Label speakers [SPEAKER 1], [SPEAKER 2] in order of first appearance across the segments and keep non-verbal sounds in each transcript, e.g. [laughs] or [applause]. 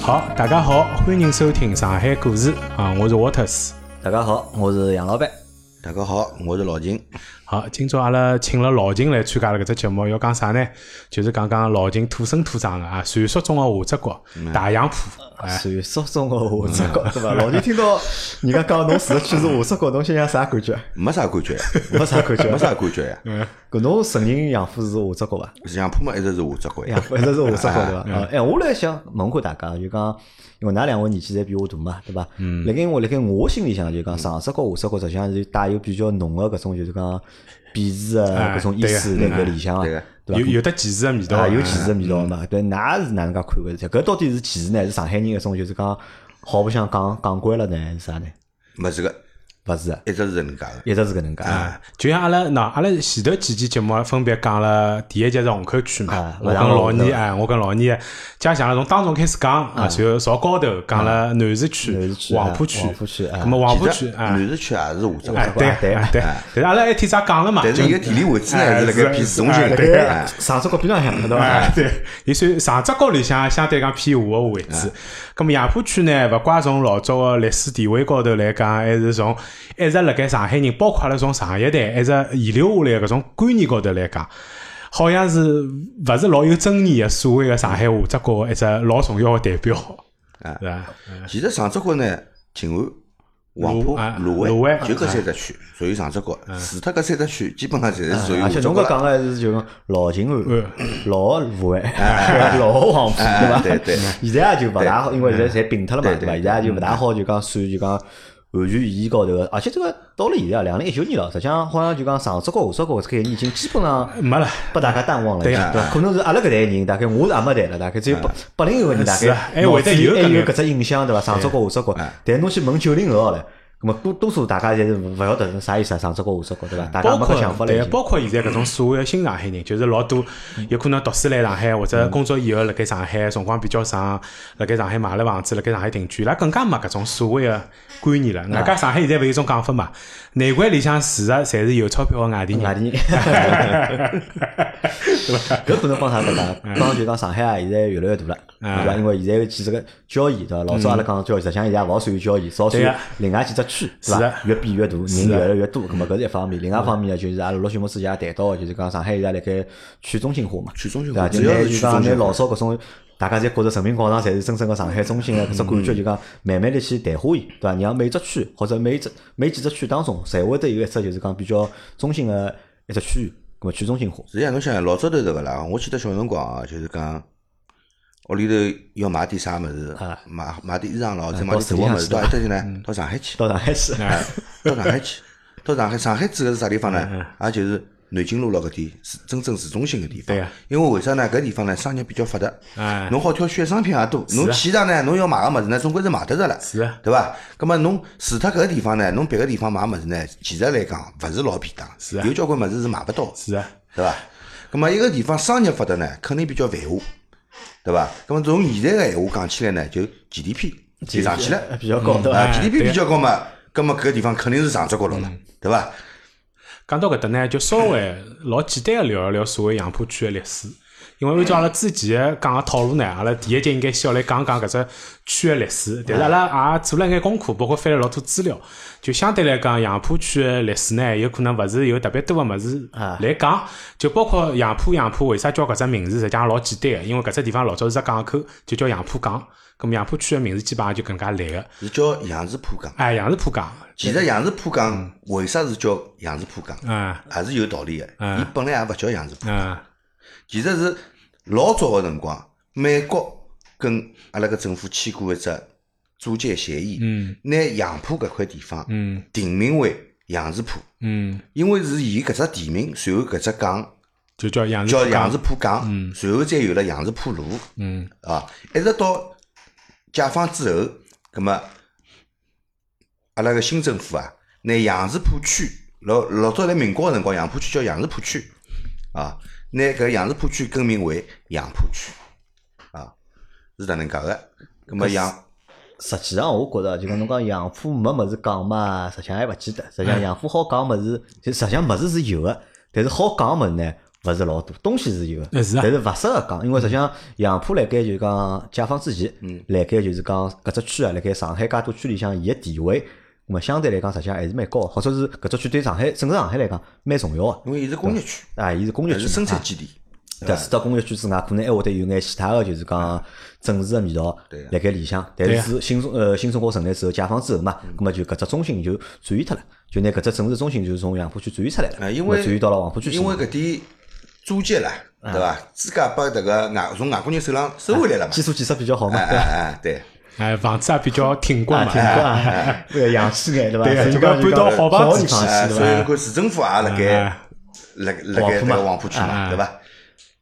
[SPEAKER 1] 好，大家好，欢迎收听《上海故事》啊，我是 Waters。
[SPEAKER 2] 大家好，我是杨老板。
[SPEAKER 3] 大家好，我是老秦。
[SPEAKER 1] 好，今朝阿拉请了老秦来参加了搿只节目，要讲啥呢？就是讲讲老秦土生土长的啊，传说中的夏泽国、
[SPEAKER 2] 嗯
[SPEAKER 1] 大洋浦。哎，
[SPEAKER 2] 传说中的夏泽国对
[SPEAKER 3] 嗯
[SPEAKER 2] 伐？老弟听到人家讲侬住的区是夏泽国，侬心想啥感
[SPEAKER 3] [laughs]
[SPEAKER 2] 觉？
[SPEAKER 3] 没啥
[SPEAKER 2] [laughs]
[SPEAKER 3] 感觉，
[SPEAKER 2] 没啥感觉
[SPEAKER 3] 没啥感觉呀。
[SPEAKER 2] 搿侬承认杨浦是夏泽国
[SPEAKER 3] [laughs]
[SPEAKER 2] 伐？
[SPEAKER 3] 杨浦嘛，一直是下泽国
[SPEAKER 2] 杨
[SPEAKER 3] 呀。
[SPEAKER 2] 浦一直是夏泽国对伐？啊哎，我来想问过大家，就讲因为㑚两位年纪侪比我大嘛，对伐？嗯。辣盖我辣盖我心里想，就讲上色国、下色国实际上是带有比较浓的搿种就是讲鄙视啊
[SPEAKER 1] 哎
[SPEAKER 2] 搿种意
[SPEAKER 1] 对个
[SPEAKER 2] 思辣盖里向啊，
[SPEAKER 3] 对个
[SPEAKER 2] 对伐
[SPEAKER 1] 有？有得歧视的味道
[SPEAKER 2] 啊，
[SPEAKER 1] 啊，
[SPEAKER 2] 有歧视的味道嘛？对，㑚是哪能介看搿事体？搿到底是歧视呢，还是上海人一种就是讲好白相讲讲惯了呢，还是啥呢？
[SPEAKER 3] 没这个，
[SPEAKER 2] 勿是啊，
[SPEAKER 3] 一直是搿能介的。
[SPEAKER 2] 一直是搿能介啊。
[SPEAKER 1] 啊，就像阿拉喏，阿拉前头几期节目分别讲了，第一集是虹口区嘛
[SPEAKER 2] 啊，
[SPEAKER 1] 我跟老倪哎，我跟老倪家乡从当中开始讲啊，然后朝高头讲了南市
[SPEAKER 2] 嗯南市
[SPEAKER 1] 区、
[SPEAKER 2] 区啊
[SPEAKER 1] 黄浦区
[SPEAKER 2] 黄浦区啊
[SPEAKER 1] 那么黄浦
[SPEAKER 3] 其
[SPEAKER 1] 区
[SPEAKER 3] 实
[SPEAKER 1] 啊
[SPEAKER 3] 南，市区也是下泽
[SPEAKER 1] 哎
[SPEAKER 3] 国，
[SPEAKER 1] 对
[SPEAKER 2] 啊对
[SPEAKER 1] 哎对，但是阿拉埃天早讲了嘛，
[SPEAKER 3] 但
[SPEAKER 1] 就是
[SPEAKER 3] 啊伊个地理位置呢是辣盖偏市中心
[SPEAKER 1] 哎
[SPEAKER 3] 的。
[SPEAKER 1] 对
[SPEAKER 3] 哎
[SPEAKER 2] 啊上只国边浪向对
[SPEAKER 1] [laughs]
[SPEAKER 2] 伐？
[SPEAKER 1] 哎，对，伊算长泽高里向相对讲偏下个位置。咁么杨浦区呢，勿怪从老早个历史地位高头来讲，还是从一直辣盖上海人，包括阿拉从上一代一直遗留下来的搿种观念高头来讲。好像是勿是老有争议个所谓个上海话，只国一只老重要个代表，
[SPEAKER 3] 啊
[SPEAKER 1] 是吧？
[SPEAKER 3] 其实上泽国呢，静安、黄
[SPEAKER 1] 卢啊
[SPEAKER 3] 浦、
[SPEAKER 1] 卢
[SPEAKER 3] 卢
[SPEAKER 1] 湾
[SPEAKER 3] 湾就搿三只区属于上泽国，除脱搿三只区，基本上侪是属于
[SPEAKER 2] 哎啊而且
[SPEAKER 3] 下泽
[SPEAKER 2] 侬
[SPEAKER 3] 国
[SPEAKER 2] 搿
[SPEAKER 3] 了。
[SPEAKER 2] 讲个是就讲老秦安
[SPEAKER 1] 嗯、
[SPEAKER 2] [clears throat]
[SPEAKER 1] 啊
[SPEAKER 2] 老武安、 [laughs] 老黄埔对伐？
[SPEAKER 3] 哎对对
[SPEAKER 2] [laughs] 现在也就勿大好，因为现在侪并脱了嘛，
[SPEAKER 3] 对
[SPEAKER 2] 对
[SPEAKER 3] 对
[SPEAKER 2] 伐？现在也就勿大好，就讲算就讲完全意义高头个。而且这个到了现在啊两零一九年了，实际上好像就讲上只国、下只国这个概念已经基本上
[SPEAKER 1] 没了。
[SPEAKER 2] 被大家淡忘了，
[SPEAKER 1] 对
[SPEAKER 2] 对
[SPEAKER 1] 啊
[SPEAKER 2] 吧？可能是阿拉搿代人，大概我是也没代了，大概只有八八零后个人，大
[SPEAKER 1] 是啊
[SPEAKER 2] 概
[SPEAKER 1] 还会得有
[SPEAKER 2] 脑
[SPEAKER 1] 搿哎
[SPEAKER 2] 子里还有
[SPEAKER 1] 眼
[SPEAKER 2] 搿只印象，对伐？上只国、下只国，但侬去问九零后好了，葛末多多数大家侪是勿晓得是啥意思，啊，上只国、下只国，对伐？大家
[SPEAKER 1] 包
[SPEAKER 2] 没
[SPEAKER 1] 括
[SPEAKER 2] 搿想法了已
[SPEAKER 1] 对，
[SPEAKER 2] 经。
[SPEAKER 1] 包括现在搿种所谓的新上海人，就是老多
[SPEAKER 2] 嗯
[SPEAKER 1] 有可能读书来上海，或者工作以后辣盖上海辰光比较长，啊辣盖上海买了房子，辣盖上海定居，伊拉更加没搿种所谓的观念
[SPEAKER 2] 嗯
[SPEAKER 1] 了。外加上海现在勿是有一种讲法嘛，内环里向住啊的侪是有钞票的外地
[SPEAKER 2] 外
[SPEAKER 1] 人，
[SPEAKER 2] [laughs] 地人，搿可能帮啥搿搭，帮就讲上海啊，现在越来越大了，
[SPEAKER 1] 啊
[SPEAKER 2] 对伐？因为现在有几只个交易，对伐？老早阿拉讲交易，实际上现在也勿好算有交易，少
[SPEAKER 1] 对
[SPEAKER 2] 算
[SPEAKER 1] 啊
[SPEAKER 2] 另外几只区，对
[SPEAKER 1] 是
[SPEAKER 2] 伐
[SPEAKER 1] 啊？
[SPEAKER 2] 越变越大，人
[SPEAKER 1] 啊
[SPEAKER 2] 越来越多，葛末搿是一方面。另外一方面呢，就是阿拉陆续么之前也谈到个，就是讲上海现在辣盖去中心化嘛，
[SPEAKER 3] 去中心
[SPEAKER 2] 对伐？
[SPEAKER 3] 化
[SPEAKER 2] 就
[SPEAKER 3] 主要
[SPEAKER 2] 拿
[SPEAKER 3] 是
[SPEAKER 2] 就
[SPEAKER 3] 去
[SPEAKER 2] 讲
[SPEAKER 3] 中
[SPEAKER 2] 拿
[SPEAKER 3] 心化
[SPEAKER 2] 老早搿种。嗯大家侪觉着人民广场才是真正个上海中心个搿只感觉，就讲慢慢的去淡化伊，对伐？让每只区或者每只每几只区当中，侪会得有一只就是讲比较中心个一只区域，搿么去中心化。
[SPEAKER 3] 实际上，侬想老早头对勿啦？我记得小辰光啊，就是讲屋里头要买点啥物事
[SPEAKER 2] 啊，
[SPEAKER 3] 买买点衣裳咯，或者
[SPEAKER 2] 啊
[SPEAKER 3] 买点食物物事，
[SPEAKER 2] 到
[SPEAKER 3] 到
[SPEAKER 2] 市里向去嗯
[SPEAKER 3] 埃搭去呢，到上海去，
[SPEAKER 2] 到上海去，
[SPEAKER 1] 啊
[SPEAKER 3] 哎 [laughs] 到上海去，到上海。上海指的是啥地方
[SPEAKER 1] 嗯
[SPEAKER 3] 呢？也就是南京路咯，搿点是真正市中心个地方。
[SPEAKER 1] 对啊
[SPEAKER 3] 因为为啥呢？搿地方呢，商业比较发达
[SPEAKER 1] 哎，
[SPEAKER 2] 嗯
[SPEAKER 1] 啊
[SPEAKER 3] 侬好挑选商品也多。侬去一趟呢，侬要买个物事呢，总归是买得着了，
[SPEAKER 1] 是啊
[SPEAKER 3] 对伐？葛末侬除脱搿个地方呢，侬别个地方买物事呢，其实来讲勿是老便当，
[SPEAKER 1] 是啊
[SPEAKER 3] 有交关物事是买勿到。
[SPEAKER 1] 是啊，
[SPEAKER 3] 对伐？咁么一个地方商业发达呢，肯定比较繁华，对伐？咁么从现在个闲话讲起来呢，就 GDP 就上去了，
[SPEAKER 2] [laughs] 比较高，对伐？
[SPEAKER 3] 啊
[SPEAKER 1] 哎对嗯
[SPEAKER 3] ，GDP 比较高嘛，咁么搿个地方肯定是上只高头了，对伐？
[SPEAKER 1] 讲到搿搭呢，就稍微老简单个聊一聊所谓杨浦区个历史。因为按照阿拉之前讲个套路呢，阿拉第一集应该先要来讲讲搿只区个历史，但是阿拉也做了眼功课，包括翻了老多资料，就相对来讲，杨浦区个历史呢，有可能勿是有特别多个物事
[SPEAKER 2] 啊
[SPEAKER 1] 来讲，就包括杨浦杨浦为啥叫搿只名字，实际上也老简单个，因为搿只地方老早是只港口，就叫杨浦港，咁么杨浦区个名字基本上就搿能介来个，
[SPEAKER 3] 是叫杨氏浦江。
[SPEAKER 1] 哎，杨是浦港，
[SPEAKER 3] 其实杨氏浦江为啥是叫杨氏浦江，
[SPEAKER 1] 嗯
[SPEAKER 3] 也是有道理
[SPEAKER 1] 嗯
[SPEAKER 3] 个。伊本来也勿叫杨氏浦，
[SPEAKER 1] 嗯
[SPEAKER 3] 其实是老早个辰光，美国跟阿拉个政府签过一只租借协议，
[SPEAKER 1] 嗯
[SPEAKER 3] 拿杨浦搿块地方
[SPEAKER 1] 嗯
[SPEAKER 3] 定名为杨氏浦。
[SPEAKER 1] 嗯，
[SPEAKER 3] 因为是以搿只地名，随后搿只港
[SPEAKER 1] 就叫杨是
[SPEAKER 3] 叫
[SPEAKER 1] 浦
[SPEAKER 3] 杨
[SPEAKER 1] 港
[SPEAKER 3] 氏，浦港，随后再有了杨氏浦路
[SPEAKER 1] 嗯
[SPEAKER 3] 啊，一直到解放之后，葛末阿拉个新政府啊，拿杨氏浦区老老早在民国个辰光，杨浦区叫杨氏浦区啊，拿搿杨氏浦区更名为杨浦区啊，是哪能介个？葛末杨
[SPEAKER 2] 实际上，我觉着就讲侬讲杨浦没物事讲嘛，
[SPEAKER 1] [laughs]
[SPEAKER 2] 实际上还勿记得。实际上，杨浦好讲物事，就实际上物事是有个，但是好讲物事呢，勿是老多，东西是有个，
[SPEAKER 1] 呃是啊嗯
[SPEAKER 2] 但是勿适合讲，因为实际上杨浦辣盖就是讲解放之前，辣盖就是讲搿只区啊，辣盖上海介多区里向伊个地位，那么相对来讲实际上还是蛮高的，或者是搿只区对上海整个上海来讲蛮重要个
[SPEAKER 3] 因为伊是工业区，
[SPEAKER 2] 啊，伊是工业
[SPEAKER 3] 也
[SPEAKER 2] 区
[SPEAKER 3] 是
[SPEAKER 2] 嘛
[SPEAKER 3] 生
[SPEAKER 2] 啊
[SPEAKER 3] 产基地。
[SPEAKER 2] 对，除掉工业区之外，可能还会得有眼其他的就是讲政治的味道
[SPEAKER 3] 对呀
[SPEAKER 2] 辣盖里向。但
[SPEAKER 1] 对
[SPEAKER 2] 是
[SPEAKER 1] 呀
[SPEAKER 2] 自新中呃新中国成立之后，解放之后嘛，
[SPEAKER 3] 嗯
[SPEAKER 2] 葛么就搿只中心就转移脱了，就拿搿只政治中心就是从杨浦区转移出来
[SPEAKER 3] 啊，
[SPEAKER 2] 了，
[SPEAKER 3] 因为
[SPEAKER 2] 葛么转移到了黄浦区去
[SPEAKER 3] 因为
[SPEAKER 2] 嘛。
[SPEAKER 3] 搿点租界啦，对伐？自家把迭个外从外国人手浪收回来了嘛
[SPEAKER 2] 基。础建设比较好嘛
[SPEAKER 3] 哎，哎哎，对，
[SPEAKER 1] 哎，房子也比较挺棍嘛哎
[SPEAKER 2] 挺。高啊，为了洋气 [laughs] 眼对伐？
[SPEAKER 1] 对呀
[SPEAKER 2] 所以
[SPEAKER 1] 就讲搬到好房
[SPEAKER 2] 好
[SPEAKER 1] 子
[SPEAKER 2] 地方
[SPEAKER 1] 去
[SPEAKER 3] 哎，
[SPEAKER 2] 去对
[SPEAKER 3] 所以
[SPEAKER 2] 伐？
[SPEAKER 3] 侬看市政府也辣盖
[SPEAKER 1] 哎
[SPEAKER 3] 辣辣盖
[SPEAKER 2] 黄浦
[SPEAKER 3] 迭
[SPEAKER 2] 嘛
[SPEAKER 3] 个黄浦区嘛，对伐？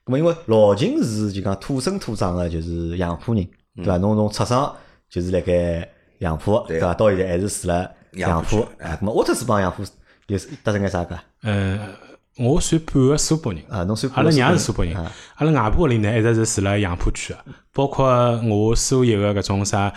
[SPEAKER 2] 咁么因为老秦是就讲土生土长的，就是杨浦人，对伐？侬从出生就是辣盖杨浦的，
[SPEAKER 3] 嗯对
[SPEAKER 2] 对伐？到现在还是住辣杨浦
[SPEAKER 3] 杨浦哎
[SPEAKER 2] 啊。咁么沃特斯帮杨浦有搭成眼啥个
[SPEAKER 1] 呃，我算半个苏北人。
[SPEAKER 2] 啊？侬算
[SPEAKER 1] 阿拉娘是苏北人
[SPEAKER 2] 啊，
[SPEAKER 1] 阿拉外婆里呢一直是住辣杨浦区的，包括我所有的搿种啥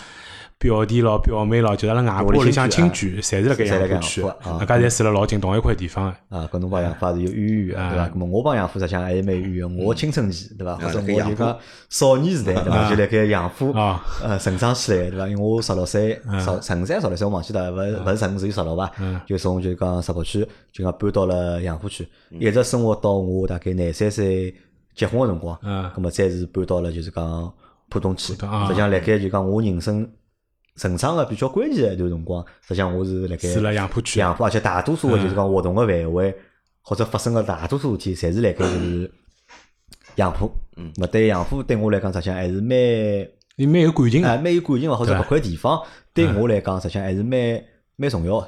[SPEAKER 1] 表弟咯、表妹咯，就是阿拉外婆里向亲眷，侪是辣盖杨浦区的，
[SPEAKER 2] 啊侪辣盖杨浦
[SPEAKER 1] 大家侪住辣老近同一块地方的。
[SPEAKER 2] 啊，搿侬帮杨浦也是有渊源啊
[SPEAKER 1] 啊
[SPEAKER 2] 个，对伐？咁么我帮杨浦实际上还是蛮有渊
[SPEAKER 1] 嗯
[SPEAKER 2] 源。我青春期对伐？或者
[SPEAKER 3] 啊辣盖
[SPEAKER 2] 我
[SPEAKER 3] 杨
[SPEAKER 2] 就
[SPEAKER 3] 浦
[SPEAKER 2] 讲少年时代对伐？就辣盖杨浦
[SPEAKER 1] 啊
[SPEAKER 2] 呃成长起来的对伐？因为我十六岁，十十五岁、十六岁我忘记了，勿是勿是十五岁，十六吧，
[SPEAKER 1] 啊
[SPEAKER 2] 就从就讲石浦区就讲搬到了杨浦区，
[SPEAKER 3] 嗯
[SPEAKER 2] 一直生活到我大概廿三岁结婚个辰光，
[SPEAKER 1] 嗯
[SPEAKER 2] 咁么再是搬到了就是讲浦东去。实
[SPEAKER 1] 浦东啊
[SPEAKER 2] 际上辣盖就讲我人生成长个比较关键的一段辰光，实际上我是辣盖
[SPEAKER 1] 住辣杨浦区
[SPEAKER 2] 杨浦，而且大多数
[SPEAKER 1] 嗯
[SPEAKER 2] 的就是讲活动个范围或者发生个大多数事体，侪是辣盖就是
[SPEAKER 1] 嗯
[SPEAKER 2] 杨浦。
[SPEAKER 3] 嗯
[SPEAKER 2] 咾么对杨浦对我来讲，实际上还是蛮
[SPEAKER 1] 伊蛮有感情
[SPEAKER 2] 啊
[SPEAKER 1] 的。
[SPEAKER 2] 蛮有感情个，或者
[SPEAKER 1] 对嗯
[SPEAKER 2] 搿块地方对我来讲，实际上还是蛮蛮重要个。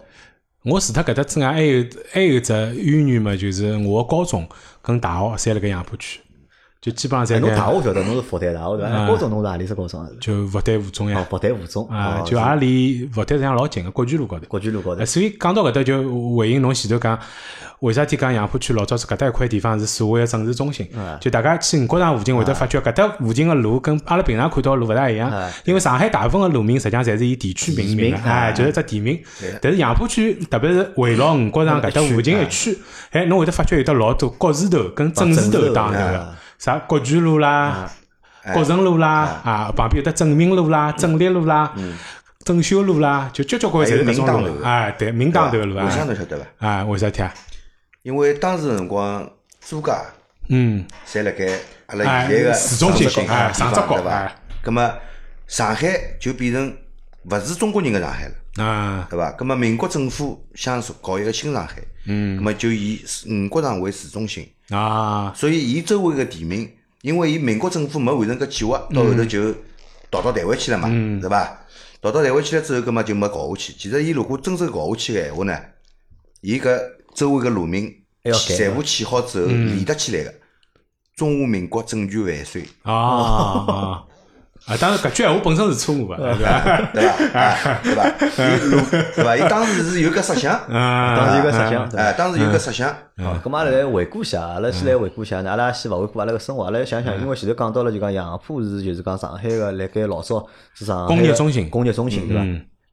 [SPEAKER 1] 我除脱搿搭之外，还有还有一只渊源嘛，就是我的高中跟大学侪辣盖杨浦区，就基本
[SPEAKER 2] 哎
[SPEAKER 1] 上侪
[SPEAKER 2] 侬大
[SPEAKER 1] 在
[SPEAKER 2] 学晓得，侬是复旦大学对
[SPEAKER 1] 嗯
[SPEAKER 2] 伐？高中侬是何里只高中啊？
[SPEAKER 1] 就复旦附中
[SPEAKER 2] 哦
[SPEAKER 1] 呀，，
[SPEAKER 2] 复旦附中
[SPEAKER 1] 啊，
[SPEAKER 2] 哦
[SPEAKER 1] 就也离复旦实际上老近个国际路高头。
[SPEAKER 2] 国际路高头
[SPEAKER 1] 呃，。所以讲到搿搭就回应侬前头讲，为啥体讲杨浦区老早是搿搭一块地方是所谓的政治中心？就大家去五角场附近会得发觉，搿搭附近个路跟阿拉平常看到的路勿大一样
[SPEAKER 2] 啊，
[SPEAKER 1] 因为上海大部分个路名实际上侪是哎以地区命名
[SPEAKER 2] 地名
[SPEAKER 1] 的，哎，
[SPEAKER 2] 啊
[SPEAKER 1] 就是只地名。但是杨浦区特别是围绕五角场搿搭附近一区，哎，侬会得发觉有得老多国字头跟正字头哎打头
[SPEAKER 2] 啊
[SPEAKER 1] 个，啥国巨路啦。国城路啦，啊，旁边有得正明路啦、正立路啦、正修路啦，就交交关关侪是搿种
[SPEAKER 3] 还有明
[SPEAKER 1] 路
[SPEAKER 3] 档头
[SPEAKER 1] 啊，对，明
[SPEAKER 3] 对伐
[SPEAKER 1] 档头个路
[SPEAKER 3] 为啥
[SPEAKER 1] 啊，
[SPEAKER 3] 侬晓得伐？
[SPEAKER 1] 啊，为啥体啊？
[SPEAKER 3] 因为当时辰光租界
[SPEAKER 1] 嗯，
[SPEAKER 3] 侪辣盖
[SPEAKER 1] 哎
[SPEAKER 3] 阿拉现在个
[SPEAKER 1] 市中心
[SPEAKER 3] 上
[SPEAKER 1] 哎上
[SPEAKER 3] 上
[SPEAKER 1] 只角
[SPEAKER 3] 对伐
[SPEAKER 1] 哎？
[SPEAKER 3] 葛么上海就变成勿是中国人个上海了。
[SPEAKER 1] 啊，
[SPEAKER 3] 对伐？咁么民国政府想搞一个新上海，嗯，咁么就以五角场为市中心，
[SPEAKER 1] 啊，
[SPEAKER 3] 所以伊周围个地名，因为伊民国政府没完成搿计划，
[SPEAKER 1] 嗯
[SPEAKER 3] 到后头就逃到台湾去了嘛，对伐？逃到台湾去了之后，咁么就没搞下去。其实伊如果真正搞下去个闲话呢，伊搿周围个路名
[SPEAKER 1] 哎
[SPEAKER 2] 还要改
[SPEAKER 3] 全部起好之后连得起来
[SPEAKER 1] 嗯
[SPEAKER 3] 个。中华民国政权万岁， [laughs]
[SPEAKER 1] 啊，啊，啊，当然搿句闲话本身是错误个，对
[SPEAKER 3] [laughs]
[SPEAKER 1] 伐？
[SPEAKER 3] 对伐？啊对伐？伊如对伐？伊当时是有搿设想，
[SPEAKER 1] 啊，
[SPEAKER 2] 当时有个设想，对伐
[SPEAKER 3] 哎，当时
[SPEAKER 1] 嗯
[SPEAKER 3] 有搿设想，
[SPEAKER 2] 哦，咁阿拉来回顾一下，阿拉先来回顾一下呢，阿拉先勿回顾阿拉个生活，阿拉想
[SPEAKER 1] 嗯
[SPEAKER 2] 想，因为前头讲到了就讲杨浦是就是讲上海个，辣盖老早是上海
[SPEAKER 1] 工业
[SPEAKER 2] 个
[SPEAKER 1] 中心嗯
[SPEAKER 2] 工业中心对伐？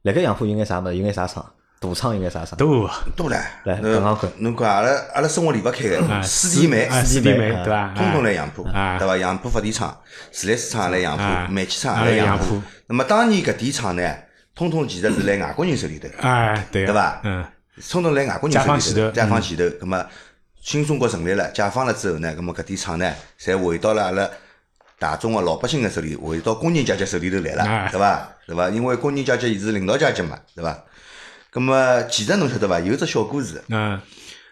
[SPEAKER 2] 辣盖杨浦有眼啥物事，有眼啥厂，大厂有眼啥厂，
[SPEAKER 1] 都
[SPEAKER 3] 多唻，
[SPEAKER 2] 来
[SPEAKER 3] 侬
[SPEAKER 2] 讲讲看
[SPEAKER 3] 侬讲阿拉阿拉生活离勿开
[SPEAKER 1] 啊，
[SPEAKER 3] 个，水电煤，
[SPEAKER 1] 啊，四
[SPEAKER 2] 地
[SPEAKER 1] 地
[SPEAKER 2] 煤
[SPEAKER 1] 煤，
[SPEAKER 2] 啊
[SPEAKER 1] 对伐？
[SPEAKER 3] 通通
[SPEAKER 1] 啊
[SPEAKER 3] 来杨浦，
[SPEAKER 1] 啊
[SPEAKER 3] 对伐？杨浦发电厂、自来水厂也来杨
[SPEAKER 1] 啊
[SPEAKER 3] 浦，煤气厂
[SPEAKER 1] 啊
[SPEAKER 3] 也来
[SPEAKER 1] 来
[SPEAKER 3] 杨
[SPEAKER 1] 杨
[SPEAKER 3] 浦
[SPEAKER 1] 浦。
[SPEAKER 3] 那么当年搿点厂呢，通通其实是辣外国人手里头，
[SPEAKER 1] 哎，对
[SPEAKER 3] 对伐
[SPEAKER 1] 嗯，
[SPEAKER 3] 通通辣外国
[SPEAKER 1] 解
[SPEAKER 3] 人
[SPEAKER 1] 放
[SPEAKER 3] 手
[SPEAKER 1] 前
[SPEAKER 3] 里头，
[SPEAKER 1] 头嗯
[SPEAKER 3] 解放前头。葛么新中国成立了，解放了之后呢，葛么搿点厂呢，侪回到了阿拉大众个啊老百姓个手里，回到工人阶级手里头来
[SPEAKER 1] 哎
[SPEAKER 3] 了，对伐？对伐？因为工人阶级伊是领导阶级嘛，对伐？葛么其实侬晓得伐？有只小故事。
[SPEAKER 1] 嗯，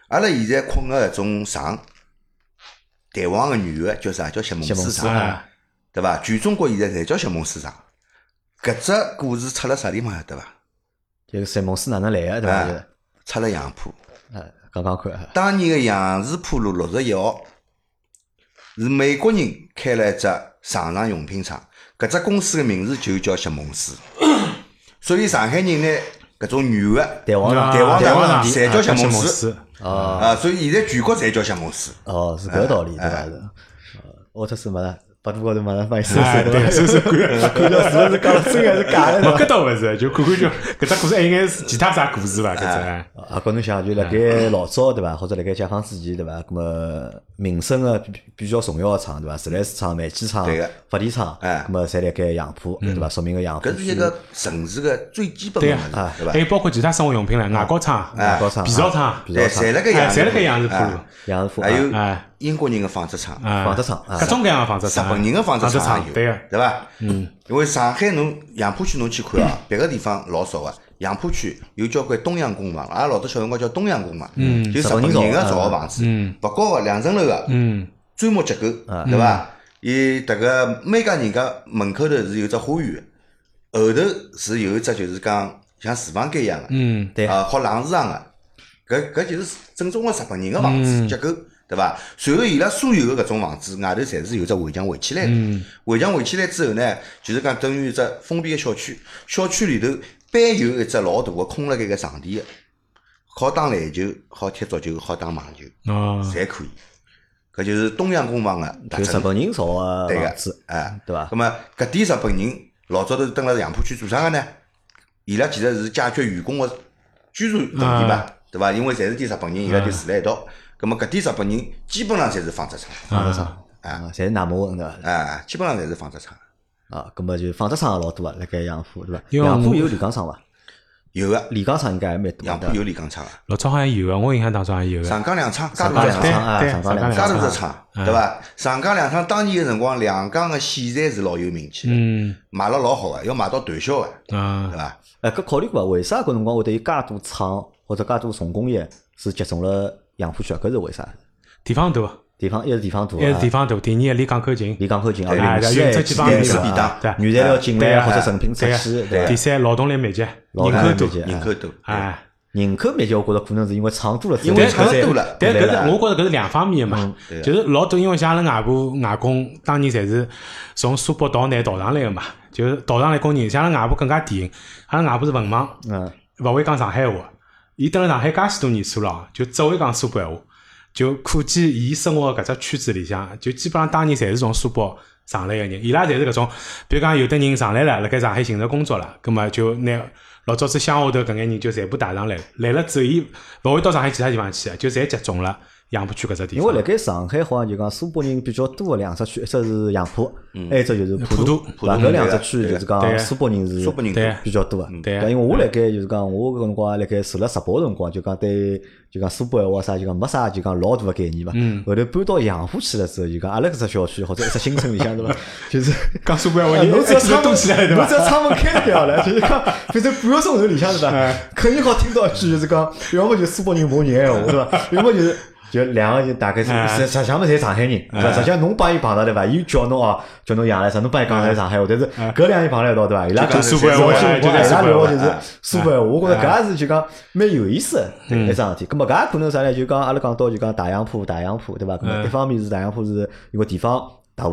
[SPEAKER 3] 阿拉现在困个搿种床，弹簧个女个叫啥？叫席梦
[SPEAKER 2] 席梦
[SPEAKER 3] 思
[SPEAKER 2] 思
[SPEAKER 3] 床
[SPEAKER 1] 啊，
[SPEAKER 3] 对伐？全中国现在侪叫席梦思床。搿只故事出了啥地方晓得伐？
[SPEAKER 2] 就是三梦是哪能来个对伐？
[SPEAKER 3] 啊
[SPEAKER 2] 就是
[SPEAKER 3] 出了杨浦。
[SPEAKER 2] 呃，讲讲看，
[SPEAKER 3] 当年个杨氏浦路六十一号是美国人开了一只床上用品厂，搿只公司个名字就叫席梦思。所以上海人呢，搿种女个
[SPEAKER 2] 弹簧
[SPEAKER 1] 啊
[SPEAKER 2] 厂，
[SPEAKER 3] 弹簧
[SPEAKER 1] 啊
[SPEAKER 2] 弹簧
[SPEAKER 3] 厂
[SPEAKER 2] 厂
[SPEAKER 3] 侪叫席
[SPEAKER 1] 啊
[SPEAKER 3] 梦
[SPEAKER 1] 梦
[SPEAKER 3] 思
[SPEAKER 1] 思
[SPEAKER 2] 哦
[SPEAKER 3] 啊，所以现在全国侪叫席梦思。
[SPEAKER 1] 啊
[SPEAKER 2] 哦，是搿个道理对伐？是呃，奥特斯没了，百度高头马上帮伊搜
[SPEAKER 1] 哎，
[SPEAKER 2] 搜，
[SPEAKER 1] 对，
[SPEAKER 2] 吧？
[SPEAKER 1] 搜搜看，
[SPEAKER 2] 看到是勿是讲了真个还是假的？
[SPEAKER 1] 没搿倒勿是，就看看就搿只故事还应该是其他啥故事伐？搿只哎
[SPEAKER 2] 啊，搿侬想就辣
[SPEAKER 3] 哎
[SPEAKER 2] 盖老早对伐，或者辣盖解放之前对伐，搿么民生个比比较重要个厂对伐，自来水厂、煤气厂
[SPEAKER 3] 对个、
[SPEAKER 2] 发电厂，
[SPEAKER 3] 哎嗯
[SPEAKER 2] 搿么侪辣盖杨浦对伐，说明个杨浦
[SPEAKER 3] 搿是一个城市个最基本
[SPEAKER 1] 对
[SPEAKER 3] 的
[SPEAKER 1] 啊
[SPEAKER 3] 物事，对
[SPEAKER 1] 还
[SPEAKER 3] 伐？
[SPEAKER 1] 有包括其他生活用品唻，外国厂、
[SPEAKER 2] 外国厂、
[SPEAKER 1] 皮草厂，
[SPEAKER 2] 皮
[SPEAKER 3] 对，
[SPEAKER 2] 草厂
[SPEAKER 3] 侪辣搿
[SPEAKER 1] 哎
[SPEAKER 3] 样子
[SPEAKER 1] 侪辣搿样子铺
[SPEAKER 3] 啊
[SPEAKER 2] 杨浦，
[SPEAKER 3] 还有
[SPEAKER 1] 哎
[SPEAKER 3] 英国人个纺织厂，
[SPEAKER 1] 啊，
[SPEAKER 2] 纺织厂啊
[SPEAKER 1] 各种各样的纺织厂，
[SPEAKER 3] 日本人个纺
[SPEAKER 1] 纺
[SPEAKER 3] 织
[SPEAKER 1] 织
[SPEAKER 3] 厂也
[SPEAKER 1] 厂，对啊个，，
[SPEAKER 3] 有对伐？嗯，因为上海侬杨浦区侬去看啊，别个地方老少个。杨浦区有交关东洋工房，阿拉老早小辰光叫东洋工房，就日本人
[SPEAKER 2] 日本人
[SPEAKER 3] 个
[SPEAKER 2] 造的
[SPEAKER 3] 造个房子，勿高个两层楼个，
[SPEAKER 1] 嗯，
[SPEAKER 3] 砖木结构，对伐？伊迭个每家人家门口头是有只花园，后头是有一只就是讲像厨房间一样个，
[SPEAKER 1] 嗯，
[SPEAKER 2] 对
[SPEAKER 3] 啊，好冷市场个，搿搿就是正宗个日本人个房
[SPEAKER 2] 嗯
[SPEAKER 3] 子结构，对伐？随后伊拉所有个搿种房子外头侪是有只围墙围起来个，
[SPEAKER 2] 嗯
[SPEAKER 3] 围墙围起来之后呢，就是讲等于一只封闭个小区，小区里头班有一只老大个空辣盖个场地个，好打篮球，好踢足球，好打网球，
[SPEAKER 1] 哦，
[SPEAKER 3] 侪可以。搿就是东洋工房个特
[SPEAKER 2] 就日
[SPEAKER 3] 征，
[SPEAKER 2] 本人造个
[SPEAKER 3] 对
[SPEAKER 2] 房
[SPEAKER 3] 个
[SPEAKER 2] 子，，
[SPEAKER 3] 哎，
[SPEAKER 2] 对伐
[SPEAKER 3] 咁？么搿点日本人老早头蹲辣杨浦区做啥个呢？伊拉其实是解决员工个居住问题嘛，
[SPEAKER 2] 嗯
[SPEAKER 3] 对伐？因为侪是点日本人，伊拉就住辣一道。咁么搿点日本人基本上侪是纺织厂，
[SPEAKER 2] 纺织厂啊，侪是纳摩文对伐？
[SPEAKER 3] 啊，基本上侪是纺织厂。
[SPEAKER 2] 啊，搿么就纺织厂也老多啊，辣盖杨浦对伐？
[SPEAKER 1] 因为
[SPEAKER 2] 杨
[SPEAKER 1] 我
[SPEAKER 2] 浦有炼钢厂伐？
[SPEAKER 3] 有个
[SPEAKER 2] 炼钢厂应该还蛮多
[SPEAKER 3] 杨
[SPEAKER 2] 的
[SPEAKER 3] 浦。有炼钢厂个，
[SPEAKER 1] 老早好像有个，我印象当中也有啊个，
[SPEAKER 3] 啊上江两厂，加
[SPEAKER 2] 上
[SPEAKER 3] 大
[SPEAKER 2] 钢
[SPEAKER 3] 只
[SPEAKER 2] 两
[SPEAKER 3] 厂，哎
[SPEAKER 2] 厂啊，
[SPEAKER 1] 对
[SPEAKER 2] 上
[SPEAKER 1] 上
[SPEAKER 2] 钢
[SPEAKER 1] 钢
[SPEAKER 2] 两
[SPEAKER 1] 两
[SPEAKER 3] 加
[SPEAKER 1] 厂哎
[SPEAKER 2] 厂
[SPEAKER 3] 大
[SPEAKER 2] 啊
[SPEAKER 3] 只厂，对伐？上江两厂当年个辰光，两江个线材是老有名气的，
[SPEAKER 1] 嗯，
[SPEAKER 3] 卖了老好个，要卖到断销个，
[SPEAKER 1] 啊
[SPEAKER 3] 对，伐？
[SPEAKER 2] 哎，搿考虑过伐？为啥搿辰光会得有介多厂或者介多重工业是集中了杨浦区啊？搿是为啥？
[SPEAKER 1] 地方大，
[SPEAKER 2] 地方一是地方大啊，
[SPEAKER 1] 还是地方大，第二个离港口近，
[SPEAKER 2] 离港口近啊，
[SPEAKER 1] 对
[SPEAKER 2] 运
[SPEAKER 1] 哎
[SPEAKER 2] 输
[SPEAKER 1] 运出去方便
[SPEAKER 2] 是
[SPEAKER 3] 便
[SPEAKER 2] 吧
[SPEAKER 3] 当
[SPEAKER 1] 对
[SPEAKER 2] 原材料进
[SPEAKER 1] 对
[SPEAKER 2] 来
[SPEAKER 1] 啊
[SPEAKER 2] 或者成品出
[SPEAKER 1] 对个
[SPEAKER 2] 去，对
[SPEAKER 1] 第
[SPEAKER 2] 伐？
[SPEAKER 1] 三劳动力密集，
[SPEAKER 2] 劳动力
[SPEAKER 1] 人口
[SPEAKER 2] 密集
[SPEAKER 1] 多，
[SPEAKER 3] 人口多，
[SPEAKER 2] 啊
[SPEAKER 1] 哎。
[SPEAKER 2] 人口密集，我觉着可能是因为厂多了之后，
[SPEAKER 3] 因为
[SPEAKER 1] 但
[SPEAKER 3] 厂
[SPEAKER 1] 搿是
[SPEAKER 3] 多了
[SPEAKER 1] 但搿
[SPEAKER 2] 对吧
[SPEAKER 1] 是我觉着搿是两方面的嘛，
[SPEAKER 3] 对
[SPEAKER 1] 就是老多因为像阿拉外婆外公当年侪是从苏北逃难逃上来个嘛，就是逃上来工人，像阿拉外婆更加典型，阿拉外婆是文盲，
[SPEAKER 2] 嗯，
[SPEAKER 1] 勿会讲上海话，伊蹲辣上海介许多年数了，就只会讲苏北话，就可见伊生活搿只圈子里向，就基本上当年侪是从苏北。上来个人，伊拉侪是搿种，比如讲有的人上来了，辣盖上海寻着工作了，葛么就拿老早子乡下头搿眼人就全部带上来了，来了之后，伊勿会到上海其他地方去的，就侪集中了杨浦区搿只地
[SPEAKER 2] 因
[SPEAKER 1] 方。
[SPEAKER 2] 为辣盖上海好像就讲苏北人比较多个两只区，一只是杨浦，还有一只就是
[SPEAKER 1] 普
[SPEAKER 2] 渡
[SPEAKER 1] 渡，
[SPEAKER 2] 对伐？
[SPEAKER 3] 普渡
[SPEAKER 2] 搿两只
[SPEAKER 3] 嗯对啊
[SPEAKER 2] 区就是
[SPEAKER 1] 对
[SPEAKER 2] 讲
[SPEAKER 1] 个
[SPEAKER 2] 苏北人是
[SPEAKER 3] 苏北人嗯
[SPEAKER 1] 对
[SPEAKER 3] 多
[SPEAKER 1] 啊。
[SPEAKER 2] 比较多啊。
[SPEAKER 1] 对
[SPEAKER 2] 因为我辣盖就是讲，我搿辰光辣盖住了直播个辰光，就讲对，就讲苏北闲话啥，就讲没啥，就讲老大个概念嘛。
[SPEAKER 1] 嗯
[SPEAKER 2] 后头搬到杨浦去了之后，就讲阿拉搿只小区或者一只新村里向对伐？ [laughs] 就是。
[SPEAKER 1] 讲苏北话，
[SPEAKER 2] 哎
[SPEAKER 1] 人
[SPEAKER 2] [laughs] 侬只要
[SPEAKER 1] 一直
[SPEAKER 2] 窗
[SPEAKER 1] 都
[SPEAKER 2] 门，
[SPEAKER 1] 起来对伐
[SPEAKER 2] 侬只？要窗门开掉了，就是讲，反正半个钟头里向是
[SPEAKER 1] 哎
[SPEAKER 2] 伐？肯定好听到一句就是讲，要么就是苏北人骂人闲话对伐？要么就是。就两个人大概是
[SPEAKER 1] 哎
[SPEAKER 2] 实实际上嘛，侪上海人，对伐？实际上侬帮伊碰到对伐？伊叫侬哦，叫侬洋来啥，侬帮伊讲的是上海话，但是搿两个人碰到一道对伐？伊拉
[SPEAKER 3] 就讲
[SPEAKER 1] 哎苏北话
[SPEAKER 2] 老
[SPEAKER 1] 哎就
[SPEAKER 2] 就伊
[SPEAKER 1] 讲苏
[SPEAKER 2] 拉
[SPEAKER 1] 北
[SPEAKER 2] 聊
[SPEAKER 1] 话
[SPEAKER 2] 就。是苏北话，我觉着搿也是就讲蛮有意思的
[SPEAKER 1] 嗯
[SPEAKER 2] 一桩事体。咁么搿也可能啥呢？就讲阿拉讲到就讲大洋浦，大洋浦对伐？咁么
[SPEAKER 1] 嗯
[SPEAKER 2] 一方面是大洋浦是因为地方大，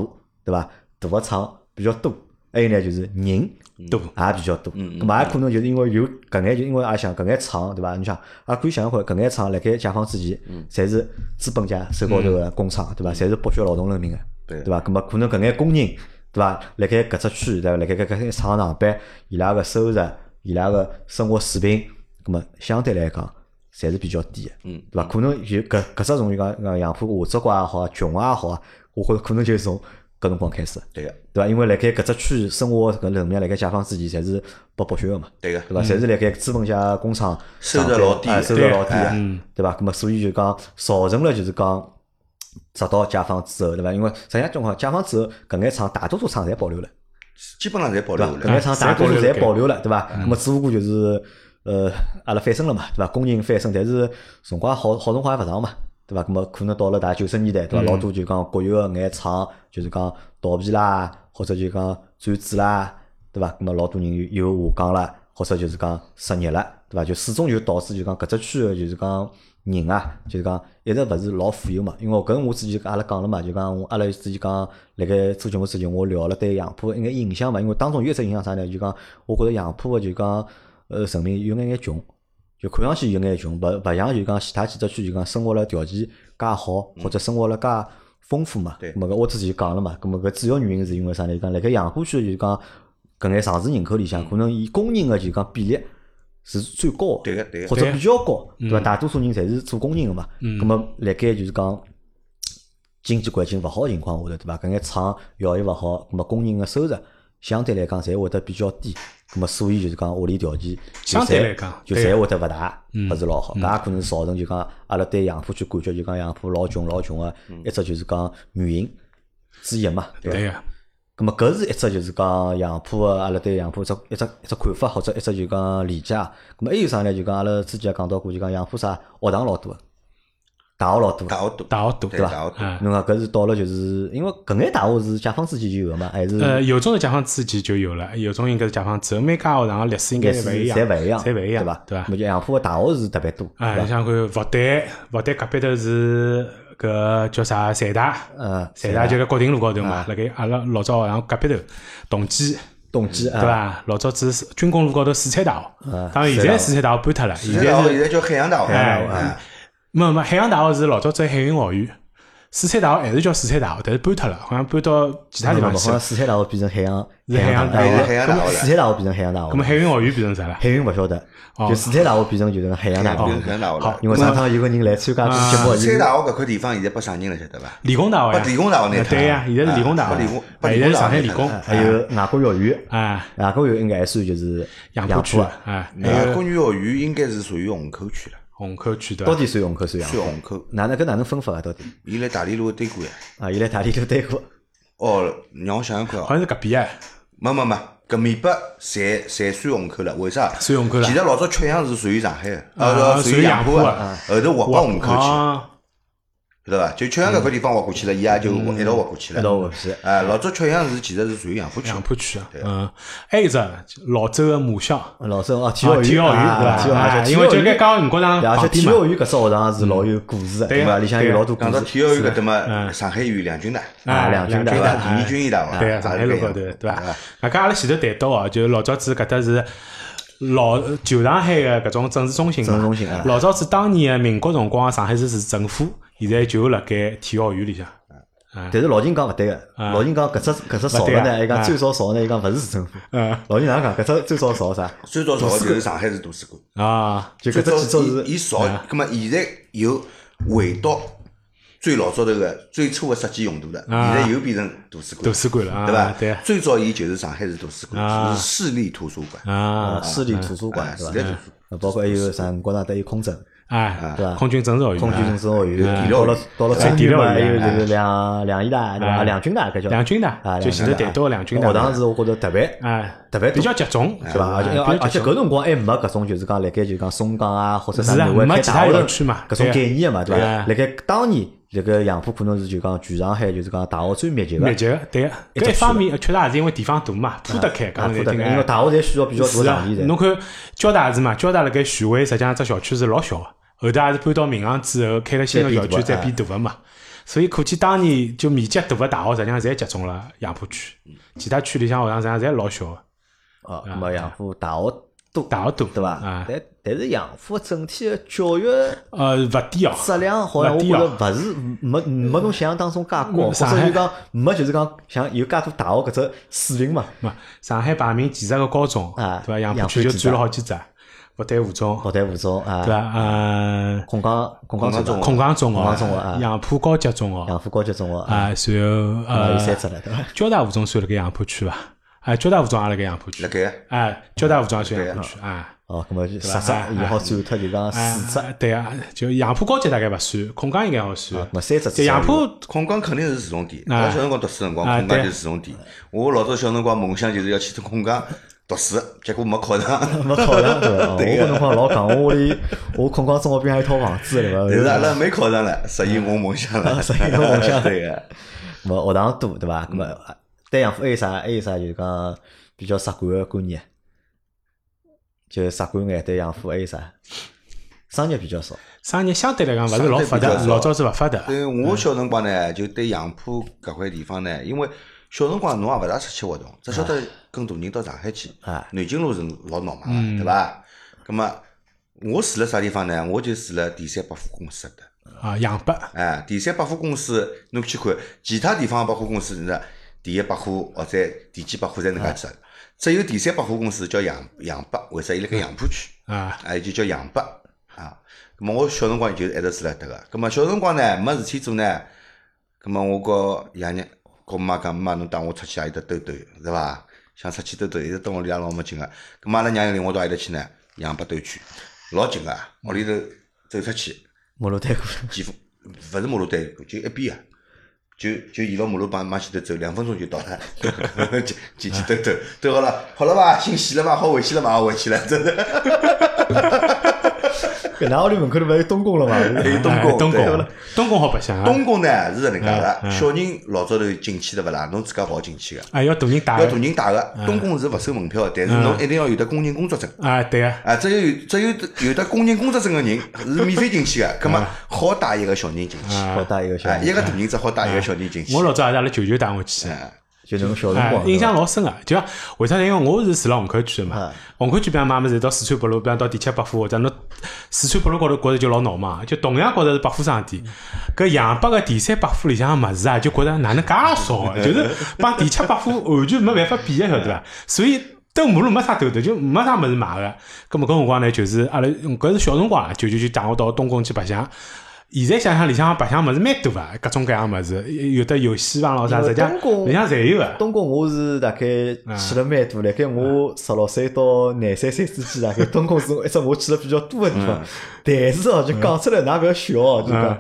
[SPEAKER 2] 对伐？大个厂比较多，还有呢就是人也
[SPEAKER 1] 多
[SPEAKER 2] 比较多。咁么也可能就是因为有搿眼，就因为也想搿眼厂对伐？你想也可以想想看，搿眼厂辣盖解放之前，侪是资本家手高头个工厂对伐？侪是剥削劳动人民个。
[SPEAKER 3] 对
[SPEAKER 2] 对伐？咁么可能搿眼工人，对伐？辣盖搿只区，对伐？辣盖搿搿眼厂上班，伊拉个收入，伊拉个生活水平，咁么相对来讲，侪是比较低个，
[SPEAKER 3] 嗯，
[SPEAKER 2] 对伐？可能就搿搿只种就讲讲杨浦下只瓜也好，琼也好啊，我觉着可能就是从 [laughs] 搿辰光开始，
[SPEAKER 3] 对个，
[SPEAKER 2] 对伐？因为辣盖搿只区生活搿人民辣盖解放之前，侪是被剥削个嘛，
[SPEAKER 3] 对个，
[SPEAKER 2] 对伐？侪是辣盖资本家工厂
[SPEAKER 3] 嗯收入
[SPEAKER 2] 上班
[SPEAKER 3] 老低
[SPEAKER 2] 哎
[SPEAKER 3] 的
[SPEAKER 2] 收入老低
[SPEAKER 3] 对
[SPEAKER 2] 个
[SPEAKER 3] 哎，
[SPEAKER 1] 嗯，
[SPEAKER 2] 对伐？咁么所以就讲造成了就是讲，直到解放之后，对伐？因为实际上情况，解放之后，搿眼厂大多数厂侪保留了，
[SPEAKER 3] 基本上侪保
[SPEAKER 2] 对
[SPEAKER 3] 留
[SPEAKER 2] 伐？
[SPEAKER 3] 下
[SPEAKER 2] 搿眼
[SPEAKER 3] 来了。
[SPEAKER 2] 厂大多数
[SPEAKER 1] 侪
[SPEAKER 2] 侪保
[SPEAKER 1] 保
[SPEAKER 2] 留了，对伐？咁么只不过就是呃，阿拉翻身了嘛，对伐？工人翻身，但是辰光好好辰光也勿长嘛，对伐？咁么可能到了大概九十年代，对伐？老多就讲国有个眼厂，就是讲倒闭啦，或者就讲转制啦，对伐？咁么老多人有有下岗啦，或者就是讲失业了，对伐？就始终就导致就讲搿只区个就是讲人啊，就是讲一直勿是老富有嘛。因为搿是我之前阿拉讲了嘛，就讲我阿拉之前讲辣盖做节目之前，我聊了对杨浦一眼印象嘛。因为当中有一只印象啥呢？就讲我觉着杨浦个就讲呃人民有眼眼穷。就看上去有眼穷，勿勿像就讲其他几只区就讲生活了条件介好，或者生活了介丰富嘛。
[SPEAKER 3] 嗯对
[SPEAKER 2] 咁么搿我之前讲了嘛，咁么搿主要原因是因为啥呢？就讲辣盖杨浦区就是讲搿眼城市人口里
[SPEAKER 3] 嗯
[SPEAKER 2] 向，可能伊工人个就是讲比例是最高的，
[SPEAKER 3] 对个对个
[SPEAKER 2] 或者
[SPEAKER 1] 对
[SPEAKER 2] 比较高，对伐？大多数人侪是做工人个嘛。
[SPEAKER 1] 嗯
[SPEAKER 2] 咁么辣盖就是讲。经济环境勿好个情况下头，对伐？搿眼厂效益勿好，咁么工人个收入相对来讲侪会得比较低，咁么所以就是讲屋里条件就
[SPEAKER 1] 相对来
[SPEAKER 2] 侪
[SPEAKER 1] 讲
[SPEAKER 2] 就
[SPEAKER 1] 对
[SPEAKER 2] 侪会得勿大，
[SPEAKER 1] 嗯
[SPEAKER 2] 勿是老好。搿也可能造成就讲阿拉对杨浦区感觉就讲杨浦老穷老穷个一只就是讲原因之一嘛，对
[SPEAKER 1] 嗯
[SPEAKER 2] 伐？
[SPEAKER 1] 对个，
[SPEAKER 2] 咁么搿是一只就是讲杨浦个阿拉对杨浦一只一只一只看法或者一只就讲理解。咁么还有啥呢？就讲阿拉之前也讲到过，就讲杨浦啥学堂老多个，大学老多个。
[SPEAKER 3] 大学多，
[SPEAKER 1] 大学多
[SPEAKER 3] 对
[SPEAKER 1] 伐？
[SPEAKER 3] 大学多，
[SPEAKER 1] 嗯
[SPEAKER 2] 侬讲搿是到了就是因为搿眼大学是解放之前就有个嘛，还是
[SPEAKER 1] 呃，有种是解放之前就有了，有种应该是解放之后，每家学堂的历史应该
[SPEAKER 2] 历
[SPEAKER 1] 是
[SPEAKER 2] 史
[SPEAKER 1] 勿一样，
[SPEAKER 2] 侪勿一样，
[SPEAKER 1] 侪勿一样，
[SPEAKER 2] 对伐？
[SPEAKER 1] 对伐
[SPEAKER 2] 咾？就杨浦个大学是特别多，
[SPEAKER 1] 啊，你
[SPEAKER 2] 对伐？
[SPEAKER 1] 想看复旦，复旦隔壁头是搿叫啥？财大，
[SPEAKER 2] 嗯，
[SPEAKER 1] 财哎大就辣国定路高头嘛
[SPEAKER 2] 啊，
[SPEAKER 1] 辣盖阿拉老早学堂隔壁头，同济
[SPEAKER 2] 动机
[SPEAKER 1] 对
[SPEAKER 2] 啊，
[SPEAKER 1] 伐？老早子是军工路高头四川大学
[SPEAKER 2] 啊，
[SPEAKER 1] 当然现在四川大学搬脱了，现
[SPEAKER 3] 现在
[SPEAKER 1] 在
[SPEAKER 3] 大学
[SPEAKER 1] 是
[SPEAKER 3] 现在叫海洋大学，
[SPEAKER 1] 哎
[SPEAKER 3] 哎
[SPEAKER 2] 啊
[SPEAKER 1] 没没，海洋大学是老早子海运学院，四川大学还是叫四川大学，但是搬脱了，好像搬到其他地
[SPEAKER 2] 勿
[SPEAKER 1] 方
[SPEAKER 2] 好
[SPEAKER 1] 去
[SPEAKER 2] 像
[SPEAKER 1] 了。
[SPEAKER 2] 四川大学变成海洋
[SPEAKER 1] 是海洋
[SPEAKER 2] 大
[SPEAKER 1] 大
[SPEAKER 3] 学
[SPEAKER 2] 学，
[SPEAKER 3] 海洋大学
[SPEAKER 2] 咾么四川大学变成海洋大
[SPEAKER 1] 那么
[SPEAKER 2] 学，
[SPEAKER 1] 海哦运学院变成啥了？
[SPEAKER 2] 海运勿晓得，就四川大学变成就是海洋大
[SPEAKER 3] 变成
[SPEAKER 2] 学
[SPEAKER 3] 海，洋大学了
[SPEAKER 1] 哦好。
[SPEAKER 2] 因为上趟有个人来参加
[SPEAKER 1] 啊
[SPEAKER 2] 节目，
[SPEAKER 3] 四
[SPEAKER 2] 伊
[SPEAKER 3] 川大学搿块地方现在拨啥人了晓得伐？
[SPEAKER 1] 理工大学
[SPEAKER 3] 拨
[SPEAKER 1] 呀，
[SPEAKER 3] 啊理工大学拿脱了
[SPEAKER 1] 对呀，现在是理工大
[SPEAKER 3] 啊拨
[SPEAKER 1] 学
[SPEAKER 3] 理工，拨
[SPEAKER 1] 哎
[SPEAKER 3] 理
[SPEAKER 1] 现在
[SPEAKER 3] 工
[SPEAKER 1] 是
[SPEAKER 3] 大
[SPEAKER 1] 上海
[SPEAKER 3] 学
[SPEAKER 1] 理
[SPEAKER 3] 拿脱
[SPEAKER 1] 工哎
[SPEAKER 2] 还有外国校
[SPEAKER 3] 了，
[SPEAKER 2] 园，
[SPEAKER 3] 哎
[SPEAKER 1] 啊，
[SPEAKER 2] 外国校园应该还算就是
[SPEAKER 1] 杨浦
[SPEAKER 2] 浦
[SPEAKER 1] 区
[SPEAKER 2] 啊，
[SPEAKER 1] 啊，还
[SPEAKER 3] 外
[SPEAKER 1] 有
[SPEAKER 3] 国语学院应该是属于虹口区了，
[SPEAKER 1] 虹口区对
[SPEAKER 2] 到
[SPEAKER 1] 伐？
[SPEAKER 2] 底算虹口算杨
[SPEAKER 3] 算
[SPEAKER 2] 浦？
[SPEAKER 3] 虹口。
[SPEAKER 2] 哪能搿哪能分法啊？到底
[SPEAKER 3] 伊辣大理路对过呀。
[SPEAKER 2] 啊？伊来大理都对过。
[SPEAKER 3] 哦，让我想想看
[SPEAKER 1] 好
[SPEAKER 3] 哦，
[SPEAKER 1] 像是隔壁哎，
[SPEAKER 3] 没没没，搿面北侪侪算虹口了，为啥？
[SPEAKER 1] 算虹口了
[SPEAKER 3] 其实老早曲阳是属于上海的，
[SPEAKER 1] 啊
[SPEAKER 3] 呃，
[SPEAKER 1] 属于
[SPEAKER 3] 于
[SPEAKER 1] 杨
[SPEAKER 3] 浦
[SPEAKER 1] 浦
[SPEAKER 3] 的
[SPEAKER 1] 啊，
[SPEAKER 3] 后头划拨虹口去，
[SPEAKER 1] 啊，嗯
[SPEAKER 3] 晓得伐？就曲阳搿块地方划过去了，伊也就划一道划过去
[SPEAKER 2] 一道
[SPEAKER 3] 了。
[SPEAKER 2] 回去。
[SPEAKER 3] 哎，老早曲阳是其实是属于杨浦区的
[SPEAKER 1] 杨，浦区啊，嗯，还有一只老州的母校。
[SPEAKER 2] 老师哦，体
[SPEAKER 1] 啊，
[SPEAKER 2] 育
[SPEAKER 1] 体育学院
[SPEAKER 2] 啊
[SPEAKER 1] 对伐？
[SPEAKER 2] 体育
[SPEAKER 1] 啊
[SPEAKER 2] 而且
[SPEAKER 1] 因为就该
[SPEAKER 2] 该
[SPEAKER 1] 讲五角场
[SPEAKER 2] 而且
[SPEAKER 1] 啊旁
[SPEAKER 2] 啊体育
[SPEAKER 1] 边
[SPEAKER 2] 学
[SPEAKER 1] 嘛，
[SPEAKER 2] 院搿所学堂是老有故事的，
[SPEAKER 1] 对
[SPEAKER 2] 对
[SPEAKER 1] 呀
[SPEAKER 2] 伐？里向有老多故
[SPEAKER 3] 讲到
[SPEAKER 2] 事。
[SPEAKER 3] 体育学院搿搭嘛，上海医院两军大，
[SPEAKER 1] 嗯啊，
[SPEAKER 2] 两
[SPEAKER 1] 军
[SPEAKER 2] 军大
[SPEAKER 3] 对
[SPEAKER 1] 大
[SPEAKER 3] 伐？第一军医大嘛，
[SPEAKER 1] 对啊，上海路高头，对伐？
[SPEAKER 3] 啊
[SPEAKER 2] 啊
[SPEAKER 1] 外加阿拉前头谈到哦，就老早子搿搭是老旧上海个搿种政治中心嘛
[SPEAKER 2] 政治中心啊
[SPEAKER 1] 老早子当年个民国辰光，上海市市政府现在就辣盖体育学院里向。
[SPEAKER 2] 但是老金讲勿对个，
[SPEAKER 1] 啊
[SPEAKER 2] 老金讲搿只搿只
[SPEAKER 1] 勿
[SPEAKER 2] 少
[SPEAKER 1] 对
[SPEAKER 2] 的
[SPEAKER 1] 啊
[SPEAKER 2] 呢，伊
[SPEAKER 1] 啊
[SPEAKER 2] 讲最少少呢，伊讲勿是市政府。
[SPEAKER 1] 嗯
[SPEAKER 2] 老金哪能讲？搿只最少少啥？
[SPEAKER 3] 最早造的就是上海市图书馆。
[SPEAKER 1] 啊，
[SPEAKER 2] 就搿只
[SPEAKER 3] 最
[SPEAKER 2] 几
[SPEAKER 3] 早
[SPEAKER 2] 招
[SPEAKER 3] 伊
[SPEAKER 2] 是
[SPEAKER 3] 伊造，
[SPEAKER 1] 嗯
[SPEAKER 3] 葛么现在又回到最老早头个最初个设计用途了，
[SPEAKER 1] 啊
[SPEAKER 3] 现在又变成图书馆，
[SPEAKER 1] 图书馆了啊
[SPEAKER 3] 对伐？
[SPEAKER 1] 对
[SPEAKER 3] 最早伊就是上海市图书
[SPEAKER 1] 啊
[SPEAKER 3] 馆，是市立图书馆，
[SPEAKER 1] 啊
[SPEAKER 2] 呃私立图书馆
[SPEAKER 3] 啊
[SPEAKER 2] 对
[SPEAKER 3] 私立图
[SPEAKER 2] 伐
[SPEAKER 3] 书馆？
[SPEAKER 2] 呃包括还有啥五角场搭有空政，
[SPEAKER 1] 哎
[SPEAKER 2] 对，伐
[SPEAKER 1] 空军政治学院，
[SPEAKER 2] 啊空军政治学
[SPEAKER 1] 啊
[SPEAKER 2] 院，到了到了
[SPEAKER 1] 啊
[SPEAKER 2] 中
[SPEAKER 1] 第
[SPEAKER 2] 院
[SPEAKER 1] 六院
[SPEAKER 2] 嘛，还有就
[SPEAKER 1] 啊
[SPEAKER 2] 是两两医大对
[SPEAKER 1] 啊
[SPEAKER 2] 伐？两军大搿叫
[SPEAKER 1] 两军大
[SPEAKER 2] 啊，
[SPEAKER 1] 就前头
[SPEAKER 2] 两军
[SPEAKER 1] 谈到个两军大
[SPEAKER 2] 学堂是我觉啊着特别
[SPEAKER 1] 哎，
[SPEAKER 2] 特别
[SPEAKER 1] 比
[SPEAKER 2] 多
[SPEAKER 1] 较集中，
[SPEAKER 2] 是吧？而且
[SPEAKER 1] 哎
[SPEAKER 2] 而
[SPEAKER 1] 比
[SPEAKER 2] 而且
[SPEAKER 1] 较集中
[SPEAKER 2] 搿辰光还没搿种就是讲辣盖就是讲松江啊或者啥
[SPEAKER 1] 是啊
[SPEAKER 2] 南汇
[SPEAKER 1] 没
[SPEAKER 2] 开
[SPEAKER 1] 其他
[SPEAKER 2] 大学
[SPEAKER 1] 校
[SPEAKER 2] 城
[SPEAKER 1] 区嘛
[SPEAKER 2] 搿种
[SPEAKER 1] 对啊
[SPEAKER 2] 概念嘛，对伐
[SPEAKER 1] 对啊？
[SPEAKER 2] 辣盖当年辣盖杨浦可能是就讲全上海就是讲大学最密集个
[SPEAKER 1] 密集个，对个。
[SPEAKER 2] 啊一直
[SPEAKER 1] 搿一
[SPEAKER 2] 去
[SPEAKER 1] 方
[SPEAKER 2] 的
[SPEAKER 1] 面确实也是因为地方大嘛，铺得开，
[SPEAKER 2] 啊，
[SPEAKER 1] 讲
[SPEAKER 2] 铺
[SPEAKER 1] 难
[SPEAKER 2] 得
[SPEAKER 1] 听
[SPEAKER 2] 开因为大学侪需要比较
[SPEAKER 1] 哎是
[SPEAKER 2] 多
[SPEAKER 1] 啊
[SPEAKER 2] 场地，
[SPEAKER 1] 侬
[SPEAKER 2] 的。
[SPEAKER 1] 看交大也是嘛，交大辣盖徐汇，实际上只小区是老小个，后头也是搬到闵行之后开了新个小区再
[SPEAKER 2] 再
[SPEAKER 1] 变
[SPEAKER 2] 变哎
[SPEAKER 1] 大个嘛。所以可见当年就面积大个大学，实际上侪集中了杨浦区，
[SPEAKER 2] 嗯
[SPEAKER 1] 其他区里向学堂实际上侪老小个。
[SPEAKER 2] 啊，那么杨浦大学多，
[SPEAKER 1] 大学多
[SPEAKER 2] 对伐
[SPEAKER 1] 啊？
[SPEAKER 2] 但但是杨浦整体个教育
[SPEAKER 1] 呃，勿低哦，
[SPEAKER 2] 质量好像
[SPEAKER 1] 勿
[SPEAKER 2] 我
[SPEAKER 1] 低
[SPEAKER 2] 觉着
[SPEAKER 1] 哦
[SPEAKER 2] 勿是没没侬想象当中介高，或
[SPEAKER 1] 上
[SPEAKER 2] 者
[SPEAKER 1] 海
[SPEAKER 2] 就讲没就是讲像有介多大学搿只水平嘛。
[SPEAKER 1] 嘛，上海排名几十个高中，
[SPEAKER 2] 啊
[SPEAKER 1] 对伐？杨浦
[SPEAKER 2] 杨
[SPEAKER 1] 区
[SPEAKER 2] 浦
[SPEAKER 1] 就
[SPEAKER 2] 几
[SPEAKER 1] 占了
[SPEAKER 2] 只
[SPEAKER 1] 好几只，复旦附中，
[SPEAKER 2] 复旦附中
[SPEAKER 1] 对
[SPEAKER 2] 啊，
[SPEAKER 1] 伐？呃，
[SPEAKER 2] 孔江孔江
[SPEAKER 3] 江中
[SPEAKER 2] 学
[SPEAKER 3] 学
[SPEAKER 1] 孔江中
[SPEAKER 2] 孔江中学
[SPEAKER 1] 学
[SPEAKER 2] 啊、
[SPEAKER 1] 杨浦高级中学
[SPEAKER 2] 杨浦高级中学啊，
[SPEAKER 1] 啊，然后
[SPEAKER 2] 啊有
[SPEAKER 1] 呃
[SPEAKER 2] 三，只了，对伐？
[SPEAKER 1] 交大附中算辣盖杨浦区伐？啊，交大附中也辣盖杨浦区
[SPEAKER 3] 辣。盖
[SPEAKER 1] 哎，交大服装学院去啊，
[SPEAKER 2] 哦，咁么就
[SPEAKER 1] 吧
[SPEAKER 2] 十只
[SPEAKER 1] 啊
[SPEAKER 2] 以后转脱就讲
[SPEAKER 1] 哎
[SPEAKER 2] 四只，
[SPEAKER 1] 哎对啊，就杨浦高级大概勿算，孔江应该好算
[SPEAKER 3] 啊
[SPEAKER 2] 咁。么三只
[SPEAKER 1] 就
[SPEAKER 2] 至少
[SPEAKER 1] 杨
[SPEAKER 2] 有。
[SPEAKER 1] 浦
[SPEAKER 3] 空江肯定是市重点。
[SPEAKER 1] 啊
[SPEAKER 3] 我小辰光读书辰光，
[SPEAKER 1] 啊
[SPEAKER 3] 空江
[SPEAKER 1] 对
[SPEAKER 3] 就是市重点。我老早小辰光梦想就是要去趟空江读书，结果没考上。
[SPEAKER 2] 没考上对伐？哦我搿辰光老讲，我屋里我孔江中学边还有一啊套房子对伐？
[SPEAKER 3] 但是阿拉没考上了，实现我梦想了，
[SPEAKER 2] 实现我梦想
[SPEAKER 3] [laughs] 对个，
[SPEAKER 2] 咁么学堂多对伐？咁么对杨浦还有啥？还有啥就是讲比较直观个观念，就是直观眼对杨浦还有啥？商业比较少，
[SPEAKER 1] 商业相对来讲勿是老发达
[SPEAKER 3] 相对比较，少
[SPEAKER 1] 老早是勿发达。
[SPEAKER 3] 对我小辰光呢，就对杨浦搿块地方呢，因为小辰光侬也勿大出去活动，只晓得跟大人到上海去
[SPEAKER 2] 啊。嗯
[SPEAKER 3] 南京路是老闹忙个，对伐？葛末我住辣啥地方呢？我就住辣第三百货公司搿搭。
[SPEAKER 1] 啊，样板
[SPEAKER 3] 哎，第三百货公司侬去看，其他地方的百货公司呢，第一百货或者第几百货侪能
[SPEAKER 2] 啊
[SPEAKER 3] 介只，只有第三百货公司叫杨杨百，为啥伊辣
[SPEAKER 2] 嗯
[SPEAKER 3] 盖杨浦区？
[SPEAKER 1] 啊，
[SPEAKER 3] 啊，就叫杨百啊。咁么我小辰光就一直住辣搭个。咁么小辰光呢，没事体做呢，咁么我告爷娘告妈讲，妈侬带我出去阿里搭兜兜，是伐？想出去兜兜，一直到屋里也老没劲个。咁么阿拉娘又领我到阿里搭去呢，杨百兜圈，老近个，屋里头走出去。
[SPEAKER 2] 马路对过，
[SPEAKER 3] 几分，勿是马路对过，就一边啊，就就沿牢马路旁往前头走，两分钟就到了， [laughs] 进进去兜兜，兜好了，好了伐？清洗了伐？好回去了伐？好回去了， [laughs] 真的。
[SPEAKER 2] 搿㑚屋里门口头勿是有东宫了嘛？
[SPEAKER 3] 有东
[SPEAKER 1] 哎
[SPEAKER 3] 宫，
[SPEAKER 1] 东
[SPEAKER 3] 对
[SPEAKER 1] 宫，东宫好白相啊，
[SPEAKER 3] 东宫呢是搿能介
[SPEAKER 1] 哎
[SPEAKER 3] 个，小人老早头进去对勿啦？侬自家勿好进去个，
[SPEAKER 1] 啊，要大人带
[SPEAKER 3] 要大人带
[SPEAKER 1] 哎
[SPEAKER 3] 个。东宫是勿收门票的，但是侬一定要有得工人工作证。
[SPEAKER 1] 啊，对啊，
[SPEAKER 3] 啊，只有只有有得工人工作证个人 [laughs] 是免费进去
[SPEAKER 1] 哎
[SPEAKER 3] 个，葛末好带一个小人进去，
[SPEAKER 2] 好大一个小
[SPEAKER 3] 啊，，一个大人只好带一个小人进去。
[SPEAKER 1] 哎我老早也是阿拉舅舅带我去的。
[SPEAKER 3] 啊
[SPEAKER 2] 就侬小辰
[SPEAKER 1] 哎
[SPEAKER 2] 光，
[SPEAKER 1] 印象老深个，就像为啥呢？因为我是住辣虹口区个嘛
[SPEAKER 2] 啊，
[SPEAKER 1] 虹口区比方买物事到四川北路，比方到地铁百货，或者侬四川北路高头觉着就老闹嘛，就同样觉着是百货商店。搿杨百个第三百货里向个物事啊，就觉着哪能介少
[SPEAKER 2] [laughs]
[SPEAKER 1] 啊，就是帮地铁百货完全没办法比个，晓得伐？所以。兜马路没啥兜头，就没啥物事买个。葛么搿辰光呢，就是阿拉搿是小辰光啊，舅舅就带我到东宫去白相。现在想想里向白相物事蛮多啊，各种各样物事，有有的游戏房咯啥，
[SPEAKER 2] 因为
[SPEAKER 1] 实际上
[SPEAKER 2] 东宫
[SPEAKER 1] 里向侪有个。
[SPEAKER 2] 东宫我是大概
[SPEAKER 1] 嗯
[SPEAKER 2] 去了蛮多，辣盖我十六岁到廿三岁之间，大概东宫是一直我去了比较多的地
[SPEAKER 1] 嗯
[SPEAKER 2] 方。但是哦，就讲出来，㑚勿要笑哦，就讲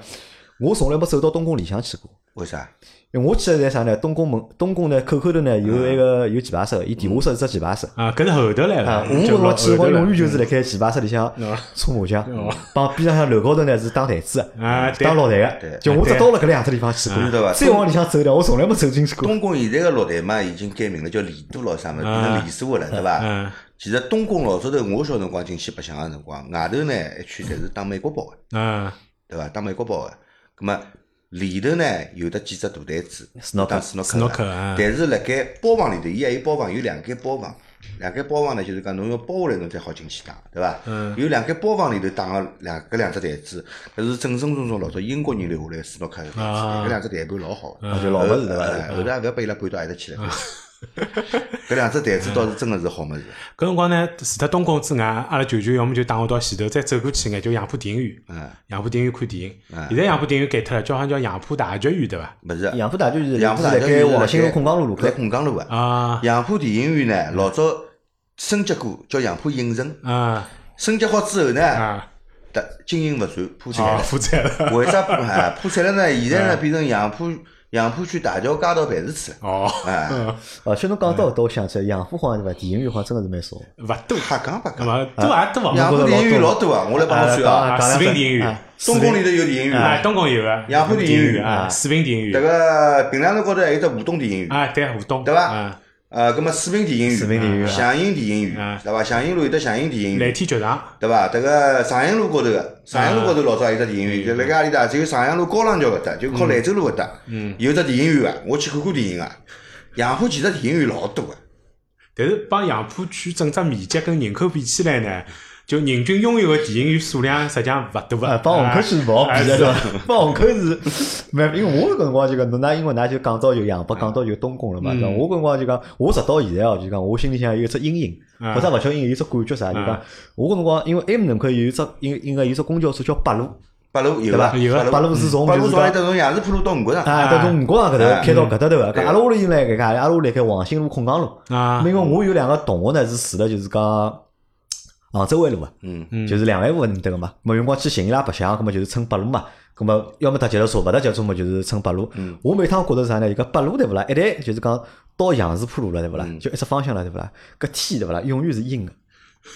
[SPEAKER 2] 我从来没走到东宫里向去过。
[SPEAKER 3] 为啥？
[SPEAKER 2] 因为我去的在啥呢？东宫门，东宫呢口口头呢有
[SPEAKER 1] 嗯
[SPEAKER 2] 一个有棋牌室，伊地下室是只棋牌室。
[SPEAKER 1] 啊，搿是后头来
[SPEAKER 2] 啊
[SPEAKER 1] 了，，嗯
[SPEAKER 2] 我搿
[SPEAKER 1] 就
[SPEAKER 2] 辰
[SPEAKER 1] 老后
[SPEAKER 2] 光去的辰光
[SPEAKER 1] 头来
[SPEAKER 2] 永远就是辣盖棋牌室里向搓麻将，帮边浪向楼高头呢是打台子的，
[SPEAKER 1] 啊，对
[SPEAKER 2] 打老台的
[SPEAKER 3] 对。
[SPEAKER 2] 就我只
[SPEAKER 1] 对
[SPEAKER 2] 到了搿两只地方去
[SPEAKER 3] 知道
[SPEAKER 2] 过，
[SPEAKER 3] 吧
[SPEAKER 2] 再往里向走呢，我从来没走进去过。
[SPEAKER 3] 东宫现在个六台嘛，已经改名了，叫李都咯啥
[SPEAKER 1] 哎
[SPEAKER 3] 么，变成李苏个了，对
[SPEAKER 1] 嗯
[SPEAKER 3] 伐？其实东宫老早头，我小辰光进去白相个辰光，外头呢一圈侪是打美国包个，
[SPEAKER 1] 啊，
[SPEAKER 3] 对伐？打美国包个，葛么里头呢有得几只大台子，
[SPEAKER 2] 斯诺克
[SPEAKER 3] 打斯诺克
[SPEAKER 1] 斯
[SPEAKER 3] 斯
[SPEAKER 1] 诺克啊
[SPEAKER 3] 但是辣盖包房里头，伊还有包房，有两间包房，两间包房呢就是讲侬要包下来侬才好进去打，对伐？
[SPEAKER 1] 嗯
[SPEAKER 3] 有两间包房里头打个两搿两只台子，搿是正正宗宗老早英国人留下来个斯诺克个台子，
[SPEAKER 1] 啊嗯
[SPEAKER 3] 搿两只台盘老好个。呃
[SPEAKER 2] 啊就老物事对伐？
[SPEAKER 3] 后头也勿要拨伊拉搬到阿搭去了。搿两只台子倒是真个是好物事，
[SPEAKER 1] 搿辰光呢，除脱东宫之外，阿拉舅舅要么就带我到前头，再走过去眼就杨浦电影院，
[SPEAKER 3] 嗯，
[SPEAKER 1] 杨浦电影院看电影。
[SPEAKER 3] 嗯
[SPEAKER 1] 现在杨浦电影院改脱了，叫好像叫杨浦大剧院对伐？
[SPEAKER 3] 勿是。
[SPEAKER 2] 杨浦大剧院
[SPEAKER 3] 杨浦大
[SPEAKER 2] 是
[SPEAKER 3] 剧
[SPEAKER 2] 辣盖
[SPEAKER 3] 院是辣
[SPEAKER 2] 黄兴路
[SPEAKER 3] 盖
[SPEAKER 2] 孔江路路口
[SPEAKER 3] 辣，孔江路个。
[SPEAKER 1] 啊
[SPEAKER 3] 杨浦电影院呢，老早升级过，叫杨浦影城。
[SPEAKER 1] 啊
[SPEAKER 3] 升级好之后呢，
[SPEAKER 1] 啊
[SPEAKER 3] 得经营勿善，破产
[SPEAKER 1] 啊！
[SPEAKER 3] 了。
[SPEAKER 1] 负债了。
[SPEAKER 3] 为啥破哎破产了呢？现在呢变成杨浦杨浦区大桥街道办事处了。
[SPEAKER 1] 哦，
[SPEAKER 3] 哎，
[SPEAKER 2] 而且侬讲到搿搭，我想起来，杨浦好像对伐？电影院好像真的是蛮少。
[SPEAKER 1] 勿多，
[SPEAKER 3] 瞎讲八
[SPEAKER 1] 那
[SPEAKER 3] 讲。
[SPEAKER 1] 么多也多
[SPEAKER 3] 杨
[SPEAKER 1] 勿
[SPEAKER 3] 浦电影院老多啊，我来帮侬算啊。
[SPEAKER 1] 啊四平电影院
[SPEAKER 3] 东宫里头有电影
[SPEAKER 1] 啊，
[SPEAKER 3] 院，
[SPEAKER 1] 东宫有个
[SPEAKER 3] 杨浦电影院
[SPEAKER 1] 啊，四平电影
[SPEAKER 3] 迭
[SPEAKER 1] 院
[SPEAKER 3] 个平凉路高头还有只浦东电影院。
[SPEAKER 1] 啊，对，浦东
[SPEAKER 3] 对伐
[SPEAKER 1] 啊，
[SPEAKER 3] 呃，葛么四平电影院、
[SPEAKER 2] 四平电影院
[SPEAKER 3] 祥银电影
[SPEAKER 1] 啊
[SPEAKER 3] 院，对伐？祥银路有得祥银电影
[SPEAKER 1] 蓝
[SPEAKER 3] 院，
[SPEAKER 1] 天剧场
[SPEAKER 3] 对伐？迭个上阳路高头个，上阳路高头老早有只电影院，就辣盖阿里搭，只有上阳路高浪桥搿搭，就靠兰州路搿搭，有只电影院个，啊我去看过电影个。杨浦其实电影院老多个，啊
[SPEAKER 1] 但是帮杨浦区整只面积跟人口比起来呢，就人均拥有的电影院数量实际上勿多
[SPEAKER 2] 啊，
[SPEAKER 3] 呃
[SPEAKER 1] 啊。
[SPEAKER 2] 帮虹口是勿好
[SPEAKER 3] 哎
[SPEAKER 2] 比
[SPEAKER 1] 啊
[SPEAKER 2] 的，
[SPEAKER 1] 是
[SPEAKER 2] [laughs] 对伐？帮虹口是，没，因为我搿辰光就讲，侬那因为㑚就讲到有杨浦，讲到有东宫了
[SPEAKER 3] 嗯
[SPEAKER 2] 嘛，对伐？我搿辰光就讲，我直到现在哦，就讲我心里向有一只阴影，
[SPEAKER 3] 嗯
[SPEAKER 1] 啊
[SPEAKER 2] 或者勿叫阴影，有一只感觉啥，就讲
[SPEAKER 1] 啊
[SPEAKER 2] 我搿辰光，因为 M 门口有一只，应应该有一只公交车叫八路，
[SPEAKER 3] 八路有
[SPEAKER 2] 对伐？
[SPEAKER 3] 伐？
[SPEAKER 1] 有啊
[SPEAKER 2] 八路是从
[SPEAKER 3] 八
[SPEAKER 2] 就
[SPEAKER 3] 路
[SPEAKER 2] 是
[SPEAKER 3] 从阿里
[SPEAKER 2] 讲
[SPEAKER 3] 搭从杨树浦路到五角场，
[SPEAKER 2] 啊，到从五角场搿头
[SPEAKER 3] 哎
[SPEAKER 2] 开到搿搭头个，
[SPEAKER 3] 对
[SPEAKER 2] 阿拉屋里人来搿个，阿拉屋里辣盖黄兴路、孔江路，
[SPEAKER 1] 啊
[SPEAKER 2] 因为我有两个同学呢是住了就是讲杭州湾路个。
[SPEAKER 3] 嗯，
[SPEAKER 2] 就是两万五搿能搭个嘛。么有辰光去寻伊拉白相，葛么就是乘八路嘛。葛么要么搭脚踏车，勿搭脚踏车么就是乘八路。
[SPEAKER 1] 嗯
[SPEAKER 2] 我每趟觉着啥呢？一个八路对勿啦？一旦就是讲到杨树浦路了对勿啦？
[SPEAKER 1] 嗯
[SPEAKER 2] 就一只方向了对勿啦？搿天对勿啦？永远是阴个。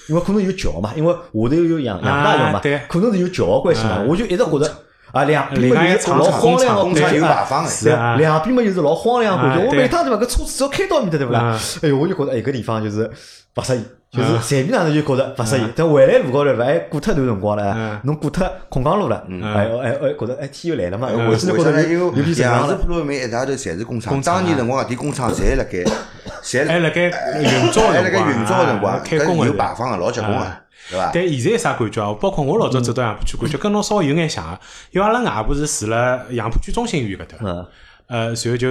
[SPEAKER 2] 因为可能有桥嘛，因为下头有杨杨大桥嘛
[SPEAKER 1] 啊对，呃
[SPEAKER 2] 可能是有桥个关系嘛，我就一直觉着啊，两边
[SPEAKER 1] 另
[SPEAKER 2] 嘛
[SPEAKER 1] 外
[SPEAKER 2] 有
[SPEAKER 1] 一
[SPEAKER 2] 一
[SPEAKER 1] 个
[SPEAKER 2] 个老荒凉个
[SPEAKER 3] 工厂有
[SPEAKER 2] 啊
[SPEAKER 3] 牌坊个，
[SPEAKER 1] 是啊
[SPEAKER 2] 两边嘛又是老荒凉感
[SPEAKER 1] 啊
[SPEAKER 2] 觉。我
[SPEAKER 1] 对
[SPEAKER 2] 每趟对伐，搿车子只要开到面搭对勿啦
[SPEAKER 1] 啊？
[SPEAKER 2] 哎哟，我就觉着哎，搿地方就是勿适宜，就是
[SPEAKER 1] 啊
[SPEAKER 2] 随便哪能就觉着勿适宜。但回来路高头勿哎过脱一段辰光了
[SPEAKER 1] 嗯
[SPEAKER 2] 哎，侬过脱孔江路了，哎哎哎，觉着哎天又来了嘛，
[SPEAKER 1] 嗯
[SPEAKER 2] 哎回去就觉
[SPEAKER 3] 为啥
[SPEAKER 2] 着
[SPEAKER 3] 呢？因
[SPEAKER 2] 有有
[SPEAKER 3] 为
[SPEAKER 2] 点正
[SPEAKER 3] 杨
[SPEAKER 2] 常
[SPEAKER 3] 树
[SPEAKER 2] 了。
[SPEAKER 3] 浦路面一大头侪是工厂，
[SPEAKER 1] 工厂啊
[SPEAKER 3] 啊当年辰光搿点工厂侪辣盖，侪
[SPEAKER 1] 还辣盖运作
[SPEAKER 3] 还
[SPEAKER 1] 的
[SPEAKER 3] 辣
[SPEAKER 1] 辰
[SPEAKER 3] 盖
[SPEAKER 1] 光，啊
[SPEAKER 3] 运作个辰光，
[SPEAKER 1] 哎开工
[SPEAKER 3] 搿
[SPEAKER 1] 的
[SPEAKER 3] 有牌坊个，老结棍
[SPEAKER 1] 啊
[SPEAKER 3] 个。对伐？
[SPEAKER 1] 但现在啥感觉啊？包括我老早走到杨浦区，感觉跟侬稍
[SPEAKER 3] 嗯
[SPEAKER 1] 微有眼像啊。因为阿拉外婆是住辣杨浦区中心医院搿搭，
[SPEAKER 2] 嗯，
[SPEAKER 1] 呃，然后就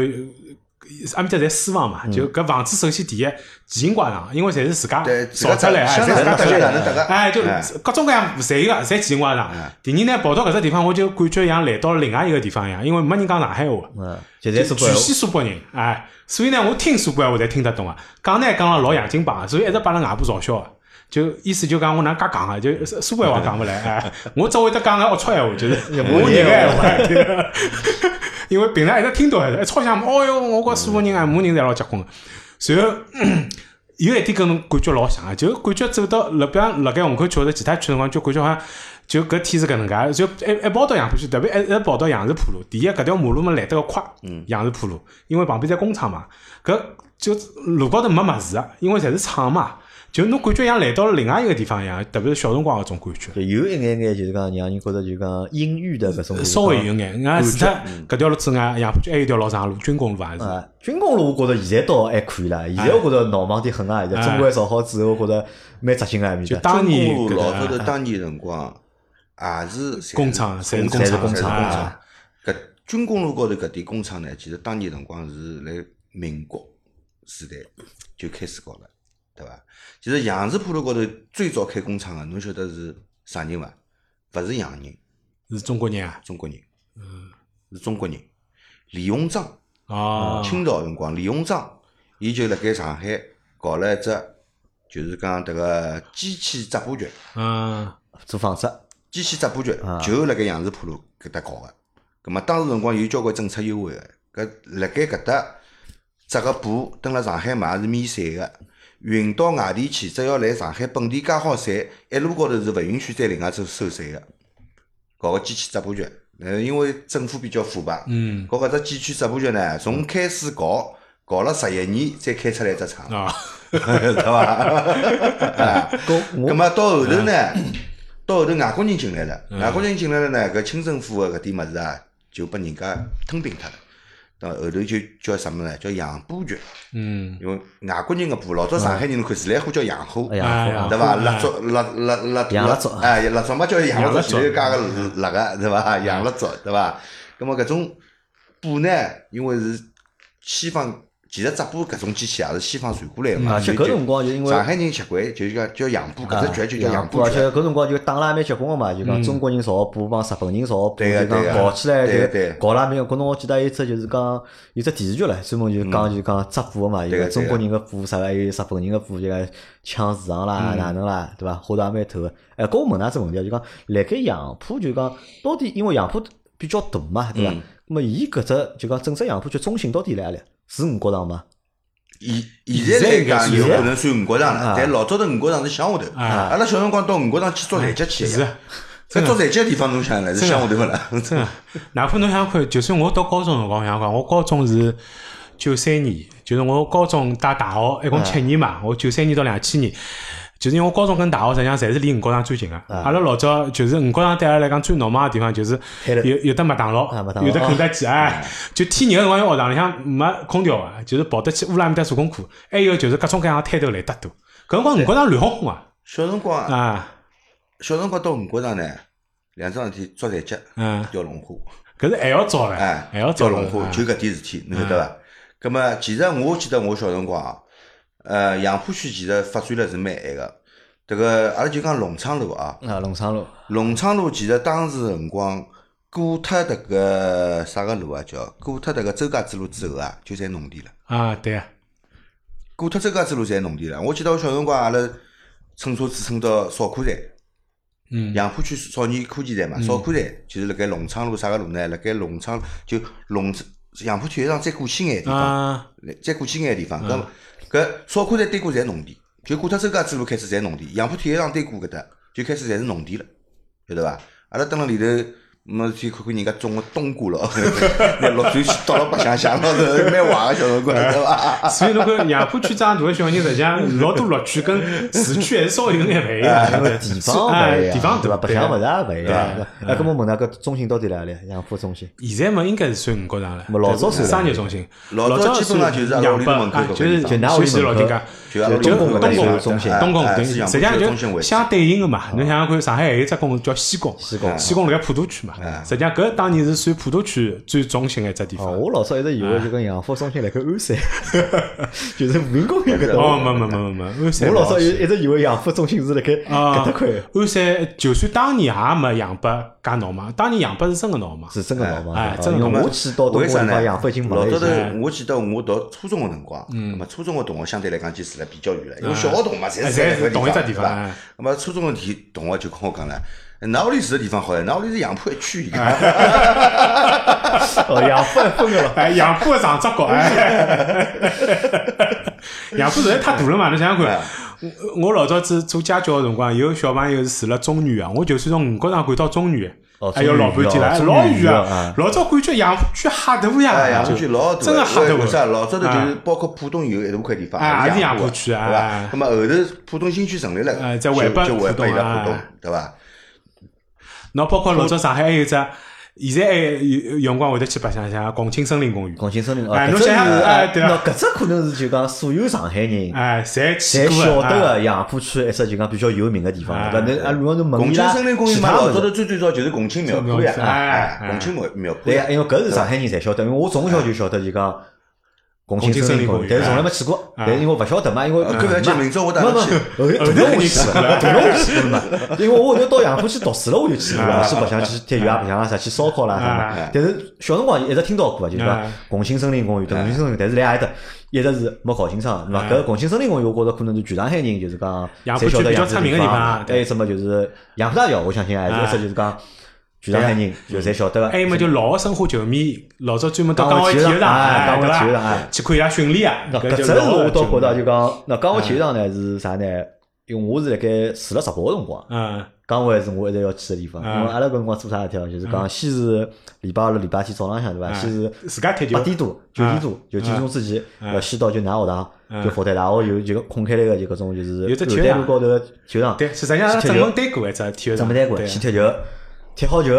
[SPEAKER 1] 阿面搭侪私房
[SPEAKER 3] 嗯
[SPEAKER 1] 嘛，就搿房子首先第一奇形怪状，因为侪是自家
[SPEAKER 3] 对，自
[SPEAKER 1] 造
[SPEAKER 3] 家
[SPEAKER 1] 出来，哎
[SPEAKER 3] 想
[SPEAKER 1] 侪
[SPEAKER 3] 哪
[SPEAKER 1] 是
[SPEAKER 3] 能
[SPEAKER 1] 自家造
[SPEAKER 3] 搭就
[SPEAKER 1] 出
[SPEAKER 3] 哪
[SPEAKER 1] 来
[SPEAKER 3] 能搭个，
[SPEAKER 1] 哎，就
[SPEAKER 3] 哎
[SPEAKER 1] 各种各样侪有个，啊侪奇形怪状。
[SPEAKER 2] 哎
[SPEAKER 1] 第二呢，跑到搿只地方，我就感觉像来到另外一个地方一样，因为没人讲上海话。
[SPEAKER 2] 嗯，现在是不
[SPEAKER 1] 全系苏北人，哎，所以呢，我听苏北话侪听得懂啊。讲呢讲了老洋泾浜啊，所以一直把阿拉外婆嘲笑啊。就意思就讲我哪介讲啊，就苏北话讲勿来
[SPEAKER 2] [laughs]
[SPEAKER 1] 哎，我只会得讲个龌龊闲话，就是我人个闲话。对个 [laughs] 因为平常一直听到还是一吵相骂，哦哟，我讲苏北人啊，骂人侪老结棍个。随后 [clears throat] 有一点跟侬感觉老像啊，就感觉走到辣比方辣盖虹口区或者其他区辰光，就感觉好像就搿天是搿能介，就一一跑到杨浦区，特别一一跑到杨市浦路，第一搿条马路嘛来得个快，
[SPEAKER 3] 嗯
[SPEAKER 1] 杨市浦路，因为旁边在工厂嘛，搿就路高头没物事啊，因为侪是厂嘛，就侬感觉像来到了另外一个地方一样，特别是小辰光搿种感觉。
[SPEAKER 2] 就有一眼眼就是讲让人觉得就是讲阴郁的搿
[SPEAKER 3] 嗯
[SPEAKER 2] 种，
[SPEAKER 1] 呃稍微有眼，俺除脱搿条路之外，杨浦区还有一条老长的路，军工路啊是。
[SPEAKER 2] 啊，军工路我觉着现在倒还可以
[SPEAKER 1] 哎
[SPEAKER 2] 啦，现在我觉着闹忙点很啊，现在中国造好之后，我觉着蛮扎心个埃面
[SPEAKER 1] 就
[SPEAKER 2] 搭。
[SPEAKER 1] 当年
[SPEAKER 3] 中
[SPEAKER 1] 搿
[SPEAKER 3] 国
[SPEAKER 1] 搭
[SPEAKER 3] 老早头当年辰光也是侪
[SPEAKER 1] 啊
[SPEAKER 3] 是
[SPEAKER 1] 工厂侪是
[SPEAKER 3] 工
[SPEAKER 2] 工
[SPEAKER 3] 侪是
[SPEAKER 2] 厂
[SPEAKER 3] 工
[SPEAKER 1] 啊
[SPEAKER 3] 厂。搿军工路高头搿点工厂呢，其实当年辰光是辣民国时代就开始搞了，对伐？其实杨市浦路高头最早开工厂个，侬晓得是啥人伐？勿是洋人，
[SPEAKER 1] 是中国人啊，
[SPEAKER 3] 中国人，嗯，是中国人。李鸿章，
[SPEAKER 1] 哦，
[SPEAKER 3] 清朝辰光，李鸿章伊就辣盖上海搞了一只，就是讲迭个机器织布局。
[SPEAKER 1] 嗯，
[SPEAKER 2] 做纺织，
[SPEAKER 3] 机器织布局就辣盖杨市浦路搿搭搞个。葛末当时辰光有交关政策优惠个，搿辣盖搿搭织个布，蹲辣上海买是免税个。运到外地去，只要来上海本地加好税，一路高头是勿允许再另外收收税个。搞个机器织布局，呃，因为政府比较腐败，
[SPEAKER 1] 嗯，
[SPEAKER 3] 搞搿只机器织布局呢，从开始搞搞了十一年，再开出来一
[SPEAKER 1] [laughs]
[SPEAKER 3] 只厂， [laughs]
[SPEAKER 1] 啊，
[SPEAKER 3] 对 [laughs] 伐？
[SPEAKER 2] 搿
[SPEAKER 3] 咁
[SPEAKER 2] 我
[SPEAKER 3] 么到后头呢，到后头外国人进来了，外国人进来了呢，搿清政府个搿点物事啊，就拨人家吞并脱了。到后头就叫什么呢？叫洋布局，
[SPEAKER 1] 嗯，
[SPEAKER 3] 因为外国人个布，老早上海人侬看自来货叫洋货，
[SPEAKER 2] 哎
[SPEAKER 1] 哎
[SPEAKER 3] 对
[SPEAKER 1] 呀
[SPEAKER 2] 呀，
[SPEAKER 3] 伐？
[SPEAKER 1] 嗯
[SPEAKER 3] 蜡烛、蜡蜡蜡
[SPEAKER 2] 洋蜡烛
[SPEAKER 3] 哎，蜡烛嘛叫洋蜡
[SPEAKER 1] 洋蜡
[SPEAKER 3] 烛，
[SPEAKER 1] 烛
[SPEAKER 3] 前头加个蜡个，对伐？洋蜡烛，对伐？咁么搿种布呢，因为是西方，其实织布搿种机器啊也是西方传过来个
[SPEAKER 2] 嗯
[SPEAKER 3] 嘛，
[SPEAKER 2] 而且
[SPEAKER 3] 所
[SPEAKER 2] 搿
[SPEAKER 3] 以嗯就
[SPEAKER 2] 辰光啊就因为
[SPEAKER 3] 上海人习惯就是讲叫洋布，搿只局就叫洋
[SPEAKER 2] 布，
[SPEAKER 3] 布
[SPEAKER 2] 而
[SPEAKER 3] 局
[SPEAKER 2] 且。搿辰光就打了也蛮结棍个嘛，就讲中国人造布帮日本人造布，
[SPEAKER 3] 嗯对个
[SPEAKER 2] 就讲
[SPEAKER 3] 对个啊
[SPEAKER 2] 搞起来
[SPEAKER 3] 对个
[SPEAKER 2] 就
[SPEAKER 3] 对个
[SPEAKER 2] 搞了蛮结棍。搿侬我记得有一只就是讲有只电视剧唻，专门就是讲就是讲织布个嘛，有
[SPEAKER 3] 嗯对个啊
[SPEAKER 2] 个
[SPEAKER 3] 对
[SPEAKER 2] 中国
[SPEAKER 3] 个
[SPEAKER 2] 人个布啥个，还有日本人个布，就讲抢市场
[SPEAKER 3] 嗯
[SPEAKER 2] 啦哪能啦，对伐？花得也蛮透个。哎，搿我问㑚只问题啊，就讲辣盖杨浦就讲到底因为杨浦比较大嘛，对
[SPEAKER 3] 嗯
[SPEAKER 2] 伐？那么伊搿只就讲整只杨浦区中心到底辣何里？是五角场吗？
[SPEAKER 3] 现现在来讲有可能算五角场了
[SPEAKER 2] 啊，
[SPEAKER 3] 但老早头五角场是乡下头。
[SPEAKER 1] 啊
[SPEAKER 3] 阿拉小辰光到五角场去捉站脚去
[SPEAKER 1] 是
[SPEAKER 2] [laughs]
[SPEAKER 3] 个，
[SPEAKER 1] 啊。
[SPEAKER 3] 搿捉站脚的地方侬想来是乡下头勿啦？
[SPEAKER 1] 真的，哪怕侬想看，就算我到高中辰光想看，我高中是九三年，就是我高中带大学一共七年
[SPEAKER 2] 嗯
[SPEAKER 1] 嘛，我九三年到两千年。就是因为我高中跟大学实际上侪是离五角场最近个，啊
[SPEAKER 2] 嗯
[SPEAKER 1] 阿拉老早就是五角场对阿拉来讲最闹忙个地方就是
[SPEAKER 2] 开了
[SPEAKER 1] 有有的麦当劳
[SPEAKER 2] 啊麦当，劳嗯
[SPEAKER 1] 有的肯德基，哎，就天热个辰光，因为学堂里向没空调个，就是跑得去乌拉面搭做功课，还有就是各种各样个摊头来得多，搿辰光五角场乱哄哄啊，
[SPEAKER 3] 小辰光啊，
[SPEAKER 1] 啊，
[SPEAKER 3] 小辰光到五角场呢，两桩事体捉站脚、
[SPEAKER 1] 嗯，
[SPEAKER 3] 钓龙虾，
[SPEAKER 1] 搿是还要早唻，
[SPEAKER 3] 哎，
[SPEAKER 1] 还要早
[SPEAKER 3] 钓龙
[SPEAKER 1] 唻
[SPEAKER 3] 虾，就搿点事体，侬晓得伐？葛末其实我记得我小辰光啊，呃，杨浦区其实发展了是蛮晚个。迭个阿拉就讲隆昌路啊，
[SPEAKER 2] 啊，龙昌路
[SPEAKER 3] 隆昌路其实当时辰光过脱迭个啥个路啊，叫过脱迭个周家嘴路之后啊，就侪农田了。
[SPEAKER 1] 啊，对啊，
[SPEAKER 3] 过脱周家嘴路侪农田了。我记得我小辰光阿拉乘车子乘到少科站，
[SPEAKER 1] 嗯，
[SPEAKER 3] 杨浦区少年科技站嘛，少科站就是辣盖隆昌路啥个路呢？辣盖隆昌就隆杨浦区一趟再过去眼地方，
[SPEAKER 1] 啊，
[SPEAKER 3] 来再过去眼地方，
[SPEAKER 1] 嗯
[SPEAKER 3] 搿搿少科站对过侪农田，就过脱周家嘴路开始侪农田，杨浦铁一厂对过搿搭就开始侪是农田了，晓得伐？阿拉蹲辣里头没事体看看人家种个冬瓜咯， [laughs] 拿绿船去倒了白相相咯，是蛮坏个小辰光，对伐？
[SPEAKER 1] 啊所以侬看杨浦区长大的小人，实际上老多乐趣跟市区还是稍微有眼勿啊一
[SPEAKER 3] 哎
[SPEAKER 1] 样，因为
[SPEAKER 2] 地方勿一
[SPEAKER 1] 哎
[SPEAKER 2] 样，
[SPEAKER 1] 地方
[SPEAKER 2] 对伐？白
[SPEAKER 1] 对
[SPEAKER 2] 相
[SPEAKER 1] 啊
[SPEAKER 2] 物事也勿一样。哎，搿么问那个中心到底辣何里？杨浦中心。
[SPEAKER 1] 现在嘛，应该是算五角场了。
[SPEAKER 2] 么老早算了
[SPEAKER 1] 商业中心，
[SPEAKER 3] 老早
[SPEAKER 1] 早
[SPEAKER 3] 基本上就是阿拉
[SPEAKER 1] 杨
[SPEAKER 3] 屋里
[SPEAKER 1] 浦
[SPEAKER 3] 门口
[SPEAKER 1] 啊
[SPEAKER 3] 搿
[SPEAKER 1] 就
[SPEAKER 3] 个
[SPEAKER 1] 是
[SPEAKER 3] 地方
[SPEAKER 2] 就拿屋里
[SPEAKER 1] 随时老
[SPEAKER 2] 门
[SPEAKER 1] 人
[SPEAKER 2] 口
[SPEAKER 1] 家。
[SPEAKER 3] 就阿拉屋里
[SPEAKER 1] 就
[SPEAKER 2] 东
[SPEAKER 3] 门口
[SPEAKER 2] 宫
[SPEAKER 1] 东宫
[SPEAKER 2] 搿搭有
[SPEAKER 1] 个
[SPEAKER 2] 个中心
[SPEAKER 3] 哎
[SPEAKER 1] 东宫搿
[SPEAKER 3] 哎
[SPEAKER 1] 等于
[SPEAKER 3] 是
[SPEAKER 1] 实
[SPEAKER 3] 杨
[SPEAKER 1] 际上
[SPEAKER 3] 浦区的中心
[SPEAKER 1] 就
[SPEAKER 3] 位置啊
[SPEAKER 1] 相对应个嘛。侬想想看，上海还有一只宫叫西宫，西
[SPEAKER 2] 宫
[SPEAKER 1] 西宫辣盖普陀区嘛。
[SPEAKER 3] 啊
[SPEAKER 1] 实际上搿当年是算普陀区最中心个一只地方
[SPEAKER 2] 哦，。我老早一直以
[SPEAKER 1] 哎
[SPEAKER 2] 为就跟杨浦中心辣盖鞍山， [laughs] 就是武林公园搿搭。
[SPEAKER 1] 哦，没没没没没，鞍山
[SPEAKER 2] 我老
[SPEAKER 1] 勿
[SPEAKER 2] 早
[SPEAKER 1] 好
[SPEAKER 2] 一一直以为杨浦中心是辣盖搿
[SPEAKER 1] 啊
[SPEAKER 2] 搭块，，
[SPEAKER 1] 鞍山就算当年也没杨浦介闹嘛，当年杨浦是真个闹嘛。
[SPEAKER 2] 是真个老房
[SPEAKER 1] 哎
[SPEAKER 2] 子
[SPEAKER 1] 真
[SPEAKER 2] 啊。
[SPEAKER 1] 的
[SPEAKER 2] 因
[SPEAKER 1] 老
[SPEAKER 2] 为
[SPEAKER 1] 房
[SPEAKER 2] 我去到东
[SPEAKER 3] 为啥
[SPEAKER 2] 莞地
[SPEAKER 3] 呢
[SPEAKER 2] 方，杨浦已经没
[SPEAKER 3] 老
[SPEAKER 2] 了已
[SPEAKER 3] 早头
[SPEAKER 2] 经。，
[SPEAKER 3] 我记得我读初中个辰光，
[SPEAKER 1] 嗯
[SPEAKER 3] 那么初中个同学相对来讲就住了比较远了，因为小学同学嘛，侪
[SPEAKER 1] 哎
[SPEAKER 3] 是在
[SPEAKER 1] 侪是
[SPEAKER 3] 个
[SPEAKER 1] 同一只地
[SPEAKER 3] 对
[SPEAKER 1] 方
[SPEAKER 3] 伐
[SPEAKER 1] 哎？
[SPEAKER 3] 那么初中个地同学就跟我讲了，㑚屋里住个地方好呀，㑚屋里是杨浦一区，伊 [laughs] 讲
[SPEAKER 2] 哦，杨浦分
[SPEAKER 1] [laughs]
[SPEAKER 2] 个了。
[SPEAKER 1] 哎，杨浦的长只角哎， [laughs] 杨浦实在太大了嘛，侬想想看
[SPEAKER 3] 哎。
[SPEAKER 1] 我我老早子做家教个辰光，有小朋友是住辣中原啊，我就是从五角场赶到中原
[SPEAKER 2] 哦，
[SPEAKER 1] 还有
[SPEAKER 2] 中原
[SPEAKER 1] 老半天
[SPEAKER 2] 哦
[SPEAKER 1] 了，哎
[SPEAKER 2] 中
[SPEAKER 1] 老
[SPEAKER 2] 原
[SPEAKER 1] 远
[SPEAKER 2] 啊啊
[SPEAKER 1] 啊！老早感觉杨浦区吓大呀，
[SPEAKER 3] 哎呀，
[SPEAKER 1] 就
[SPEAKER 3] 浦区老大的，哎
[SPEAKER 1] 真个吓
[SPEAKER 3] 为为
[SPEAKER 1] 大
[SPEAKER 3] 啥？
[SPEAKER 1] 了。
[SPEAKER 3] 老早头就是
[SPEAKER 1] 啊
[SPEAKER 3] 包括浦东有一大块地方，
[SPEAKER 1] 哎
[SPEAKER 3] 也
[SPEAKER 1] 也是杨
[SPEAKER 3] 浦
[SPEAKER 1] 浦区啊
[SPEAKER 3] 对伐
[SPEAKER 1] 哎？
[SPEAKER 3] 那么后头浦东新区成立了，
[SPEAKER 1] 哎
[SPEAKER 3] 就
[SPEAKER 1] 在淮北
[SPEAKER 3] 就淮北
[SPEAKER 1] 浦东
[SPEAKER 3] 伊拉浦东
[SPEAKER 1] 哎，
[SPEAKER 3] 对伐？
[SPEAKER 1] 喏，包括老早上海还有一只，现在还有有有辰光会得去白相相共青森林公园，
[SPEAKER 2] 共青森林哦，
[SPEAKER 1] 哎
[SPEAKER 2] 搿
[SPEAKER 1] 侬
[SPEAKER 2] 只
[SPEAKER 1] 想想
[SPEAKER 2] 是
[SPEAKER 1] 哎对啊
[SPEAKER 2] 喏搿只可能是就讲所有上海人
[SPEAKER 1] 哎，侪去
[SPEAKER 2] 嗯侪
[SPEAKER 1] 过
[SPEAKER 2] 晓
[SPEAKER 1] 啊
[SPEAKER 2] 得个杨浦区一只就讲比较有名个地方，
[SPEAKER 1] 哎
[SPEAKER 2] 对伐？侬啊，如果侬问
[SPEAKER 3] 共
[SPEAKER 2] 伊
[SPEAKER 3] 青
[SPEAKER 2] 拉
[SPEAKER 3] 森林公园
[SPEAKER 2] 其
[SPEAKER 3] 嘛，
[SPEAKER 2] 他
[SPEAKER 3] 老
[SPEAKER 2] 物
[SPEAKER 3] 早头
[SPEAKER 2] 事，
[SPEAKER 3] 最最早就是共青苗圃呀
[SPEAKER 1] 苗，圃哎
[SPEAKER 3] 哎，共青苗苗圃
[SPEAKER 2] 对
[SPEAKER 3] 呀
[SPEAKER 2] 呀，，因为搿是上海人侪晓得，因为我从小就晓得就讲共青森林公
[SPEAKER 1] 共青森林公园
[SPEAKER 2] 园，但啊是从来没去过，
[SPEAKER 1] 哎
[SPEAKER 2] 但是因为勿晓得嘛，因为
[SPEAKER 3] 搿个就明朝我带
[SPEAKER 2] 没
[SPEAKER 3] 侬
[SPEAKER 2] 没，后
[SPEAKER 3] 去
[SPEAKER 2] 头后头我去了，后头我去了 [laughs] 嘛，因为我后头到杨浦去读书了，我就去过了，去白相去踢球啊，白相啊啥，去烧烤啦啥
[SPEAKER 1] 哎
[SPEAKER 2] 嘛。但是小辰光一直听到过啊，啊就是讲
[SPEAKER 1] 哎
[SPEAKER 2] 共青森林公园、共青森林，但是来阿搭一直是没搞清爽，对伐？
[SPEAKER 1] 哎
[SPEAKER 2] 搿共青森林公园，我觉着可能是全上海人就是讲
[SPEAKER 1] 杨浦区
[SPEAKER 2] 侪晓得
[SPEAKER 1] 比较
[SPEAKER 2] 杨浦
[SPEAKER 1] 出名的
[SPEAKER 2] 地
[SPEAKER 1] 地方
[SPEAKER 2] 方
[SPEAKER 1] 啊，
[SPEAKER 2] 还
[SPEAKER 1] 对
[SPEAKER 2] 有什么就是杨浦大桥，我相信还是
[SPEAKER 1] 哎
[SPEAKER 2] 一直就是讲全上海人就侪晓得个。
[SPEAKER 1] 还有么就老个申花球迷，老早专门到
[SPEAKER 2] 江
[SPEAKER 1] 江
[SPEAKER 2] 湾
[SPEAKER 1] 湾
[SPEAKER 2] 体
[SPEAKER 1] 体
[SPEAKER 2] 育
[SPEAKER 1] 育场，
[SPEAKER 2] 场哎
[SPEAKER 1] 哎，
[SPEAKER 2] 江
[SPEAKER 1] 对
[SPEAKER 2] 湾体育
[SPEAKER 1] 伐？
[SPEAKER 2] 场哎
[SPEAKER 1] 去看伊拉训练啊，
[SPEAKER 2] 那搿只
[SPEAKER 1] 就是老哎
[SPEAKER 2] 我
[SPEAKER 1] 的
[SPEAKER 2] 倒觉
[SPEAKER 1] 球
[SPEAKER 2] 着
[SPEAKER 1] 迷
[SPEAKER 2] 就讲，那江湾体育场呢是啥呢？因为我是辣盖住了直播个辰光，
[SPEAKER 1] 嗯
[SPEAKER 2] 江湾是我一直要去个地方。
[SPEAKER 1] 嗯
[SPEAKER 2] 因为阿拉搿辰光做啥事体啊？就是
[SPEAKER 1] 哎
[SPEAKER 2] 讲先是礼拜六、礼拜天早浪向对伐？
[SPEAKER 1] 嗯
[SPEAKER 2] 先是
[SPEAKER 1] 自家踢球
[SPEAKER 2] 八点多、九点
[SPEAKER 1] 哎
[SPEAKER 2] 多、九点钟之前要先到就㑚学堂，就复旦大学有就空开来个就搿种就是
[SPEAKER 1] 有只体育
[SPEAKER 2] 南
[SPEAKER 1] 场
[SPEAKER 2] 路高头个体育场，
[SPEAKER 1] 对，实际上阿拉
[SPEAKER 2] 踢
[SPEAKER 1] 正
[SPEAKER 2] 球
[SPEAKER 1] 门对过一只体育
[SPEAKER 2] 怎
[SPEAKER 1] 场，
[SPEAKER 2] 么带过去踢球，踢好球，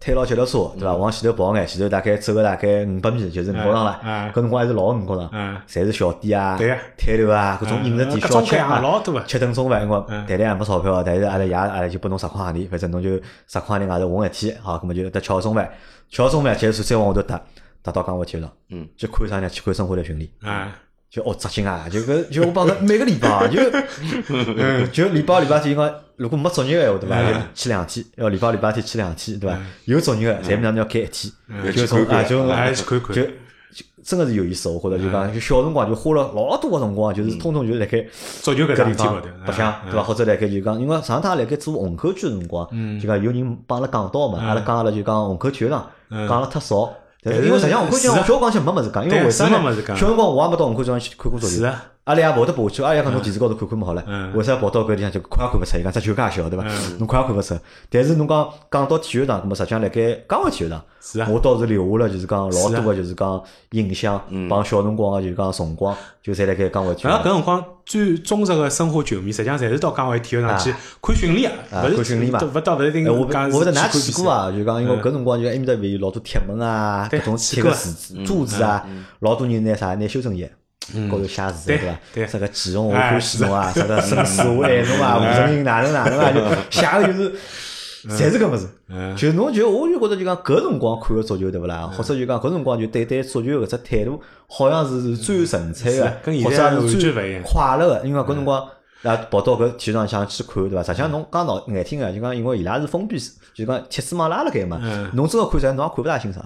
[SPEAKER 2] 推牢脚踏车，对伐？
[SPEAKER 1] 嗯
[SPEAKER 2] 往前头跑眼，前头大概走个大概五百米，就是五角场
[SPEAKER 1] 哎
[SPEAKER 2] 啦
[SPEAKER 1] 哎。
[SPEAKER 2] 搿辰光还是老五角
[SPEAKER 1] 哎
[SPEAKER 2] 场，侪是小店啊
[SPEAKER 1] 对呀、
[SPEAKER 2] 摊头啊，搿种饮食店、
[SPEAKER 1] 哎
[SPEAKER 2] 小吃
[SPEAKER 1] 各种各样
[SPEAKER 2] 啊，
[SPEAKER 1] 老多啊
[SPEAKER 2] 吃顿中饭，辰光
[SPEAKER 1] 嗯
[SPEAKER 2] 袋里也没钞票，但是阿拉爷阿拉就拨侬十块行钿，反正侬就十块行钿外头混一天，好，搿么就得吃好中饭，吃好中饭，接着再往下头搭，搭到江湾体育场，
[SPEAKER 3] 嗯，
[SPEAKER 2] 去看啥呢？去看申花队训练。
[SPEAKER 1] 啊，
[SPEAKER 2] 就哦扎劲啊！就搿就我帮搿 [laughs] 每个礼拜啊，就
[SPEAKER 1] [laughs]
[SPEAKER 2] 就礼拜礼拜天，讲如果没作业个闲话，对伐？
[SPEAKER 1] 嗯
[SPEAKER 2] 就去两天，哦要礼拜礼拜天去两天，对伐？有作业个，侪么要开一天，就从啊就
[SPEAKER 1] 哎嗯去嗯看看
[SPEAKER 2] 就就真个是有意思，我觉着就讲就小辰光就花了老多个辰光，
[SPEAKER 1] 嗯
[SPEAKER 2] 啊就是通通就是辣盖
[SPEAKER 1] 足球搿
[SPEAKER 2] 搿
[SPEAKER 1] 桩
[SPEAKER 2] 地
[SPEAKER 1] 事体高
[SPEAKER 2] 方
[SPEAKER 1] 头，
[SPEAKER 2] 白相，
[SPEAKER 1] 嗯
[SPEAKER 2] 对伐？或者辣盖就讲，因为上趟辣盖做虹口区个辰光，就讲有人帮阿拉讲到嘛，
[SPEAKER 1] 嗯
[SPEAKER 2] 阿拉讲阿拉就讲虹口体育场讲了太少。但是因为实际上虹口体育场
[SPEAKER 1] 是啊
[SPEAKER 2] 小光讲没物事讲，因为
[SPEAKER 1] 对
[SPEAKER 2] 为啥
[SPEAKER 1] 啥
[SPEAKER 2] 呢
[SPEAKER 1] 没物事？讲
[SPEAKER 2] 小辰光我也没到虹口体育场去看过足
[SPEAKER 1] 是
[SPEAKER 2] 球
[SPEAKER 1] 啊，
[SPEAKER 2] 阿拉也跑得跑去，阿拉也讲侬电视高头看看嘛好了
[SPEAKER 1] 嗯，
[SPEAKER 2] 为啥跑到搿地方就快也看勿出？伊讲只球介小对伐？侬快也看勿出。但是侬讲讲到体育场，咁么实际上辣盖江湾体育场，
[SPEAKER 1] 是啊
[SPEAKER 2] 我倒是留下了就是讲老
[SPEAKER 1] 是啊嗯
[SPEAKER 2] 多个就是讲印象，帮小辰光个就是讲辰光，就侪辣盖江湾体育
[SPEAKER 1] 然后
[SPEAKER 2] 场。
[SPEAKER 1] 搿辰光最忠实个申花球迷，实际上侪是到江湾体育场去
[SPEAKER 2] 啊
[SPEAKER 1] 看训练
[SPEAKER 2] 啊
[SPEAKER 1] 啊，勿是
[SPEAKER 2] 看训练嘛
[SPEAKER 1] 勿到勿是一定
[SPEAKER 2] 哎，我不
[SPEAKER 1] 讲
[SPEAKER 2] 我勿
[SPEAKER 1] 是
[SPEAKER 2] 得㑚
[SPEAKER 1] 看
[SPEAKER 2] 去
[SPEAKER 1] 比
[SPEAKER 2] 过
[SPEAKER 1] 赛
[SPEAKER 2] 啊，就讲因为搿辰光就埃面搭勿是有老多铁门啊，
[SPEAKER 1] 对嗯
[SPEAKER 2] 搿种
[SPEAKER 1] 去
[SPEAKER 2] 铁
[SPEAKER 1] 过
[SPEAKER 2] 个柱子柱子啊，老多人拿啥拿修正液。高头写
[SPEAKER 1] 嗯
[SPEAKER 2] 字
[SPEAKER 1] 对
[SPEAKER 2] 对伐？
[SPEAKER 1] 对
[SPEAKER 2] 啥个几红我
[SPEAKER 1] 哎嗯
[SPEAKER 2] 欢喜侬啊，啥
[SPEAKER 1] [laughs]
[SPEAKER 2] 个绅士我爱侬啊，吴承英哪能哪能啊，就写个就是，侪是搿物事。
[SPEAKER 1] 嗯
[SPEAKER 2] 就侬就我就觉着就讲搿辰光看个足球对勿啦？或者就讲搿辰光就对待足球搿只态度，好像是是最纯粹
[SPEAKER 1] 是
[SPEAKER 2] 个，
[SPEAKER 1] 跟
[SPEAKER 2] 或
[SPEAKER 1] 现在
[SPEAKER 2] 者
[SPEAKER 1] 完
[SPEAKER 2] 是
[SPEAKER 1] 全
[SPEAKER 2] 最
[SPEAKER 1] 勿一样嗯
[SPEAKER 2] 快乐个，因为搿辰光。啊，跑到搿体育场想去看，对伐？实际上侬讲闹难听个，就讲因为伊拉是封闭式，就讲铁丝网拉辣盖嘛
[SPEAKER 1] 嗯，
[SPEAKER 2] 侬真个看啥，侬也看勿大清爽。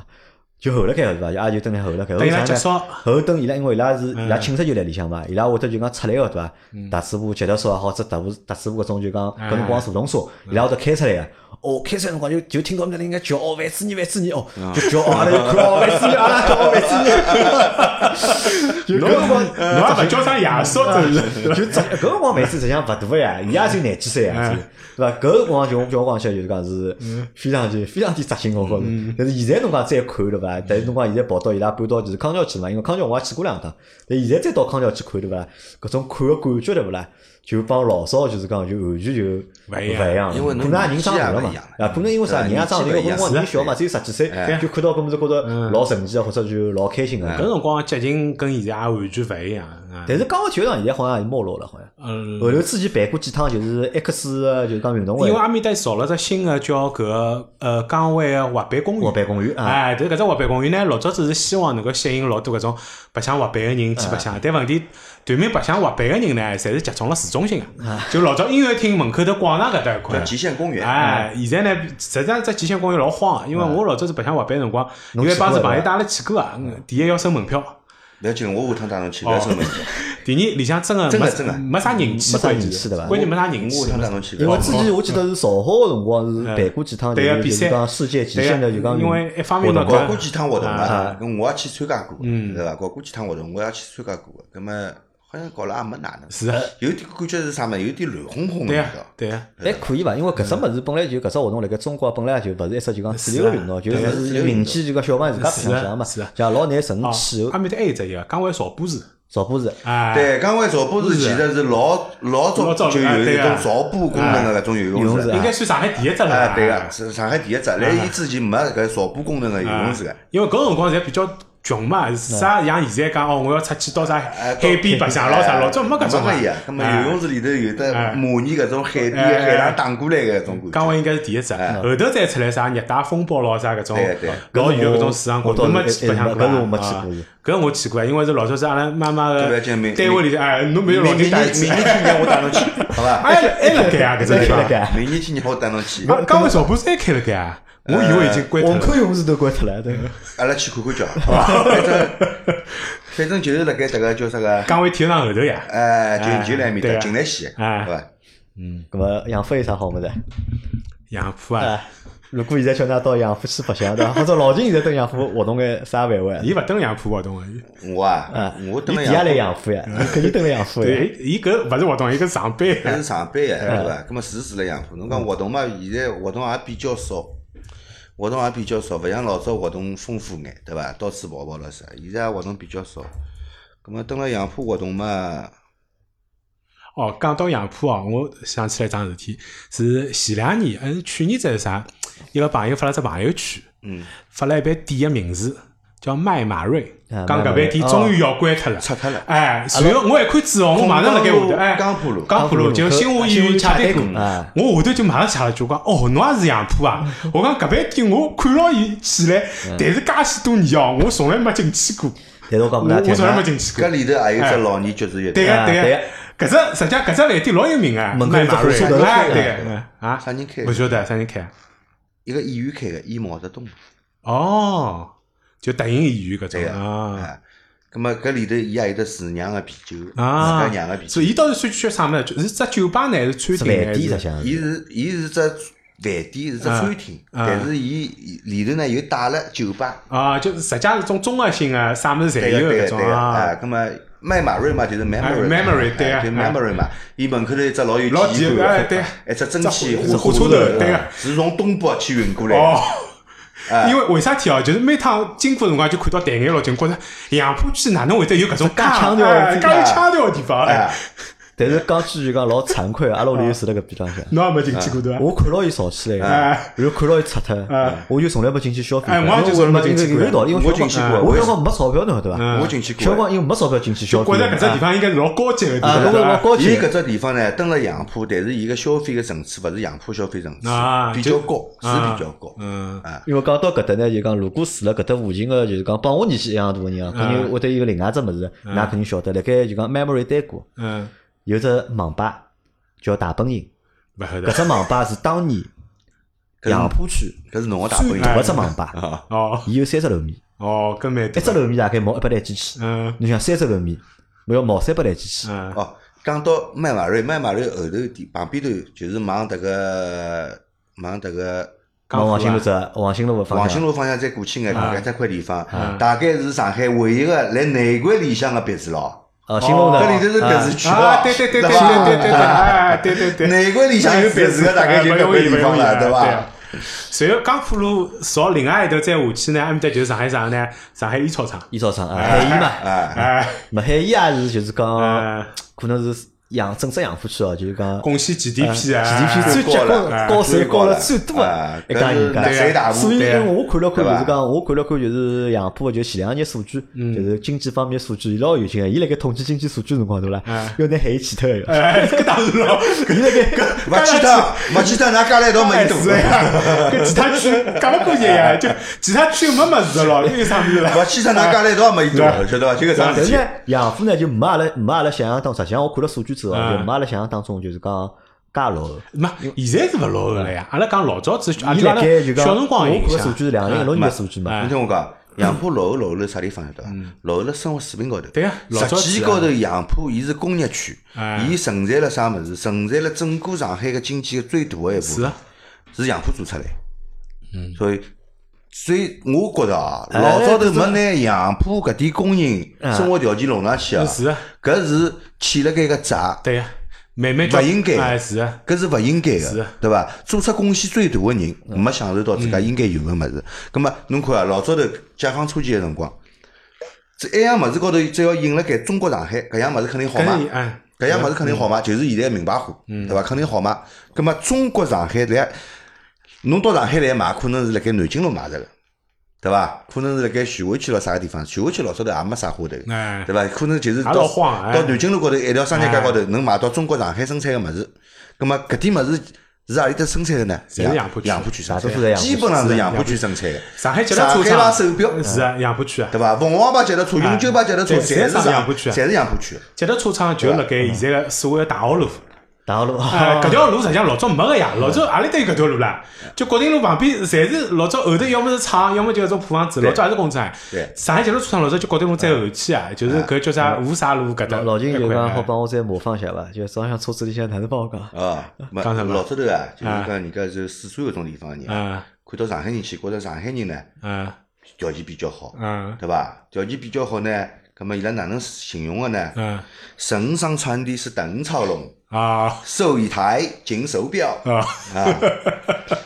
[SPEAKER 2] 就候辣盖是伐？也就等于候辣盖。
[SPEAKER 1] 等伊拉
[SPEAKER 2] 后
[SPEAKER 1] 结
[SPEAKER 2] 啥
[SPEAKER 1] 束
[SPEAKER 2] 呢？后等伊拉，因为伊拉是伊拉寝室就辣里向嘛，伊拉会得就讲出来个对伐？踏水步、脚踏车也好，只踏步踏水步搿种就讲搿辰光是动车，伊拉会得开出来个。哦，开车辰光就就听到面搭人家叫哦，万子尼，万子尼哦，就叫哦阿拉就看哦，万子尼，阿拉叫哦，万子尼。就搿辰光，
[SPEAKER 1] 呃侬也勿叫啥爷叔，真是。
[SPEAKER 2] 就这搿辰光万斯实际上勿大呀，伊也就廿几岁
[SPEAKER 1] 哎
[SPEAKER 2] 呀，对伐？搿辰光就叫我讲起来就是讲是非常就非常之扎心，我觉着。
[SPEAKER 1] 嗯
[SPEAKER 2] 但是现在侬讲再看对伐？但是侬讲现在跑到伊拉搬到就是康桥去嘛，因为康桥我也去过两趟。但现在再到康桥去看对伐？搿种看个感觉对勿啦？就帮老早就是讲就完全就
[SPEAKER 1] 勿
[SPEAKER 2] 勿
[SPEAKER 1] 一
[SPEAKER 2] 一
[SPEAKER 1] 样
[SPEAKER 2] 样了，
[SPEAKER 3] 因为
[SPEAKER 2] 可能
[SPEAKER 3] 侬
[SPEAKER 2] 也人
[SPEAKER 3] 年纪
[SPEAKER 2] 长大
[SPEAKER 3] 也
[SPEAKER 2] 了
[SPEAKER 3] 勿
[SPEAKER 2] 嘛
[SPEAKER 3] 一样，
[SPEAKER 2] 啊，可能因为啥人
[SPEAKER 3] 对
[SPEAKER 2] 也长大了，
[SPEAKER 3] 年纪勿
[SPEAKER 2] 辰
[SPEAKER 3] 一样
[SPEAKER 2] 光
[SPEAKER 3] 是
[SPEAKER 2] 人
[SPEAKER 3] 的
[SPEAKER 1] 啊
[SPEAKER 2] 小嘛，只有十几岁，
[SPEAKER 3] 哎
[SPEAKER 2] 就看到搿么子觉着
[SPEAKER 1] 嗯
[SPEAKER 2] 老神奇啊，或者就老开心个。
[SPEAKER 1] [laughs] 搿辰光激情跟现在也完全勿一样啊。
[SPEAKER 2] 但是刚刚体育场现在好像也没落了，好像。
[SPEAKER 1] 嗯，
[SPEAKER 2] 后头之前办过几趟，就是 X 的，就是讲运动会
[SPEAKER 1] 因为阿面搭造了只新个叫搿个呃江湾个滑板公
[SPEAKER 2] 滑
[SPEAKER 1] 园。
[SPEAKER 2] 板公园啊，
[SPEAKER 1] 哎，但是搿只滑板公园呢，老早子是希望能够吸引老多搿种白相滑板个人去白相，但问题全民白相滑板个人呢，侪是集中辣市中心个，就老早音乐厅门口头广场搿搭一块
[SPEAKER 3] 叫。极限公园，
[SPEAKER 1] 哎，现在呢，实际上只极限公园老荒啊，因为我老早子白相滑板辰光，有
[SPEAKER 2] 侬
[SPEAKER 1] 一
[SPEAKER 2] 去
[SPEAKER 1] 帮子
[SPEAKER 2] 过
[SPEAKER 1] 朋友
[SPEAKER 2] 伐
[SPEAKER 1] 带阿拉去过啊，嗯第一要收门票。
[SPEAKER 3] 勿要紧，我下趟带侬
[SPEAKER 1] 哦
[SPEAKER 3] 去，勿要收门票，
[SPEAKER 1] 第二，里向真个
[SPEAKER 3] 真的
[SPEAKER 1] 没
[SPEAKER 3] 真的
[SPEAKER 1] 没啥人气，
[SPEAKER 2] 没啥
[SPEAKER 1] 关
[SPEAKER 2] 人气
[SPEAKER 1] 键
[SPEAKER 2] 对吧
[SPEAKER 1] 关键没啥人
[SPEAKER 3] 我
[SPEAKER 1] 气
[SPEAKER 3] 下。趟带侬去。
[SPEAKER 2] 因为之前我记得是造好的辰光是办过几趟，就
[SPEAKER 1] 哎对个
[SPEAKER 2] 是
[SPEAKER 1] 比
[SPEAKER 2] 就是
[SPEAKER 1] 赛
[SPEAKER 2] 讲世界极限的，就讲
[SPEAKER 1] 因为一方面嘛，
[SPEAKER 3] 搞
[SPEAKER 1] 搿
[SPEAKER 3] 过几趟活动
[SPEAKER 1] 啊
[SPEAKER 3] 了，搿我也去参加过，
[SPEAKER 1] 嗯
[SPEAKER 3] 对伐？搞过几趟活动，我也去参加过，葛么好像搞了也没哪能，
[SPEAKER 1] 是的
[SPEAKER 3] 有点感觉是嗯啥么？有点乱哄哄的
[SPEAKER 1] 对
[SPEAKER 3] 味
[SPEAKER 1] 啊
[SPEAKER 3] 道，，
[SPEAKER 1] 对啊，
[SPEAKER 2] 还哎可以吧，因为搿只物事本来就搿只活动辣盖中国本来就勿是一只就讲主流的运动，
[SPEAKER 1] 啊
[SPEAKER 2] 就
[SPEAKER 3] 对
[SPEAKER 2] 是民间就讲小朋友自家
[SPEAKER 1] 是
[SPEAKER 2] 白
[SPEAKER 1] 的
[SPEAKER 2] 相嘛
[SPEAKER 1] 是的，
[SPEAKER 2] 像老难成
[SPEAKER 1] 哦
[SPEAKER 2] 气候
[SPEAKER 1] 阿面搭还有只一个江湾潮步士，
[SPEAKER 2] 造步是，
[SPEAKER 1] 哎，
[SPEAKER 3] 对，江湾潮波士其实是老老
[SPEAKER 1] 老
[SPEAKER 3] 早
[SPEAKER 1] 早
[SPEAKER 3] 就
[SPEAKER 1] 了啊
[SPEAKER 3] 有一
[SPEAKER 1] 对
[SPEAKER 3] 种
[SPEAKER 1] 啊
[SPEAKER 3] 潮波功能的搿种游
[SPEAKER 2] 游
[SPEAKER 3] 泳
[SPEAKER 2] 泳
[SPEAKER 3] 池
[SPEAKER 2] 池，
[SPEAKER 1] 应该算上海第一只了
[SPEAKER 3] 哎，
[SPEAKER 1] 吧。
[SPEAKER 3] 对个，是上海第一只，来
[SPEAKER 1] 哎
[SPEAKER 3] 伊之前没搿潮波功能的游泳池个
[SPEAKER 1] 啊。因为搿辰光侪比较穷嘛，啥像现在讲哦，我要出去到啥
[SPEAKER 3] 哎
[SPEAKER 1] 海
[SPEAKER 3] 到
[SPEAKER 1] 边白相咯啥，老早没搿种
[SPEAKER 3] 嘛
[SPEAKER 1] 啊。
[SPEAKER 3] 呀，葛么游泳池里头有的模拟搿种海边
[SPEAKER 1] 哎
[SPEAKER 3] 海浪打过来搿种感觉。
[SPEAKER 1] 江湾应该是第一只，后头再出来啥热带风暴咯啥搿种
[SPEAKER 3] 对对
[SPEAKER 1] 老远的搿种水上
[SPEAKER 2] 我
[SPEAKER 1] 活
[SPEAKER 2] 倒
[SPEAKER 1] 动，
[SPEAKER 2] 是哎
[SPEAKER 1] 侬没去白相过
[SPEAKER 2] 搿是我没去
[SPEAKER 1] 啊
[SPEAKER 2] 过是
[SPEAKER 1] 搿我去过啊，因为是老早是阿拉妈妈
[SPEAKER 3] 对
[SPEAKER 1] 个
[SPEAKER 3] 不要紧明
[SPEAKER 1] 单位里向，哎，侬没有
[SPEAKER 3] 明
[SPEAKER 1] 老
[SPEAKER 3] 年
[SPEAKER 1] 金带去
[SPEAKER 3] 明年明，年天热我带侬去，好伐？
[SPEAKER 1] [laughs] 哎，还辣盖啊搿只地
[SPEAKER 2] 还辣
[SPEAKER 1] 方
[SPEAKER 2] 盖。哎
[SPEAKER 3] 明年天热我带侬去，
[SPEAKER 1] 啊，江湾小铺山开了盖啊！我以为已经 [laughs] 关脱
[SPEAKER 2] 虹
[SPEAKER 1] 了。
[SPEAKER 2] 口泳池都关脱
[SPEAKER 1] [laughs]
[SPEAKER 2] 了，对。
[SPEAKER 3] 阿拉去看看叫，好伐？反正反正就是辣盖迭个叫啥个，
[SPEAKER 1] 江湾体育场后头呀，
[SPEAKER 3] 哎，就就辣埃面
[SPEAKER 1] 对
[SPEAKER 3] 搭
[SPEAKER 1] 啊
[SPEAKER 3] 静来县，
[SPEAKER 1] 哎
[SPEAKER 3] 好伐？
[SPEAKER 2] 咁嗯么养父有啥好物事？
[SPEAKER 1] 杨浦啊，
[SPEAKER 2] 啊，如果现在叫㑚到养父去白相，对伐？或者老金现在等养父活动个啥范 [laughs] 围啊？
[SPEAKER 1] 伊勿蹲杨浦活动个，
[SPEAKER 3] 我啊
[SPEAKER 2] 啊，，
[SPEAKER 3] 我
[SPEAKER 1] 嗯
[SPEAKER 3] 等了
[SPEAKER 2] 伊底下来
[SPEAKER 3] 养
[SPEAKER 2] 养父呀，伊肯定等了养父呀。
[SPEAKER 1] 对，伊伊搿勿是活动，伊搿是上班
[SPEAKER 3] 还
[SPEAKER 1] 呀。
[SPEAKER 3] 是上班呀，
[SPEAKER 1] 嗯
[SPEAKER 3] 对伐？葛么是住辣养铺，侬讲活动嘛，现在活动也比较少，活动也比较少，勿像老早活动丰富眼，对伐？到处跑跑了啥，现在活动比较少。葛么等了养铺活动嘛，
[SPEAKER 1] [laughs] 哦，讲到杨浦哦，我想起来一桩事体，是前两年，还是去年子还是啥？一个朋友发了只朋友圈，
[SPEAKER 3] 嗯，
[SPEAKER 1] 发了一杯店个名字叫麦马瑞，
[SPEAKER 2] 啊
[SPEAKER 1] 讲
[SPEAKER 2] 麦马
[SPEAKER 1] 搿
[SPEAKER 2] 瑞
[SPEAKER 1] 杯店终于要关脱了。
[SPEAKER 3] 拆脱了。
[SPEAKER 1] 哎，随后我一看指控，我马上辣盖下头，哎，
[SPEAKER 3] 江浦路
[SPEAKER 1] 江浦路就新华医院
[SPEAKER 2] 洽
[SPEAKER 1] 洽谈
[SPEAKER 2] 谈股
[SPEAKER 1] 股
[SPEAKER 2] 啊，
[SPEAKER 1] 我下头就马上写了一句，我讲哦，侬也是杨浦啊？我讲搿爿店我看牢伊起来，但是介许多年哦，我从来没进去过，
[SPEAKER 2] 但是我讲
[SPEAKER 1] 我
[SPEAKER 2] 拨㑚听
[SPEAKER 1] 我从来没
[SPEAKER 2] 啊，
[SPEAKER 1] 进去
[SPEAKER 3] 搿
[SPEAKER 1] 过。
[SPEAKER 3] 里头还有只老年爵士乐
[SPEAKER 1] 对
[SPEAKER 3] 队，
[SPEAKER 1] 个
[SPEAKER 2] 啊
[SPEAKER 1] 对
[SPEAKER 2] 对
[SPEAKER 1] 个，搿只实际上搿只饭店老有名啊，
[SPEAKER 2] 门口
[SPEAKER 1] 麦
[SPEAKER 2] 有只
[SPEAKER 1] 马
[SPEAKER 2] 火
[SPEAKER 1] 瑞
[SPEAKER 2] 车头
[SPEAKER 1] 哎
[SPEAKER 2] 车
[SPEAKER 1] 对个嗯啊
[SPEAKER 3] 啥，人开的？
[SPEAKER 1] 勿晓得啥人开啊？
[SPEAKER 3] 一个议员开个，伊毛泽东。
[SPEAKER 1] 哦，就德云医院搿
[SPEAKER 3] 对
[SPEAKER 1] 种
[SPEAKER 3] 个
[SPEAKER 1] 啊
[SPEAKER 3] 啊，葛么搿里头伊也有得自酿个啤酒，自
[SPEAKER 1] 啊
[SPEAKER 3] 家酿个啤，酒
[SPEAKER 1] 所。以伊到底算叫啥物事？就是只酒吧呢，还是餐
[SPEAKER 2] 是
[SPEAKER 1] 厅呢？还是
[SPEAKER 2] 饭店实际上
[SPEAKER 3] 伊
[SPEAKER 2] 是。
[SPEAKER 3] 是伊是只饭店，是只餐厅，
[SPEAKER 1] 啊
[SPEAKER 3] 但是伊里头呢又带了酒吧，
[SPEAKER 1] 啊，就是实际上是种综合性啊，啥物事侪
[SPEAKER 3] 对个
[SPEAKER 1] 有
[SPEAKER 3] 对个
[SPEAKER 1] 搿
[SPEAKER 3] 对
[SPEAKER 1] 种
[SPEAKER 3] 个
[SPEAKER 1] 啊
[SPEAKER 3] 啊，。葛么。麦马瑞嘛，就是 memory 嘛
[SPEAKER 1] memory，对啊
[SPEAKER 3] 哎就
[SPEAKER 1] 啊
[SPEAKER 3] memory 嘛。伊门口头一只老有
[SPEAKER 1] 老
[SPEAKER 3] 记忆
[SPEAKER 1] 记忆
[SPEAKER 3] 感
[SPEAKER 1] 哎
[SPEAKER 3] 的，
[SPEAKER 1] 对
[SPEAKER 3] 啊一只蒸汽
[SPEAKER 1] 只
[SPEAKER 3] 火
[SPEAKER 1] 火
[SPEAKER 3] 车
[SPEAKER 1] 车头对
[SPEAKER 3] 个
[SPEAKER 1] 个，
[SPEAKER 3] 是从东北去运过来
[SPEAKER 1] 哦
[SPEAKER 3] 的。，
[SPEAKER 2] 啊
[SPEAKER 1] 因为为啥体哦？就是每趟经过辰光就看到台眼老就觉着哎杨浦区哪能会得有搿种
[SPEAKER 2] 介腔调的
[SPEAKER 1] 哎
[SPEAKER 2] 地
[SPEAKER 1] 介
[SPEAKER 2] 方啊
[SPEAKER 1] 有腔调的地方？
[SPEAKER 3] 哎
[SPEAKER 1] 哎，，
[SPEAKER 2] 但是讲句就讲老惭愧，阿拉屋里又住辣搿边浪向。
[SPEAKER 1] 侬也没进去过对伐？
[SPEAKER 2] 我看牢伊吵起来
[SPEAKER 1] 哎，
[SPEAKER 2] 然后看牢伊拆脱
[SPEAKER 1] 哎，
[SPEAKER 2] 我就从来没进去消费过。
[SPEAKER 1] 哎我也就从来没进去过
[SPEAKER 2] 因为有道理，因为
[SPEAKER 3] 我进去过
[SPEAKER 2] 我小辰光没钞票，侬晓得
[SPEAKER 1] 嗯
[SPEAKER 2] 伐？
[SPEAKER 3] 我进去
[SPEAKER 2] 小辰
[SPEAKER 3] 过。
[SPEAKER 2] 光因为没钞票进去消
[SPEAKER 1] 觉
[SPEAKER 2] 费。
[SPEAKER 1] 着搿只地方应该是老高级的地
[SPEAKER 2] 啊，
[SPEAKER 1] 方
[SPEAKER 2] 侬
[SPEAKER 1] 对
[SPEAKER 2] 辰
[SPEAKER 1] 伐
[SPEAKER 2] 光高
[SPEAKER 3] 伊
[SPEAKER 2] 级，
[SPEAKER 3] 搿只地方呢，登了杨浦，但是伊个消费个层次勿是杨浦消费层次
[SPEAKER 1] 啊，，
[SPEAKER 3] 比较
[SPEAKER 1] 就
[SPEAKER 3] 高，是
[SPEAKER 1] 啊
[SPEAKER 3] 比较高。
[SPEAKER 1] 嗯，
[SPEAKER 2] 啊因为讲到搿搭呢，就讲如果住辣搿搭附近个，就是讲帮我年纪一样大个人啊，肯
[SPEAKER 1] 嗯
[SPEAKER 2] 定会得有另外只物事，㑚肯定晓得。辣盖就讲 memory 单过
[SPEAKER 1] 嗯，
[SPEAKER 2] 有只网吧叫大本营，
[SPEAKER 1] 勿晓
[SPEAKER 2] 搿
[SPEAKER 1] 得
[SPEAKER 2] 只网吧是当年杨浦区
[SPEAKER 3] 搿是侬个大
[SPEAKER 2] 最
[SPEAKER 3] 本营
[SPEAKER 1] 哎
[SPEAKER 2] 大个只网吧，
[SPEAKER 3] 啊！
[SPEAKER 1] 哦
[SPEAKER 2] 伊有三十楼面，
[SPEAKER 1] 哦，搿蛮
[SPEAKER 2] 一
[SPEAKER 1] 对
[SPEAKER 2] 只楼面大概毛一百来几起，
[SPEAKER 1] 嗯
[SPEAKER 2] 侬想三只楼面，我要毛三百来几起，
[SPEAKER 1] 嗯
[SPEAKER 3] 哦，讲到麦马瑞，麦马瑞后头点旁边头就是往迭个往迭个
[SPEAKER 1] 江
[SPEAKER 2] 往
[SPEAKER 1] 浦
[SPEAKER 2] 王兴路
[SPEAKER 1] 啊
[SPEAKER 2] 走，往兴路个方
[SPEAKER 3] 黄兴
[SPEAKER 2] 向，
[SPEAKER 3] 路方向再过去眼搿只块地方
[SPEAKER 1] 嗯，
[SPEAKER 3] 大概是上海唯一个来内环里向个别墅咯。
[SPEAKER 2] 呃，兴隆
[SPEAKER 1] 哦
[SPEAKER 2] 的，
[SPEAKER 3] 搿里头是别
[SPEAKER 2] 啊
[SPEAKER 3] 墅区咯
[SPEAKER 1] 啊，，对对对对
[SPEAKER 3] 对
[SPEAKER 1] 对
[SPEAKER 3] 伐
[SPEAKER 1] 对对对，哎对对哎对。
[SPEAKER 3] 内环里向有别墅个大概就搿块地方了，
[SPEAKER 1] 对
[SPEAKER 3] 对伐？？
[SPEAKER 1] 随后江浦路朝另外一头再下去呢，埃面搭就是上海啥呢？上海烟草厂。
[SPEAKER 2] 烟草厂啊，海盐嘛，
[SPEAKER 3] 啊，
[SPEAKER 1] 哎，
[SPEAKER 2] 嘛海盐也是就是讲，
[SPEAKER 1] 呃，
[SPEAKER 2] 可能是养整只养护区哦，就是讲
[SPEAKER 1] 贡献 GDP 啊
[SPEAKER 2] GDP 最结
[SPEAKER 3] 高
[SPEAKER 2] 棍
[SPEAKER 3] 了
[SPEAKER 2] 高
[SPEAKER 3] 最
[SPEAKER 2] 手
[SPEAKER 3] 高
[SPEAKER 2] 高了
[SPEAKER 3] 了
[SPEAKER 2] 最多的
[SPEAKER 3] 啊
[SPEAKER 2] 一家
[SPEAKER 3] 搿
[SPEAKER 2] 人
[SPEAKER 3] 是
[SPEAKER 2] 家
[SPEAKER 3] 纳。税大户
[SPEAKER 2] 所以，因
[SPEAKER 1] 对
[SPEAKER 2] 为我看了看，
[SPEAKER 3] 对
[SPEAKER 2] 就
[SPEAKER 3] 吧
[SPEAKER 2] 是讲，我看了看，就是杨浦的，就前两年数据，
[SPEAKER 1] 嗯
[SPEAKER 2] 就是经济方面数据，伊老有劲啊个。伊辣盖统计经济数据辰光，对伐
[SPEAKER 1] 嗯？
[SPEAKER 2] 要拿海盐去脱个。
[SPEAKER 1] 哎，搿当然咯，
[SPEAKER 2] 伊辣盖
[SPEAKER 3] 勿记得，勿记得，㑚加辣一道没多
[SPEAKER 1] 哎是。呀，跟其他区讲勿过去
[SPEAKER 2] [laughs]
[SPEAKER 1] 呀，就其他区没么子咯，又有啥物事了？
[SPEAKER 3] 勿记得，㑚加辣一道没多，晓得伐？就搿桩
[SPEAKER 2] 但
[SPEAKER 3] 事
[SPEAKER 2] 是
[SPEAKER 3] 体
[SPEAKER 2] 呢。，养父呢就没阿拉没阿拉想象当中，实际上我看了数据之后，
[SPEAKER 1] 嗯
[SPEAKER 2] 就没阿拉想象当中就是讲介落后。
[SPEAKER 1] 没，现在是勿落后了呀。阿拉讲老早子，阿
[SPEAKER 3] 啊
[SPEAKER 2] 伊
[SPEAKER 1] 拉
[SPEAKER 2] 辣盖就讲，
[SPEAKER 1] 小
[SPEAKER 2] 我
[SPEAKER 1] 辰光
[SPEAKER 2] 看
[SPEAKER 1] 的影
[SPEAKER 2] 个
[SPEAKER 1] 响
[SPEAKER 2] 数据是两零一六年的数据嘛。
[SPEAKER 1] 哎
[SPEAKER 3] 侬听我讲，杨浦落后落后辣啥地方晓得伐？落后辣生活水平高头。
[SPEAKER 1] 嗯对呀老早
[SPEAKER 3] 实际
[SPEAKER 1] 子啊
[SPEAKER 3] 高头杨浦伊是工业区
[SPEAKER 1] 哎，
[SPEAKER 3] 伊承载了啥物事？承载了整个上海个经济个最大个一部
[SPEAKER 1] 是
[SPEAKER 3] 分
[SPEAKER 1] 啊，
[SPEAKER 3] 是杨浦做出来。嗯，所以。所以我觉着啊，
[SPEAKER 2] 哎
[SPEAKER 3] 老早头没拿杨浦搿点工人生活条件弄上去啊，
[SPEAKER 1] 是啊，
[SPEAKER 3] 搿是欠了该个债，
[SPEAKER 1] 对啊呀，慢慢叫
[SPEAKER 3] 勿应该
[SPEAKER 1] 哎，是啊，
[SPEAKER 3] 搿是勿啊嗯应该
[SPEAKER 1] 是
[SPEAKER 3] 个，对伐？做出贡献最大个人，没享受到自家应该有个物事。葛末侬看啊，老早头解放初期个辰光，这一样物事高头，只要引辣盖中国上海，搿样物事肯定啊嗯好
[SPEAKER 1] 搿
[SPEAKER 3] 卖
[SPEAKER 1] 是，哎，
[SPEAKER 3] 搿样物事肯定好卖，就是现在个名牌货，对伐？肯定好卖。葛末中国上海来，侬到上海来买，可能是辣盖南京路买着个，对伐？可能是辣盖徐汇区咯啥个地方，徐汇区老早头也没啥花头。
[SPEAKER 1] 哎，
[SPEAKER 3] 对伐？可能就是
[SPEAKER 1] 也老
[SPEAKER 3] 到
[SPEAKER 1] 荒哎
[SPEAKER 3] 到南京路高头一条商业街高头，能买到中国上海生产个物事。葛末搿点物事是啊何里搭生产的呢？
[SPEAKER 1] 侪是杨浦区
[SPEAKER 3] 杨浦区生
[SPEAKER 2] 大多
[SPEAKER 3] 产
[SPEAKER 2] 数是
[SPEAKER 3] 的，
[SPEAKER 2] 杨浦区
[SPEAKER 3] 基本上是杨浦区生产的。
[SPEAKER 1] 上海脚踏
[SPEAKER 3] 上嗯
[SPEAKER 1] 车
[SPEAKER 3] 海
[SPEAKER 1] 厂
[SPEAKER 3] 牌手表，
[SPEAKER 1] 是啊，杨浦区啊，
[SPEAKER 3] 对伐？凤凰牌脚踏车、永久牌脚踏车，
[SPEAKER 1] 对
[SPEAKER 3] 侪是
[SPEAKER 1] 侪是
[SPEAKER 3] 上
[SPEAKER 1] 杨浦区啊
[SPEAKER 3] 侪是杨浦区。
[SPEAKER 1] 脚踏车厂就辣
[SPEAKER 3] 嗯
[SPEAKER 1] 盖现在个所谓个大学路。
[SPEAKER 2] 大学路，
[SPEAKER 1] 哎，搿条路实际上老早没个呀，老早阿里搭有搿条路啦，
[SPEAKER 3] 嗯
[SPEAKER 1] 就国定路旁边，侪是老早后头要么是厂，要么就搿种破房子，
[SPEAKER 3] 对
[SPEAKER 1] 老早也是工厂。
[SPEAKER 3] 对嗯
[SPEAKER 1] 上海捷路车厂老早就国定路再后期啊，就是搿叫啥五沙路搿搭
[SPEAKER 2] 老老金
[SPEAKER 1] 一
[SPEAKER 2] 就
[SPEAKER 1] 块
[SPEAKER 2] 讲好
[SPEAKER 1] 哎
[SPEAKER 2] 帮我再模仿一下伐？就早上车子里向哪能帮我讲？
[SPEAKER 3] 啊，没
[SPEAKER 1] 讲什么
[SPEAKER 3] 老早头啊，就是
[SPEAKER 1] 啊
[SPEAKER 3] 讲人家是四川搿种地方的人啊，
[SPEAKER 1] 嗯
[SPEAKER 3] 看到上海人去，觉着上海人呢
[SPEAKER 1] 嗯
[SPEAKER 3] 条件比较好，
[SPEAKER 1] 嗯
[SPEAKER 3] 对伐？条件比较好呢，葛末伊拉哪能形容个呢？
[SPEAKER 1] 嗯
[SPEAKER 3] 身上穿的是邓超龙，
[SPEAKER 1] 啊
[SPEAKER 3] 手一抬金手表。
[SPEAKER 1] 啊，
[SPEAKER 3] 啊，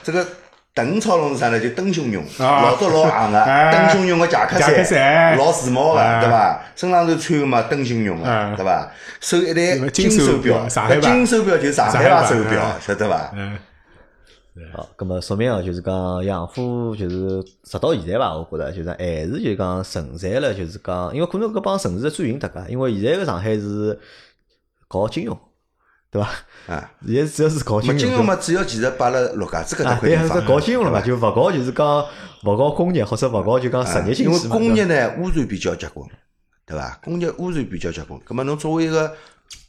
[SPEAKER 3] 这个邓超龙是啥呢？就灯熊绒，
[SPEAKER 1] 啊
[SPEAKER 3] 老早老行个
[SPEAKER 1] 哎
[SPEAKER 3] 灯熊绒个夹克
[SPEAKER 1] 夹克衫
[SPEAKER 3] 老时髦
[SPEAKER 1] 哎
[SPEAKER 3] 个，对伐？身上头穿个嘛灯熊
[SPEAKER 1] 哎
[SPEAKER 3] 绒个，啊对伐？手一
[SPEAKER 1] 么
[SPEAKER 3] 戴
[SPEAKER 1] 金
[SPEAKER 3] 金
[SPEAKER 1] 手
[SPEAKER 3] 手
[SPEAKER 1] 表
[SPEAKER 3] 表，
[SPEAKER 1] 上海
[SPEAKER 3] 搿
[SPEAKER 1] 牌
[SPEAKER 3] 金手表就是上海
[SPEAKER 1] 上海
[SPEAKER 3] 牌
[SPEAKER 1] 牌
[SPEAKER 3] 手表
[SPEAKER 1] 哎，
[SPEAKER 3] 晓得伐？
[SPEAKER 1] 嗯
[SPEAKER 2] 好，咁么说明哦，就是讲养父就是直到现在吧，我觉得就是还是就是讲承载了，就是讲，因为可能搿帮城市的转型搭界，因为现在个上海是搞金融，对伐？
[SPEAKER 3] 啊，
[SPEAKER 2] 现在主要是搞
[SPEAKER 3] 么
[SPEAKER 2] 金
[SPEAKER 3] 金
[SPEAKER 2] 融
[SPEAKER 3] 融。嘛，主要其实摆了陆家嘴搿
[SPEAKER 2] 对
[SPEAKER 3] 搭
[SPEAKER 2] 伐啊，
[SPEAKER 3] 块
[SPEAKER 2] 对
[SPEAKER 3] 地
[SPEAKER 2] 啊，
[SPEAKER 3] 方哎
[SPEAKER 2] 是，搞金融了嘛，
[SPEAKER 3] 对伐
[SPEAKER 2] 就勿搞就是讲勿搞工业或者勿搞就讲实业经
[SPEAKER 3] 呃哎因为
[SPEAKER 2] 济嘛。
[SPEAKER 3] 工
[SPEAKER 2] 对
[SPEAKER 3] 业
[SPEAKER 2] 伐
[SPEAKER 3] 呢污染比较结棍，对伐？工业污染比较结棍。葛末侬作为一个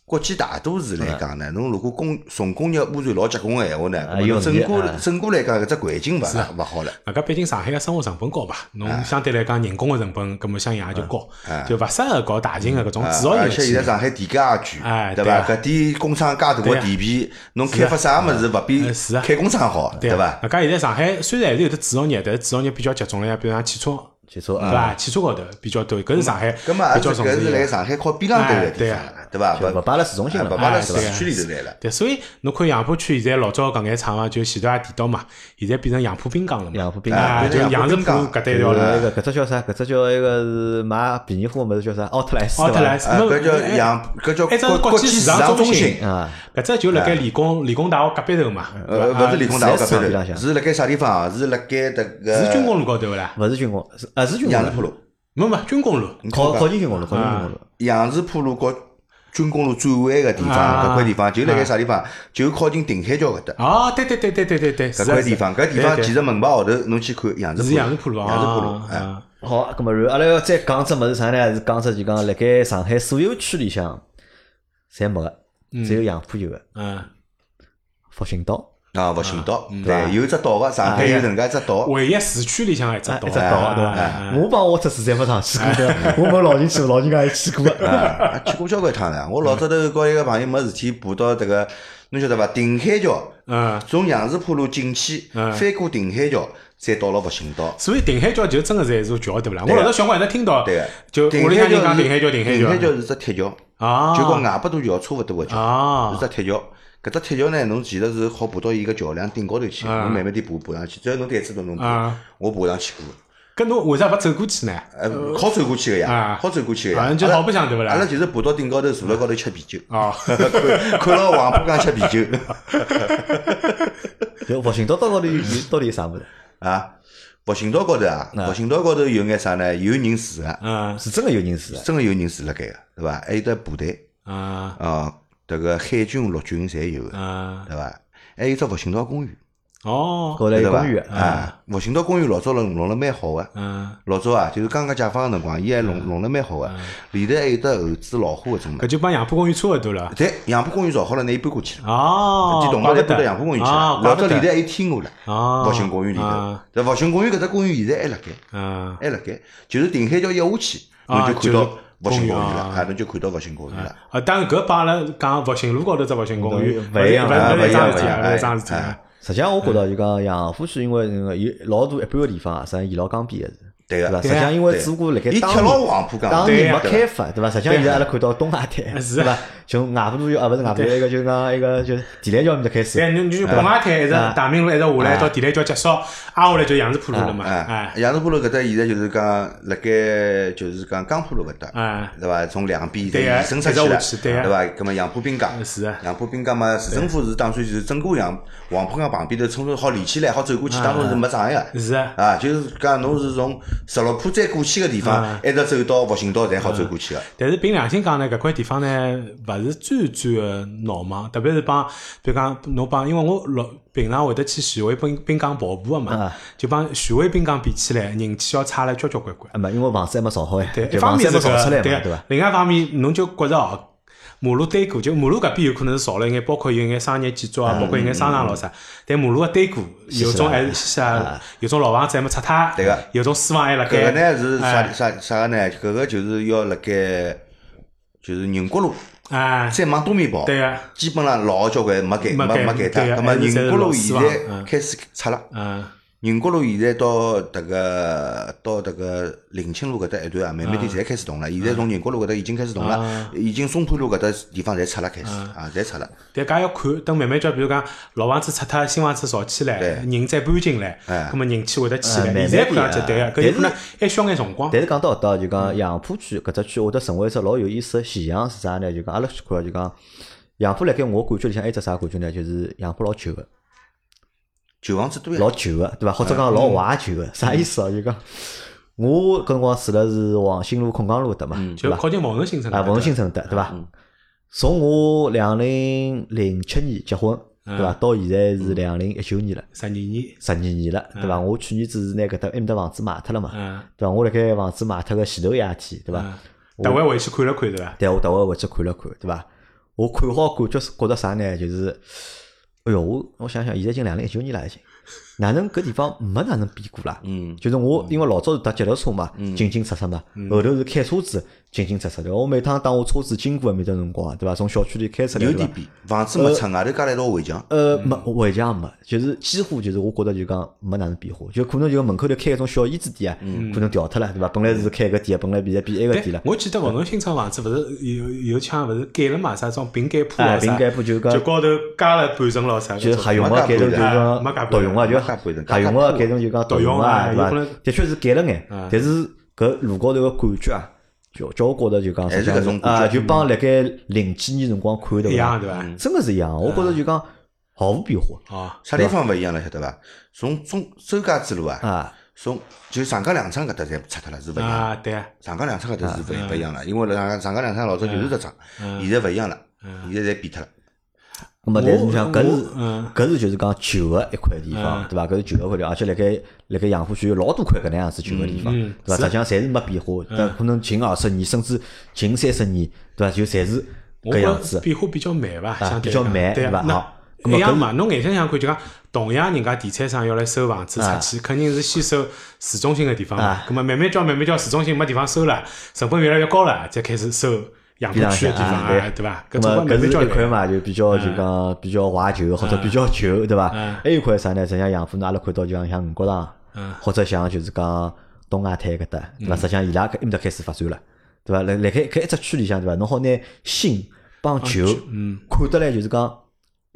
[SPEAKER 3] 国际大都市来讲呢，侬如果工重工业污染老结棍个闲话呢，
[SPEAKER 2] 啊
[SPEAKER 3] 咁么
[SPEAKER 2] 有问
[SPEAKER 3] 侬整
[SPEAKER 2] 题
[SPEAKER 3] 个
[SPEAKER 2] 啊
[SPEAKER 3] 整个来讲搿只环境勿勿好了。
[SPEAKER 1] 那搿毕竟上海个生活成本高吧，
[SPEAKER 3] 啊
[SPEAKER 1] 侬相对来讲人工个成本，搿么相应也就高，就勿适合搞大型个搿种
[SPEAKER 3] 啊
[SPEAKER 1] 制造业的
[SPEAKER 3] 而且
[SPEAKER 1] 企
[SPEAKER 3] 现在
[SPEAKER 1] 业。
[SPEAKER 3] 上海地价也贵，
[SPEAKER 1] 哎
[SPEAKER 3] 对
[SPEAKER 1] 对
[SPEAKER 3] 伐
[SPEAKER 1] 啊？
[SPEAKER 3] 搿点工厂介大
[SPEAKER 1] 对
[SPEAKER 3] 个
[SPEAKER 1] 啊
[SPEAKER 3] 地皮，侬开发啥物事勿比
[SPEAKER 1] 呃是啊
[SPEAKER 3] 开工厂好，对伐
[SPEAKER 1] 啊？？搿现在上海虽然还是有得制造业，但是制造业比较集中了呀，比如像汽车，
[SPEAKER 2] 汽车
[SPEAKER 1] 对
[SPEAKER 2] 啊，
[SPEAKER 1] 伐？汽车高头比较多，搿是上海
[SPEAKER 3] 葛末
[SPEAKER 1] 比
[SPEAKER 3] 也
[SPEAKER 1] 较
[SPEAKER 3] 是
[SPEAKER 1] 重
[SPEAKER 3] 嗯
[SPEAKER 1] 视
[SPEAKER 3] 搿啊是
[SPEAKER 1] 的
[SPEAKER 3] 辣。上海靠边浪头
[SPEAKER 1] 哎
[SPEAKER 3] 个
[SPEAKER 1] 对
[SPEAKER 3] 地
[SPEAKER 1] 啊
[SPEAKER 3] 方了，对伐？
[SPEAKER 2] 就勿
[SPEAKER 3] 勿
[SPEAKER 2] 摆辣市中心了
[SPEAKER 3] 勿
[SPEAKER 2] 嘛。
[SPEAKER 3] 摆辣
[SPEAKER 1] 哎
[SPEAKER 3] 市
[SPEAKER 1] 对啊
[SPEAKER 3] 区里头来了。
[SPEAKER 1] 对，所以侬看杨浦区现在老早搿眼厂啊，就前头也提到嘛，现在变成杨浦滨江了嘛，
[SPEAKER 2] 杨浦滨江
[SPEAKER 1] 啊，
[SPEAKER 3] 变
[SPEAKER 1] 就
[SPEAKER 3] 成
[SPEAKER 1] 杨
[SPEAKER 3] 杨
[SPEAKER 1] 浦
[SPEAKER 3] 浦
[SPEAKER 1] 滨
[SPEAKER 3] 滨
[SPEAKER 1] 江
[SPEAKER 3] 江嗯
[SPEAKER 1] 搿搭一条路，
[SPEAKER 2] 那个搿只叫啥？搿只叫一个是卖便宜货物事叫啥？奥特莱斯
[SPEAKER 1] 奥
[SPEAKER 2] 对
[SPEAKER 1] 特莱
[SPEAKER 2] 伐？
[SPEAKER 1] 斯，
[SPEAKER 3] 啊，
[SPEAKER 1] 没
[SPEAKER 3] 搿叫
[SPEAKER 1] 哎
[SPEAKER 3] 洋，搿叫
[SPEAKER 1] 哎这是
[SPEAKER 3] 国
[SPEAKER 1] 国际
[SPEAKER 3] 际
[SPEAKER 1] 市
[SPEAKER 3] 市
[SPEAKER 1] 场
[SPEAKER 3] 场
[SPEAKER 1] 中
[SPEAKER 3] 中
[SPEAKER 1] 心
[SPEAKER 3] 心。
[SPEAKER 2] 啊，
[SPEAKER 1] 搿只就辣盖理工理工大学隔壁头嘛，
[SPEAKER 3] 呃，
[SPEAKER 1] 对
[SPEAKER 3] 勿
[SPEAKER 1] 伐
[SPEAKER 3] 是理工大
[SPEAKER 2] 啊
[SPEAKER 3] 学搿
[SPEAKER 2] 市
[SPEAKER 3] 边
[SPEAKER 2] 场
[SPEAKER 3] 头，是辣盖啥地方啊？是辣盖迭
[SPEAKER 1] 啊
[SPEAKER 3] 个
[SPEAKER 1] 是军工路高头个啦，
[SPEAKER 2] 勿是军工，是啊是军工
[SPEAKER 3] 杨
[SPEAKER 2] 的
[SPEAKER 3] 子。浦路，
[SPEAKER 1] 没没军工路，
[SPEAKER 3] 你听
[SPEAKER 2] 靠
[SPEAKER 3] 我
[SPEAKER 2] 靠
[SPEAKER 3] 讲
[SPEAKER 2] 近军工路，靠近军工路。
[SPEAKER 3] 杨子浦路和军工路转弯个地
[SPEAKER 1] 啊
[SPEAKER 3] 方，搿块地方就辣盖啥地方？就靠近定海桥搿搭。
[SPEAKER 1] 哦，对对对对对对对，
[SPEAKER 3] 搿
[SPEAKER 1] 是啊
[SPEAKER 3] 块地方，搿地
[SPEAKER 1] 对
[SPEAKER 3] 方
[SPEAKER 1] 对
[SPEAKER 3] 其实门牌号头侬去看杨子
[SPEAKER 1] 是
[SPEAKER 3] 浦，
[SPEAKER 1] 杨浦路啊，
[SPEAKER 3] 杨子浦路，哎，
[SPEAKER 1] 啊
[SPEAKER 2] 好，咁么然后阿拉要再讲只物事啥呢？是讲只就讲辣盖上海所有区里向，侪没个，只有杨浦有个
[SPEAKER 1] 嗯，
[SPEAKER 2] 复兴岛。
[SPEAKER 3] 啊，勿寻岛，对，有一只岛个，啊
[SPEAKER 1] 啊
[SPEAKER 3] 上海有能介一只岛，
[SPEAKER 1] 唯一市区里向一只
[SPEAKER 3] 哎
[SPEAKER 2] 啊
[SPEAKER 1] 岛，
[SPEAKER 2] 一只岛对伐？我帮我只是侪没上去过对
[SPEAKER 1] 哎
[SPEAKER 2] 伐？我问老人去，老人家也去过。
[SPEAKER 1] [laughs]
[SPEAKER 3] 啊，去过交关趟了。我老早头跟一个朋友没事体爬到迭个，侬晓得伐？定海桥，
[SPEAKER 1] 嗯，
[SPEAKER 3] 从杨树浦路进去，翻过定海桥，再到了复兴岛。
[SPEAKER 1] 所以定海桥就真个是一座桥，对勿啦？我
[SPEAKER 3] 个
[SPEAKER 1] 老早小辰光一直听到
[SPEAKER 3] 啊对个，，
[SPEAKER 1] [laughs] 就
[SPEAKER 3] 定
[SPEAKER 1] 屋
[SPEAKER 3] 海
[SPEAKER 1] 里向人
[SPEAKER 3] 桥
[SPEAKER 1] 讲
[SPEAKER 3] 是
[SPEAKER 1] 定海桥，定海
[SPEAKER 3] 定海
[SPEAKER 1] 桥
[SPEAKER 3] 桥是只铁桥，
[SPEAKER 1] 啊，
[SPEAKER 3] 就跟外八渡桥差勿多个桥，
[SPEAKER 1] 啊
[SPEAKER 3] 是只铁桥。搿只铁桥呢，侬其实是好爬到伊个桥梁顶高头去，侬慢慢点爬爬上去。只要侬胆子大，侬爬。
[SPEAKER 1] 啊，
[SPEAKER 3] 我爬上去过，
[SPEAKER 1] 搿侬为啥勿走过去呢？
[SPEAKER 3] 呃，好走过去个呀
[SPEAKER 1] 啊，
[SPEAKER 3] 好走过去个
[SPEAKER 1] 好
[SPEAKER 3] 呀
[SPEAKER 1] 像。就
[SPEAKER 3] 阿拉
[SPEAKER 1] 老不想对勿
[SPEAKER 3] 阿拉
[SPEAKER 1] 啦？
[SPEAKER 3] 就是爬到顶高头，坐辣高头吃啤
[SPEAKER 1] [laughs]
[SPEAKER 3] 酒，
[SPEAKER 1] 啊，
[SPEAKER 3] 看看牢黄浦江吃啤酒。
[SPEAKER 2] 就复兴岛到高头有有到底有啥物事？
[SPEAKER 3] 啊，复兴岛高头啊，复兴岛高头有眼啥呢？有人住个，
[SPEAKER 1] 嗯
[SPEAKER 2] 是真个有人啊住个，
[SPEAKER 3] 真个有人住辣盖个，对伐？还有得部队
[SPEAKER 1] 嗯
[SPEAKER 3] 啊，迭个海军、陆军侪有个，
[SPEAKER 1] 嗯，
[SPEAKER 3] 对伐？还有只复兴岛公园，
[SPEAKER 1] 哦，
[SPEAKER 2] 高头
[SPEAKER 3] 对
[SPEAKER 2] 有
[SPEAKER 3] 伐
[SPEAKER 2] 公园？
[SPEAKER 3] 啊，复兴岛公园老早弄弄了蛮好个。
[SPEAKER 1] 嗯，
[SPEAKER 3] 老早啊，就是刚刚解放个辰光，伊还弄弄了蛮好个，里头还有得猴子、老虎搿种
[SPEAKER 1] 搿
[SPEAKER 3] 物。
[SPEAKER 1] 就帮杨浦公园差勿多了。
[SPEAKER 3] 对，杨浦公园造好了，拿伊搬过去了，
[SPEAKER 1] 哦，
[SPEAKER 3] 建动
[SPEAKER 1] 怪
[SPEAKER 3] 物
[SPEAKER 1] 不
[SPEAKER 3] 侪
[SPEAKER 1] 得
[SPEAKER 3] 搬到杨浦公园去
[SPEAKER 1] 啊
[SPEAKER 3] 了。
[SPEAKER 1] 怪
[SPEAKER 3] 老
[SPEAKER 1] 不
[SPEAKER 3] 早里
[SPEAKER 1] 得
[SPEAKER 3] 头还有天鹅了，
[SPEAKER 1] 啊，
[SPEAKER 3] 复兴公园里头
[SPEAKER 1] 啊。
[SPEAKER 3] 但复兴公园搿只公园现在还辣盖。
[SPEAKER 1] 嗯，
[SPEAKER 3] 还辣盖，就是定海桥一下去，侬
[SPEAKER 1] 啊
[SPEAKER 3] 就看到复
[SPEAKER 1] 就是公园啊
[SPEAKER 3] 兴公园了，啊，侬就看到复兴公园了。
[SPEAKER 1] 啊，当然搿帮阿拉讲复兴路高头只复兴公园
[SPEAKER 2] 勿一样
[SPEAKER 1] 勿
[SPEAKER 2] 啊
[SPEAKER 1] 勿
[SPEAKER 2] 勿
[SPEAKER 1] 是
[SPEAKER 2] 一
[SPEAKER 1] 一桩事体啊，勿是
[SPEAKER 2] 样
[SPEAKER 3] 勿一样
[SPEAKER 1] 一桩事体
[SPEAKER 3] 哎
[SPEAKER 1] 啊。
[SPEAKER 2] 实际上，我觉着就讲杨浦区，因为那个有老大一半个地方啊，实际上伊老江边个是，
[SPEAKER 3] 对
[SPEAKER 2] 对
[SPEAKER 3] 个
[SPEAKER 2] 伐？
[SPEAKER 1] 啊
[SPEAKER 2] 实
[SPEAKER 3] 对
[SPEAKER 2] 际上，因为
[SPEAKER 3] 对
[SPEAKER 2] 只不过辣盖
[SPEAKER 3] 伊
[SPEAKER 2] 当
[SPEAKER 3] 贴牢
[SPEAKER 2] 年
[SPEAKER 3] 黄浦江，
[SPEAKER 2] 当
[SPEAKER 3] 对
[SPEAKER 2] 年没
[SPEAKER 1] 呀
[SPEAKER 2] 开发，对伐？实际上，现在阿拉看到东海滩，
[SPEAKER 1] 是
[SPEAKER 2] 对伐？就外浦路又啊，勿是外浦路，一个就讲一个就地雷桥面头开始，
[SPEAKER 1] 对，啊哎你你就蓬外滩一直大明路一直下来到地雷桥结束，挨下来就杨子浦路了嘛，
[SPEAKER 3] 哎
[SPEAKER 1] 哎，
[SPEAKER 3] 杨树浦路搿搭现在就是讲辣盖，就是讲江浦路搿搭，
[SPEAKER 1] 哎，
[SPEAKER 3] 对伐？从两边
[SPEAKER 1] 对啊呀
[SPEAKER 3] 延伸出
[SPEAKER 1] 一直下去
[SPEAKER 3] 去
[SPEAKER 1] 对
[SPEAKER 3] 了，
[SPEAKER 1] 呀
[SPEAKER 3] 对伐？葛末杨浦滨江。
[SPEAKER 1] 是啊，
[SPEAKER 3] 杨浦滨江嘛，市政府是打算就是整个杨黄浦江啊旁边头，冲冲好连起来，好走过去，当然是没障碍个。
[SPEAKER 1] 哎是啊，
[SPEAKER 3] 啊，就是讲侬是从石老浦再过去个地方
[SPEAKER 1] 啊，
[SPEAKER 3] 一直走到复兴岛，侪好走过去个。
[SPEAKER 1] 但是凭良心讲呢，搿块地方呢，勿是最最个闹忙，特别是帮，比如讲侬帮，因为我老平常会得去徐汇滨滨江跑步个嘛
[SPEAKER 2] 啊，
[SPEAKER 1] 就帮徐汇滨江比起来，人气要差了交交关关。
[SPEAKER 2] 啊没，因为房子还没造好哎，
[SPEAKER 1] 对，一
[SPEAKER 2] 就
[SPEAKER 1] 方
[SPEAKER 2] 房
[SPEAKER 1] 面
[SPEAKER 2] 子
[SPEAKER 1] 是
[SPEAKER 2] 还没
[SPEAKER 1] 搿
[SPEAKER 2] 造出来嘛，
[SPEAKER 1] 对啊
[SPEAKER 2] 对伐？
[SPEAKER 1] 另外一方面，侬就觉着哦，马路对过，就马路搿边有可能是少了一眼，包括有眼商业建筑啊，包括有眼商场咾啥。但马路个对过，有种还是西啊，有种老房子还没拆塌，
[SPEAKER 3] 对个
[SPEAKER 1] 有种私房还辣
[SPEAKER 3] 搿个
[SPEAKER 1] 盖，
[SPEAKER 3] 呢是
[SPEAKER 1] 哎
[SPEAKER 3] 啥啥啥个呢？搿个就是要辣盖，就是宁国路
[SPEAKER 1] 哎，
[SPEAKER 3] 再往东面跑，
[SPEAKER 1] 对个，
[SPEAKER 3] 基本上老交关没改
[SPEAKER 1] 没
[SPEAKER 3] 没
[SPEAKER 1] 改
[SPEAKER 3] 没改
[SPEAKER 1] 对
[SPEAKER 3] 脱。
[SPEAKER 1] 啊
[SPEAKER 3] 葛末
[SPEAKER 1] 还是
[SPEAKER 3] 宁
[SPEAKER 1] 在
[SPEAKER 3] 国路
[SPEAKER 1] 老
[SPEAKER 3] 现
[SPEAKER 1] 四房
[SPEAKER 3] 在
[SPEAKER 1] 嗯
[SPEAKER 3] 开始拆了，
[SPEAKER 1] 嗯
[SPEAKER 3] 宁国路现在到迭个到迭个临清路搿搭一段啊，慢
[SPEAKER 1] 嗯
[SPEAKER 3] 慢点侪开始动了。现在从宁国路搿搭已经开始动了
[SPEAKER 1] 啊，
[SPEAKER 3] 已经松潘路搿搭地方侪拆了开始
[SPEAKER 1] 嗯
[SPEAKER 3] 啊，侪拆了。
[SPEAKER 1] 但搿也要看，等慢慢叫，比如讲老房子拆脱，新房子造起来，
[SPEAKER 3] 对
[SPEAKER 1] 人再搬进来，
[SPEAKER 3] 哎
[SPEAKER 1] 葛末人气会得起
[SPEAKER 2] 哎
[SPEAKER 1] 来。
[SPEAKER 2] 慢
[SPEAKER 1] 现在
[SPEAKER 2] 慢
[SPEAKER 1] 看上去
[SPEAKER 2] 点
[SPEAKER 1] 对
[SPEAKER 2] 啊
[SPEAKER 1] 个，搿有可能还需要眼辰光。
[SPEAKER 2] 但是讲到搿搭，就讲
[SPEAKER 1] 嗯
[SPEAKER 2] 杨浦区搿只区会得成为一只老有意思个现象是啥呢？就讲阿拉去看，就讲杨浦辣盖我感觉里向还有只啥感觉呢？就是杨浦老旧个，
[SPEAKER 3] 旧房子多呀
[SPEAKER 2] 老，旧个，对伐？或者
[SPEAKER 1] 嗯
[SPEAKER 2] 讲老怀旧个，啥意思啊？就讲我搿辰光住了是黄兴路、孔江路搿搭嘛，对
[SPEAKER 1] 嗯就
[SPEAKER 2] 伐？
[SPEAKER 1] 靠近凤城新城嗯
[SPEAKER 2] 啊，
[SPEAKER 1] 搿搭
[SPEAKER 2] 文兴城搭，对伐？从我两零零七年结婚，
[SPEAKER 1] 嗯
[SPEAKER 2] 对伐？到现在是两零一九年了，
[SPEAKER 1] 十二年，
[SPEAKER 2] 十二年了，对伐？我去年子是拿搿搭埃面搭房子卖脱了嘛，
[SPEAKER 1] 嗯，
[SPEAKER 2] 对伐？我辣盖房子卖脱个前头一夜天，对伐？
[SPEAKER 1] 特回回去看了看对伐？
[SPEAKER 2] 对我特回回去看了看，对伐？我看好感觉是觉得啥呢？就是，哎哟，我我想想，现在已经两零一九年了，已经，哪能搿地方没哪能变过啦？
[SPEAKER 3] 嗯，
[SPEAKER 2] 就是我因为老早是踏脚踏车嘛，进进出出嘛，后头是开车子进进出出的。我每趟当我车子经过埃面搭辰光，啊对伐？从小区里开出来，
[SPEAKER 3] 有
[SPEAKER 2] 对
[SPEAKER 3] 点嗯
[SPEAKER 2] 伐
[SPEAKER 3] 变，房子
[SPEAKER 1] 呃
[SPEAKER 3] 没拆，外头加了一道围墙。
[SPEAKER 2] 呃，没，我讲没，就是几乎就是我觉得就讲没哪能变化，就可能就门口头开一种小烟子店啊，
[SPEAKER 3] 嗯
[SPEAKER 2] 可能调脱了，对伐？本来是开搿店，本来变变埃个店了
[SPEAKER 1] 对，。我记得文龙新城房子勿是有有腔勿是改了嘛？啥种饼干铺啊
[SPEAKER 2] 哎，
[SPEAKER 1] 啥，
[SPEAKER 2] 饼干铺就讲
[SPEAKER 1] 就高头加了半层咯啥搿种，
[SPEAKER 2] 就是合啊用个改成就是
[SPEAKER 1] 啊
[SPEAKER 2] 讲独用啊个，就合用个改成就讲独用啊，对伐？的确是改了眼，
[SPEAKER 1] 啊
[SPEAKER 2] 但是搿路高头个感觉啊，叫叫我觉着就讲实际上啊，就帮辣盖零几年辰光看的
[SPEAKER 1] 嗯一样
[SPEAKER 2] 伐？
[SPEAKER 1] 对伐？
[SPEAKER 2] 真个是嗯一样，我觉着就讲毫无变化
[SPEAKER 1] 哦，
[SPEAKER 3] 啥地方勿一样了，晓得伐？从中周家嘴路啊，
[SPEAKER 2] 啊。
[SPEAKER 3] 从就上江两厂搿搭侪拆脱了，是勿一样的。
[SPEAKER 1] 嗯啊对啊，
[SPEAKER 3] 上江两厂搿搭是
[SPEAKER 2] 嗯
[SPEAKER 3] 勿勿一样了，因为上上江两厂老早就是只厂，现在勿一样了，
[SPEAKER 2] 嗯
[SPEAKER 3] 现在侪变脱了。
[SPEAKER 2] 那么，但是你想，搿是
[SPEAKER 1] 我嗯
[SPEAKER 2] 搿是就是讲旧个一块地方，对伐？搿是旧个一块地方，而且辣盖辣盖杨浦区有老多块搿能样子旧个地方，
[SPEAKER 1] 嗯
[SPEAKER 2] 对伐？实际上侪是没变化，但可能近二十年甚至近三十年，对伐？就侪是
[SPEAKER 1] 我
[SPEAKER 2] 搿
[SPEAKER 1] 觉
[SPEAKER 2] 样子
[SPEAKER 1] 着。变化比较慢伐，
[SPEAKER 2] 啊
[SPEAKER 1] 相
[SPEAKER 2] 比
[SPEAKER 1] 对
[SPEAKER 2] 较
[SPEAKER 1] 来讲
[SPEAKER 2] 慢，
[SPEAKER 1] 对
[SPEAKER 2] 伐？
[SPEAKER 1] 啊，
[SPEAKER 2] 好
[SPEAKER 1] 那，一样嘛。侬眼想想看，就讲同样人家地产商要来收房子
[SPEAKER 2] 啊
[SPEAKER 1] 出去，肯定是先收市中心个地方嘛
[SPEAKER 2] 啊。
[SPEAKER 1] 咁么慢慢叫慢慢叫市中心没地方收了，成本越来越高了，再开始收杨浦区个地方
[SPEAKER 2] 边上
[SPEAKER 1] 啊，对伐？搿
[SPEAKER 2] 咁
[SPEAKER 1] 总
[SPEAKER 2] 么
[SPEAKER 1] 归慢慢
[SPEAKER 2] 搿是
[SPEAKER 1] 叫
[SPEAKER 2] 一块
[SPEAKER 1] 来。
[SPEAKER 2] 嘛，就比较就讲比较怀旧或者比较旧，对伐？还有一块啥呢？实际上杨浦呢，阿拉看到就讲像五角场
[SPEAKER 1] 嗯，
[SPEAKER 2] 或者像就是讲东外滩搿搭，对伐？实际上伊拉搿埃面搭开始发展了，对伐？辣辣盖搿一只区里向，对伐？侬好拿新帮旧
[SPEAKER 1] 嗯，
[SPEAKER 2] 看得来就是讲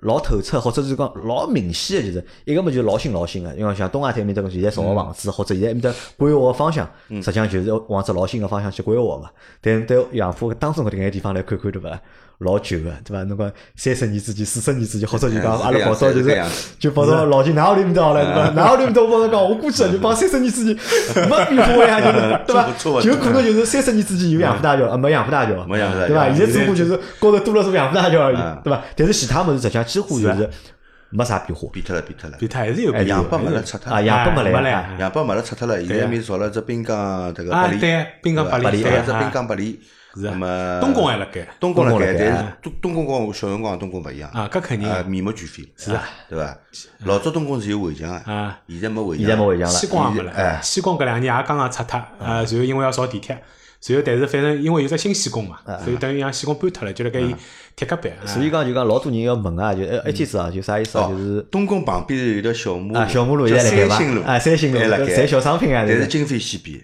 [SPEAKER 2] 老透彻，或者是讲老明显的，就是一个么就是老新老新的，因为像东亚台面搭现在造个房子，或者现在埃面搭规划个方向，实际上就是要往只老新个方向去规划嘛。但对杨浦当中搿眼地方来看看，对伐？老旧个，对伐？侬讲三十年之前、四十年之前，或者就讲
[SPEAKER 3] 嗯
[SPEAKER 2] 阿拉跑到就是
[SPEAKER 3] 是这样
[SPEAKER 2] 是
[SPEAKER 3] 是这样
[SPEAKER 2] 就跑到老金哪屋里面搭好了，对伐？哪屋里面搭我帮侬讲，我估计啊就帮三十年之前没变化呀，就是对伐？
[SPEAKER 3] 差不多
[SPEAKER 2] 有可能就是三十年之前有杨浦大桥，啊没杨浦大桥，
[SPEAKER 3] 没杨浦大桥
[SPEAKER 2] 对伐？现在只不过就是高头多了座杨浦大桥而已
[SPEAKER 3] 嗯，
[SPEAKER 2] 对伐？但是其他物事实际上几乎就是没啥变化
[SPEAKER 3] 变脱了，变脱了
[SPEAKER 1] 比。它还是有
[SPEAKER 2] 哎
[SPEAKER 1] 比
[SPEAKER 3] 杨浦
[SPEAKER 1] 较
[SPEAKER 3] 没了，拆脱
[SPEAKER 2] 啊，
[SPEAKER 3] 了。
[SPEAKER 2] 杨浦没
[SPEAKER 1] 哎没
[SPEAKER 2] 来
[SPEAKER 1] 来
[SPEAKER 2] 啊。
[SPEAKER 3] 杨浦没了，拆脱了。现在
[SPEAKER 1] 对啊
[SPEAKER 3] 埃面造了只滨江迭个
[SPEAKER 2] 哎
[SPEAKER 1] 啊
[SPEAKER 3] 八里，
[SPEAKER 1] 对滨江
[SPEAKER 3] 对吧
[SPEAKER 1] 八里对
[SPEAKER 3] 只
[SPEAKER 1] 啊
[SPEAKER 3] 滨江八里。
[SPEAKER 1] 是啊
[SPEAKER 2] 啊
[SPEAKER 3] 那么
[SPEAKER 1] 东宫还辣盖
[SPEAKER 3] 东宫辣盖，
[SPEAKER 2] 东宫辣盖哎
[SPEAKER 3] 但是东东宫跟我小辰光东宫勿一样
[SPEAKER 1] 啊，搿肯定
[SPEAKER 3] 啊，面目全非，
[SPEAKER 1] 是啊，
[SPEAKER 3] 对伐？老早东宫是有围墙啊，
[SPEAKER 1] 啊。
[SPEAKER 3] 现在没围
[SPEAKER 2] 嗯
[SPEAKER 3] 墙，
[SPEAKER 2] 现在没围墙了
[SPEAKER 1] 西光也没
[SPEAKER 3] 哎嗯
[SPEAKER 1] 了，西光搿两年也刚刚拆脱，呃，然后因为要造地铁，然后但是反正因为有只新西工嘛，
[SPEAKER 3] 嗯
[SPEAKER 1] 所以等于让西工搬脱了，就辣盖伊铁隔板。啊
[SPEAKER 2] 所以讲就讲老多人要问啊，就哎一天子啊，就啥意思啊？就是
[SPEAKER 3] 哦东宫旁边是有条小马
[SPEAKER 2] 啊，
[SPEAKER 3] 路，
[SPEAKER 2] 小马路
[SPEAKER 3] 叫
[SPEAKER 2] 现在辣盖
[SPEAKER 3] 三星
[SPEAKER 2] 伐？啊，三星路
[SPEAKER 3] 还辣盖
[SPEAKER 2] 侪小商品啊，
[SPEAKER 3] 但
[SPEAKER 2] 这
[SPEAKER 3] 是
[SPEAKER 2] 个
[SPEAKER 3] 经费稀薄，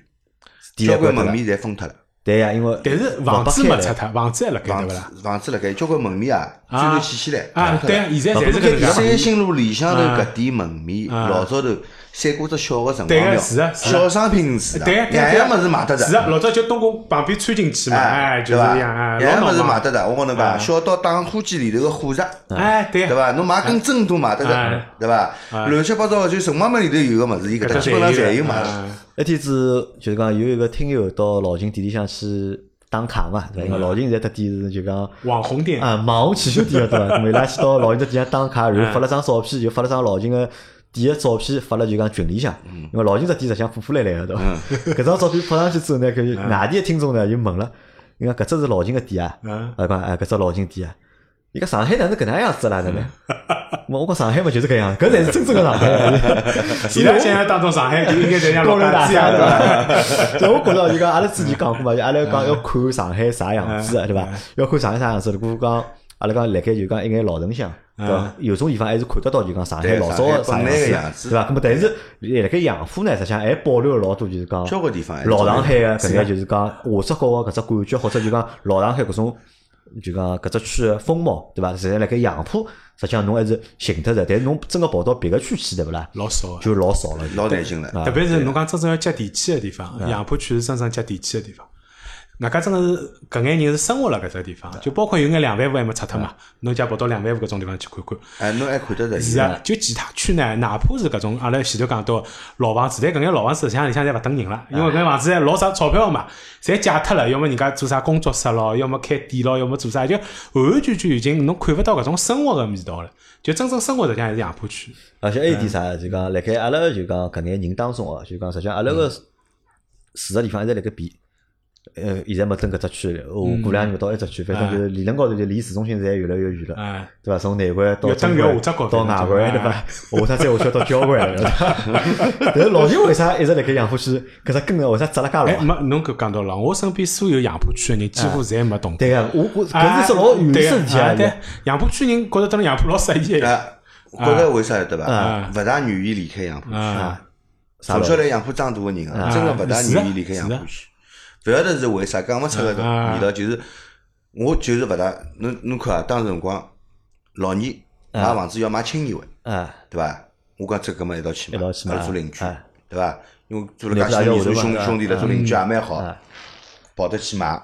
[SPEAKER 2] 地
[SPEAKER 3] 交
[SPEAKER 2] 也关
[SPEAKER 3] 关
[SPEAKER 2] 脱
[SPEAKER 3] 门
[SPEAKER 2] 了
[SPEAKER 3] 面侪封脱了，
[SPEAKER 2] 对呀，因为
[SPEAKER 1] 但是房子没拆脱，房子还辣盖对
[SPEAKER 3] 房
[SPEAKER 1] 勿
[SPEAKER 3] 子
[SPEAKER 1] 啦？
[SPEAKER 3] 房子辣盖，交关门面啊，最
[SPEAKER 1] 啊
[SPEAKER 3] 后起起来
[SPEAKER 1] 啊，
[SPEAKER 3] 封脱
[SPEAKER 1] 对
[SPEAKER 3] 了
[SPEAKER 1] 啊，现在侪是搿能介嘛。
[SPEAKER 3] 三星路里向头
[SPEAKER 1] 啊
[SPEAKER 3] 搿点门面，
[SPEAKER 1] 啊
[SPEAKER 3] 老早头三过只小个城
[SPEAKER 1] 对
[SPEAKER 3] 隍
[SPEAKER 1] 个
[SPEAKER 3] 庙，
[SPEAKER 1] 是啊是啊
[SPEAKER 3] 小商品市场，
[SPEAKER 1] 对啊对啊
[SPEAKER 3] 样
[SPEAKER 1] 对
[SPEAKER 3] 样
[SPEAKER 1] 啊
[SPEAKER 3] 物事买得着，
[SPEAKER 1] 是啊，老早就东宫旁边穿进去嘛，哎，就是
[SPEAKER 3] 伐？
[SPEAKER 1] 这样，哎，
[SPEAKER 3] 样
[SPEAKER 1] 老
[SPEAKER 3] 物事
[SPEAKER 1] 闹
[SPEAKER 3] 买
[SPEAKER 1] 嘛。
[SPEAKER 3] 得着，我跟侬讲，
[SPEAKER 1] 啊
[SPEAKER 3] 小到打火机里头个火石，
[SPEAKER 1] 哎，对
[SPEAKER 3] 对
[SPEAKER 1] 啊，
[SPEAKER 3] 伐？侬买根针都买得着
[SPEAKER 1] 哎，哎
[SPEAKER 3] 对伐？乱七八糟的就城隍庙里头有个物事，伊搿搭
[SPEAKER 1] 搭
[SPEAKER 3] 基本上侪
[SPEAKER 1] 侪
[SPEAKER 3] 有买得着。
[SPEAKER 1] 嘛。
[SPEAKER 2] 一天子就是讲有一个听友到老金店里向去打卡嘛，对伐？因为老金现在特点是就讲。
[SPEAKER 1] 网红 [laughs] 店，
[SPEAKER 3] 嗯
[SPEAKER 2] 啊，网红汽修店对伐？咁伊拉去到老金店里向打卡，然后发了张照片，就发了张老金个店个照片，发了就讲群里向。因为老金只店实际上破破烂烂个对伐？ [laughs] 搿张照片发上去之后呢，搿就外地个听众呢就问了，伊讲搿只是老金个店啊？
[SPEAKER 1] 嗯，
[SPEAKER 2] 啊讲哎搿只老金店啊？伊讲上海哪能搿能样子啦？哪能？我我讲上海嘛就是搿样，搿才是真正个上海。
[SPEAKER 1] 伊拉啊现在当中上海就应该
[SPEAKER 3] [laughs]
[SPEAKER 1] 在像
[SPEAKER 2] 高
[SPEAKER 1] 老
[SPEAKER 2] 楼
[SPEAKER 1] 家
[SPEAKER 2] 大
[SPEAKER 1] 子一
[SPEAKER 2] 厦
[SPEAKER 1] 样的
[SPEAKER 2] 对
[SPEAKER 1] 吧？
[SPEAKER 2] 伐？就我觉着就讲，阿拉之前讲过嘛，就阿拉
[SPEAKER 3] 嗯
[SPEAKER 2] 讲要看上海啥样子的，对伐？要看上海啥样子，如果讲阿拉讲辣盖就讲一眼老城乡，对伐？有种地方还是看得到就讲上海
[SPEAKER 3] 嗯对
[SPEAKER 2] 老早的
[SPEAKER 3] 上
[SPEAKER 2] 啥
[SPEAKER 3] 海本来的
[SPEAKER 2] 样
[SPEAKER 3] 样
[SPEAKER 2] 子，
[SPEAKER 3] 子
[SPEAKER 2] 对伐？那么但是辣盖杨浦呢，实际上还保留了老多就是讲
[SPEAKER 3] 交关地方还是
[SPEAKER 2] 老上海个搿个就是讲画质高啊个搿只感觉，或者就讲老上海搿种就讲搿只区个风貌，对伐？实际上辣盖杨浦，实际上侬还是寻得着，但是侬真个跑到别个区去，对勿啦？
[SPEAKER 1] 老少啊，
[SPEAKER 2] 就老少了，就
[SPEAKER 3] 老难寻了。
[SPEAKER 1] 特别是啊侬讲真正要接地气的地方，杨浦区是真正接地气的地方。外加真的是搿眼人是生活辣搿只地方，就包括有眼两万户还没拆脱嘛，侬家跑到两万户搿种地方去看看。
[SPEAKER 3] 哎，侬还看得着？
[SPEAKER 1] 是啊，就其他区呢，哪怕是搿种阿拉前头讲到老房子，但搿眼老房子实际上里向侪勿等人了，因为搿眼房子侪老啥钞票嘛，侪借脱了，要么人家做啥工作室咯，要么开店咯，要么做啥，就完完全全已经侬看勿到搿种生活个味道了。就真正生活实际上还是杨浦区，
[SPEAKER 2] 而且还有一点啥，就
[SPEAKER 1] 嗯
[SPEAKER 2] 讲辣盖阿拉就讲搿眼人当中哦，就讲实际上阿拉个住个地方一直辣盖变。呃，现在没登搿只区，我
[SPEAKER 1] 嗯
[SPEAKER 2] 过两年勿到埃只区，
[SPEAKER 1] 啊
[SPEAKER 2] 反正就是理论高头就离市中心侪越来越远了，
[SPEAKER 1] 哎，
[SPEAKER 2] 对伐？从南关到
[SPEAKER 1] 越登
[SPEAKER 2] 中
[SPEAKER 1] 越
[SPEAKER 2] 环
[SPEAKER 1] 下只角
[SPEAKER 2] 到
[SPEAKER 1] 反正就
[SPEAKER 2] 外环，对伐？哦下趟再下 [laughs] 去到交关
[SPEAKER 1] [laughs]
[SPEAKER 2] 了。但是老金为啥一直辣盖杨浦区搿只根呢？为啥扎了介
[SPEAKER 1] 哎，
[SPEAKER 2] 牢？
[SPEAKER 1] 没侬搿讲到了，我身边所有杨浦区个人几乎侪没动过。
[SPEAKER 2] 对个，我我搿
[SPEAKER 1] 哎
[SPEAKER 2] 是只老原
[SPEAKER 1] 对
[SPEAKER 2] 始事体
[SPEAKER 1] 啊
[SPEAKER 2] 啊！
[SPEAKER 1] 对，杨浦区人觉着蹲辣杨浦老适意的，
[SPEAKER 3] 啊，我觉着为啥对伐
[SPEAKER 1] 啊？
[SPEAKER 3] 勿大愿意离开杨浦区。
[SPEAKER 1] 啊，
[SPEAKER 2] 啥
[SPEAKER 3] 从
[SPEAKER 2] 老
[SPEAKER 3] 小来杨浦长大个人啊，真个勿大愿意离开杨浦区。勿晓得是为啥，讲勿出个
[SPEAKER 1] 啊
[SPEAKER 3] 味道，就是我就是勿大。侬侬看啊，当时辰光老年买房子要买青年位，
[SPEAKER 2] 啊，
[SPEAKER 3] 对伐？我讲这搿么一道去嘛，
[SPEAKER 2] 一道去
[SPEAKER 3] 阿
[SPEAKER 2] 买
[SPEAKER 3] 拉做邻居
[SPEAKER 2] 啊，
[SPEAKER 3] 对伐？因为做了介些年，做兄兄弟了，做邻居也蛮好
[SPEAKER 2] 啊，
[SPEAKER 3] 跑得去买。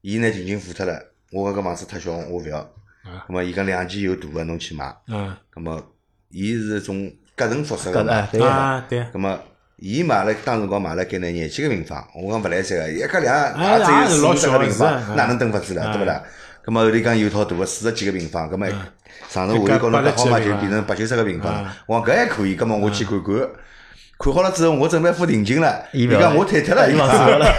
[SPEAKER 3] 伊呢紧紧付脱了，我讲搿房子太小，我勿要。
[SPEAKER 1] 啊
[SPEAKER 3] 咁么伊讲两间有大个，侬去买。
[SPEAKER 1] 嗯
[SPEAKER 3] 咁么伊是种隔层复式个
[SPEAKER 2] 搿
[SPEAKER 3] 嘛
[SPEAKER 2] 啊，对个，
[SPEAKER 1] 啊对，
[SPEAKER 3] 咁么伊买了当辰光买了该拿廿几个平方，我讲勿来三个，一家两
[SPEAKER 1] 哎
[SPEAKER 3] 也只有
[SPEAKER 1] 也是
[SPEAKER 3] 四
[SPEAKER 1] 老
[SPEAKER 3] 五十个
[SPEAKER 1] 小
[SPEAKER 3] 平
[SPEAKER 1] 是
[SPEAKER 3] 方，
[SPEAKER 1] 啊
[SPEAKER 3] 哪能蹲法子了，对勿啦？咁么后头讲有套大个四十几个平方，
[SPEAKER 1] 哎
[SPEAKER 3] 咁么上头
[SPEAKER 1] 就
[SPEAKER 3] 我又
[SPEAKER 1] 讲
[SPEAKER 3] 跟侬
[SPEAKER 1] 八
[SPEAKER 3] 讲
[SPEAKER 1] 十几
[SPEAKER 3] 好嘛，
[SPEAKER 1] 个
[SPEAKER 3] 就
[SPEAKER 1] 平
[SPEAKER 3] 变成八九十个平方
[SPEAKER 1] 啊，
[SPEAKER 3] 我讲搿还可以，咁么我去看
[SPEAKER 1] 哎
[SPEAKER 3] 看。看好了之后，我准备付定金了。
[SPEAKER 2] 伊
[SPEAKER 3] 伊
[SPEAKER 2] 勿要
[SPEAKER 3] 讲我退脱了，哎伊
[SPEAKER 2] 伊
[SPEAKER 3] 讲
[SPEAKER 2] 忘记我了。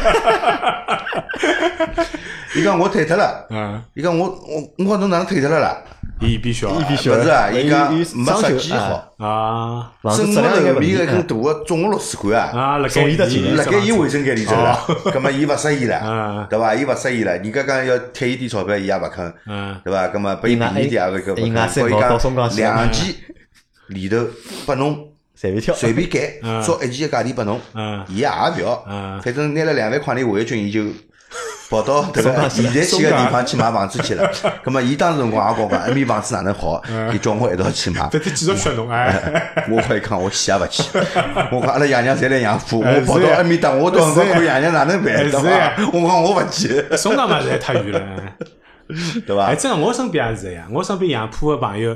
[SPEAKER 3] 伊讲我退脱了。
[SPEAKER 1] 嗯哎
[SPEAKER 3] 伊讲我我我讲侬哪能退脱了啦？
[SPEAKER 1] 伊必须要
[SPEAKER 2] 啊伊必须
[SPEAKER 1] 须
[SPEAKER 2] 要
[SPEAKER 3] 勿是啊，
[SPEAKER 2] 勿是
[SPEAKER 3] 伊讲
[SPEAKER 2] 伊
[SPEAKER 3] 没
[SPEAKER 2] 伊装修
[SPEAKER 3] 设计好，
[SPEAKER 1] 啊
[SPEAKER 2] 房子
[SPEAKER 3] 整
[SPEAKER 2] 质
[SPEAKER 3] 个
[SPEAKER 2] 量应该
[SPEAKER 3] 楼
[SPEAKER 2] 问
[SPEAKER 3] 面
[SPEAKER 2] 题
[SPEAKER 3] 搿根
[SPEAKER 2] 嗯
[SPEAKER 3] 大个总个六水管啊，
[SPEAKER 1] 啊！辣盖
[SPEAKER 2] 从伊
[SPEAKER 1] 伊
[SPEAKER 2] 搭进
[SPEAKER 1] 伊
[SPEAKER 3] 辣盖伊卫生间里头了，葛末伊勿适意
[SPEAKER 1] 嗯
[SPEAKER 3] 了， [laughs] 对伐？伊勿适意了，人家讲要贴伊点钞票，伊也勿肯，
[SPEAKER 1] 嗯
[SPEAKER 3] 对啊伐？葛末拨伊便宜点也勿搿
[SPEAKER 2] 伊硬
[SPEAKER 3] 勿
[SPEAKER 2] 塞
[SPEAKER 3] 肯，
[SPEAKER 2] 搞搞
[SPEAKER 3] 所
[SPEAKER 2] 松江
[SPEAKER 3] 以
[SPEAKER 2] 去
[SPEAKER 3] 讲两件里头拨侬
[SPEAKER 2] [laughs] 随便挑，
[SPEAKER 3] 随便改，照一件个价钿拨侬，
[SPEAKER 1] 嗯
[SPEAKER 3] 伊也勿要，
[SPEAKER 1] 嗯
[SPEAKER 3] 反正拿了两万块钿违约金，伊就
[SPEAKER 2] [laughs]
[SPEAKER 3] 跑到迭个现在去个地方去买房子去了。葛末伊当时辰光也跟我讲，埃面房子哪能好，伊叫我一道去买。
[SPEAKER 1] 反正继续选侬
[SPEAKER 2] [laughs]
[SPEAKER 1] 哎，
[SPEAKER 3] 我快讲，我去也勿去。我讲阿拉爷娘侪来养父，
[SPEAKER 1] 哎
[SPEAKER 3] 我跑
[SPEAKER 1] 是
[SPEAKER 3] 到
[SPEAKER 1] 呀
[SPEAKER 3] 埃面搭，我到辰光
[SPEAKER 1] 是呀
[SPEAKER 3] 看爷娘哪能办，
[SPEAKER 1] 哎
[SPEAKER 3] 对伐
[SPEAKER 1] 是呀？
[SPEAKER 3] 我讲我勿去，
[SPEAKER 1] 松江嘛实在太远了。
[SPEAKER 3] 对伐
[SPEAKER 1] 哎，？真个，我身边也是这样。我身边杨浦个朋友，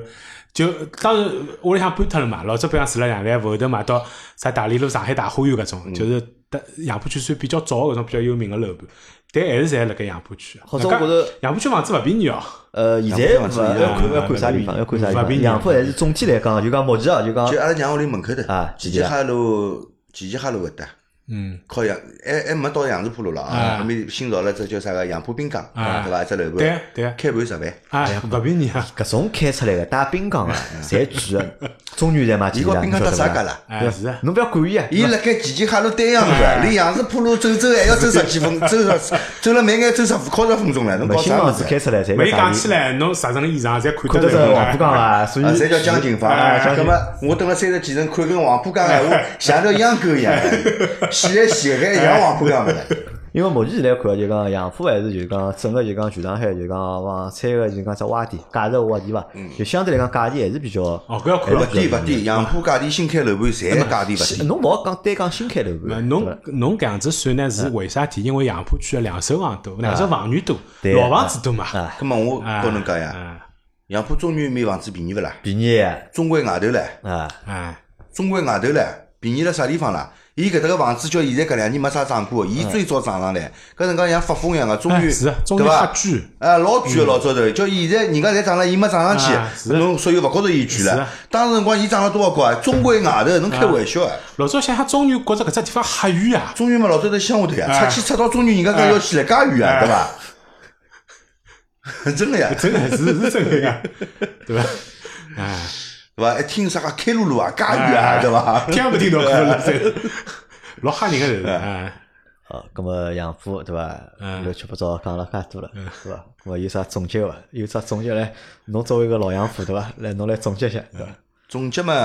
[SPEAKER 1] 就当时屋里向搬脱了嘛，老早搬住了两万，后头买到啥大理路、上海大花园搿
[SPEAKER 2] 嗯
[SPEAKER 1] 种，就是搭杨浦区算比较早的搿种比较有名个楼盘，但还是侪辣盖杨浦区。
[SPEAKER 2] [laughs] 好像我觉
[SPEAKER 1] 得
[SPEAKER 2] 着
[SPEAKER 1] 杨浦区房子勿便宜哦。
[SPEAKER 2] 呃，现在
[SPEAKER 3] 两
[SPEAKER 2] 勿
[SPEAKER 3] 部
[SPEAKER 2] 要
[SPEAKER 3] 分勿
[SPEAKER 2] 看要看
[SPEAKER 3] 一样
[SPEAKER 2] 啥地方，要看啥
[SPEAKER 3] 嗯
[SPEAKER 2] 地
[SPEAKER 1] 勿比
[SPEAKER 2] 方。
[SPEAKER 1] 你
[SPEAKER 2] 杨浦还是总体来讲，就讲目前啊，就讲
[SPEAKER 3] [laughs] 就阿拉娘屋里门口头
[SPEAKER 2] 啊
[SPEAKER 3] 齐
[SPEAKER 2] 几
[SPEAKER 3] 齐
[SPEAKER 2] 家
[SPEAKER 3] 哈路，齐齐哈路搿搭。
[SPEAKER 1] 嗯，
[SPEAKER 3] 靠杨，还还没到杨树浦路了
[SPEAKER 1] 啊
[SPEAKER 3] 啊！那面新造了只叫啥个杨浦滨江，
[SPEAKER 1] 啊
[SPEAKER 3] 对伐？一只楼
[SPEAKER 1] 对
[SPEAKER 3] 盘，
[SPEAKER 1] 对，啊
[SPEAKER 3] 开盘十万，
[SPEAKER 1] 哎，勿便宜啊。
[SPEAKER 2] 搿种开出来个带滨江个，
[SPEAKER 3] 嗯
[SPEAKER 2] 侪贵个，中原侪买几
[SPEAKER 3] 伊
[SPEAKER 2] 个啦，
[SPEAKER 3] 讲滨
[SPEAKER 2] 你晓
[SPEAKER 3] 江搭
[SPEAKER 2] 得
[SPEAKER 3] 啥价
[SPEAKER 2] 伐？
[SPEAKER 3] 啦？
[SPEAKER 1] 哎，是啊，
[SPEAKER 2] 侬不要管伊啊，
[SPEAKER 3] 伊辣盖齐齐哈路单阳个，离杨树浦路走走还要走十几分，走十走了慢眼走十五靠十分钟了，侬
[SPEAKER 2] 没
[SPEAKER 3] 搞
[SPEAKER 2] 新
[SPEAKER 3] 啥物
[SPEAKER 2] 房子
[SPEAKER 3] 事？
[SPEAKER 2] 开出来侪
[SPEAKER 1] 勿
[SPEAKER 2] 个
[SPEAKER 1] 伊
[SPEAKER 2] 价
[SPEAKER 1] 讲起
[SPEAKER 2] 钿，
[SPEAKER 1] 来，侬啥层以上侪看
[SPEAKER 2] 看
[SPEAKER 1] 得
[SPEAKER 2] 得着
[SPEAKER 1] 着
[SPEAKER 2] 黄浦江
[SPEAKER 1] 啊。
[SPEAKER 2] 伐？所以
[SPEAKER 3] 啊，侪叫江景房
[SPEAKER 1] 哎
[SPEAKER 3] 啊！
[SPEAKER 1] 江
[SPEAKER 3] 葛
[SPEAKER 1] 景
[SPEAKER 3] 末我等了三十几层，看跟黄浦江闲
[SPEAKER 1] [laughs]
[SPEAKER 3] 话像条养狗一样，洗来洗
[SPEAKER 1] 哎
[SPEAKER 3] 去，像黄浦江勿是？
[SPEAKER 2] 因为目前来看，就讲杨浦还是就讲整个就讲全上海就讲房产个就讲只洼地，价值洼地伐？就相对来讲价钿还是比较。
[SPEAKER 1] 哦，搿要 [laughs] 看
[SPEAKER 3] 勿
[SPEAKER 1] 了。
[SPEAKER 3] 嗯低勿低，杨浦价钿新开楼盘侪价钿勿
[SPEAKER 1] 哎
[SPEAKER 3] 低。
[SPEAKER 2] 侬勿好讲单讲新开楼
[SPEAKER 1] 那
[SPEAKER 2] 盘，
[SPEAKER 1] 呃侬
[SPEAKER 2] 对伐
[SPEAKER 1] 侬搿样子算呢是为啥体？因为杨浦区的两手房多，两手房源多，
[SPEAKER 2] 啊对
[SPEAKER 1] 老房子多嘛。
[SPEAKER 2] 啊
[SPEAKER 3] 葛末我
[SPEAKER 1] 啊
[SPEAKER 3] 跟侬讲呀，
[SPEAKER 1] 啊
[SPEAKER 3] 杨浦中原面房子便宜勿啦？
[SPEAKER 2] 便宜啊
[SPEAKER 3] 中环外头唻。
[SPEAKER 2] 啊，
[SPEAKER 1] 啊
[SPEAKER 3] 中环外头唻，便宜辣啥地方啦？伊搿搭个房子叫现在搿两年没啥涨过，伊最早涨上来，搿辰光像发疯一样个，终
[SPEAKER 1] 哎
[SPEAKER 3] 于
[SPEAKER 1] 是，中
[SPEAKER 3] 对
[SPEAKER 1] 原
[SPEAKER 3] 伐
[SPEAKER 1] 瞎？贵。
[SPEAKER 3] 啊，老贵个老早头，叫现在人家侪涨了，伊没涨上
[SPEAKER 1] 嗯啊
[SPEAKER 3] 去，
[SPEAKER 1] 是
[SPEAKER 3] 侬所以勿觉着伊贵
[SPEAKER 1] 是
[SPEAKER 3] 了
[SPEAKER 1] 啊。
[SPEAKER 3] 当时辰光伊涨了多少高啊？中环外头，侬开玩笑啊！
[SPEAKER 1] 老早想想中原觉着搿只地方瞎远啊，
[SPEAKER 3] 中原嘛，老早在乡下头呀，
[SPEAKER 1] 啊
[SPEAKER 3] 出去出到中原，人家讲要去了家远啊，对伐？ [laughs] 真个呀，
[SPEAKER 1] [laughs] 真的是是真的呀，对伐？哎，
[SPEAKER 3] 对伐？一听啥个开路路啊，家远啊，对伐？
[SPEAKER 1] 听也没听到过了，这个老吓人个人啊，
[SPEAKER 2] 好，哦咁么杨浦对伐？
[SPEAKER 1] 嗯
[SPEAKER 2] 乱七八糟讲了介多了，对伐？咁么有啥总结伐？有啥总结来？侬作为一个老杨浦对伐？来，侬来总结一下，对伐？
[SPEAKER 3] [laughs] 总结嘛，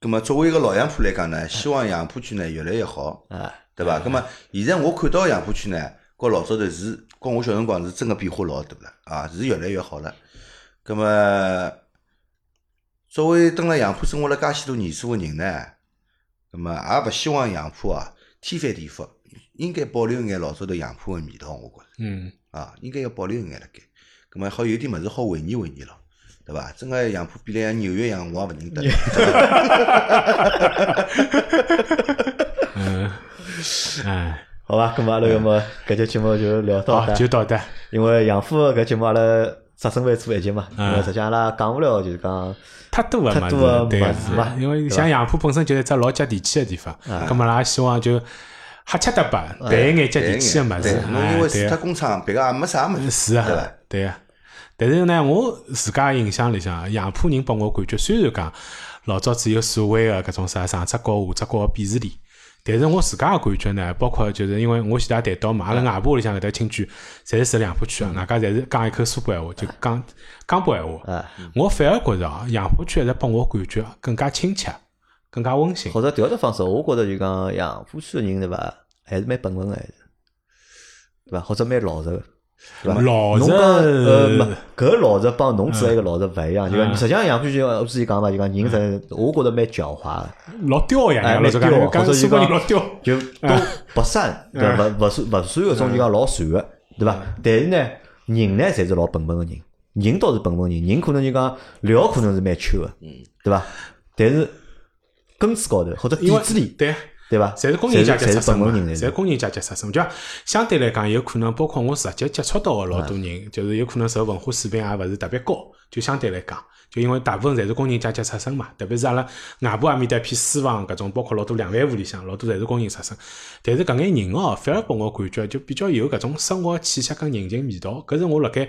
[SPEAKER 3] 葛么作为一个老杨浦来讲呢，希望杨浦区呢越来越好，
[SPEAKER 1] 嗯
[SPEAKER 2] 啊，
[SPEAKER 3] 对
[SPEAKER 1] 哎
[SPEAKER 3] 伐？葛么现在我看到杨浦区呢，和老早头是，和我小辰光是真个变化老大了啊，是越来越好了。葛么作为蹲辣杨浦生活了介许多年数个人呢，葛么也勿希望杨浦啊天翻地覆，应该保留眼老早头杨浦个味道，我觉着。
[SPEAKER 1] 嗯，
[SPEAKER 3] 啊，应该要保留一眼辣盖，咁么好有点物事好回忆回忆咯，对伐？真个杨浦变来像纽约一样，我也勿认得。
[SPEAKER 1] [laughs] 哎，
[SPEAKER 2] 好伐？咁么阿拉要么搿节节目就聊到
[SPEAKER 1] 好，
[SPEAKER 2] 这
[SPEAKER 1] 啊就，到这，
[SPEAKER 2] 因为杨浦搿节目阿拉只准备做一集嘛，
[SPEAKER 1] 嗯
[SPEAKER 2] 因为实际上阿拉讲勿了，就是讲
[SPEAKER 1] 太多个
[SPEAKER 2] 太多的
[SPEAKER 1] 嘛，对
[SPEAKER 2] 物事嘛
[SPEAKER 1] 因为像杨浦本身就是一只老接地气个地方，咁么阿拉希望就瞎吃搭吧，谈一眼接地气个物事，
[SPEAKER 3] 哎对啊侬因
[SPEAKER 1] 哎
[SPEAKER 3] 为
[SPEAKER 1] 对
[SPEAKER 3] 除脱工厂，别个也没啥物
[SPEAKER 1] [laughs]
[SPEAKER 3] 事。
[SPEAKER 1] 是
[SPEAKER 3] 对
[SPEAKER 1] 啊
[SPEAKER 3] 伐，
[SPEAKER 1] 对啊。但是呢，我自家印象里向，杨浦人拨我感觉，虽然讲老早子有所谓的搿种啥上只角下只角个鄙视链，但是我自家个感觉呢，包括就是因为我前头也谈到嘛，阿拉外婆屋里向搿搭亲眷，侪是住杨浦
[SPEAKER 2] 嗯
[SPEAKER 1] 区个，啊外加侪是讲一口苏北闲话，就讲江北闲话。
[SPEAKER 2] 啊，
[SPEAKER 1] 我反而觉着啊，杨浦区一直拨我感觉更加亲切，更加温馨。
[SPEAKER 2] 或者调个方式，我觉着就讲杨浦区个人对伐，还是蛮本分个，还是对伐？或者蛮老实个。对伐
[SPEAKER 1] 老
[SPEAKER 2] 侬讲呃，
[SPEAKER 1] 实
[SPEAKER 2] 没，搿个老实帮侬指的一个老实勿一样，
[SPEAKER 1] 嗯
[SPEAKER 2] 就讲实际上杨浦区就像我之前讲嘛，就讲人实，我觉着蛮狡猾的，
[SPEAKER 1] 老刁
[SPEAKER 2] 哎，
[SPEAKER 1] 呀，
[SPEAKER 2] 蛮
[SPEAKER 1] 老实
[SPEAKER 2] 刁
[SPEAKER 1] 讲，
[SPEAKER 2] 的，或
[SPEAKER 1] 讲
[SPEAKER 2] 者
[SPEAKER 1] 苏北
[SPEAKER 2] 就
[SPEAKER 1] 人
[SPEAKER 2] 讲
[SPEAKER 1] 老刁。
[SPEAKER 2] 就
[SPEAKER 1] 嗯
[SPEAKER 2] 都不善，对伐？勿勿算勿算搿种就讲老善个，对伐？
[SPEAKER 1] 嗯
[SPEAKER 2] 但是呢，人呢侪是老笨笨个人，人倒是笨笨人，人可能就讲聊可能是蛮秋个，对伐？但是根子高头或者底
[SPEAKER 1] 因为
[SPEAKER 2] 子里，
[SPEAKER 1] 对啊。
[SPEAKER 2] 对伐？
[SPEAKER 1] 侪是工人
[SPEAKER 2] 侪
[SPEAKER 1] 阶级
[SPEAKER 2] 侪
[SPEAKER 1] 出
[SPEAKER 2] 是
[SPEAKER 1] 身
[SPEAKER 2] 笨
[SPEAKER 1] 嘛，
[SPEAKER 2] 笨人，
[SPEAKER 1] 侪是工人阶级出身，就讲相对来讲，有可能包括我直接接触到的老多人，就是有可能受文化水平也勿是特别高，就相对来讲，就因为大部分侪是工人阶级出身嘛，特别是阿拉外婆阿面搭一片私房搿种，包括老多两万户里向老多侪是工人出身，但是搿眼人哦，反而拨我感觉就比较有搿种生活气息跟人情味道，搿是我辣盖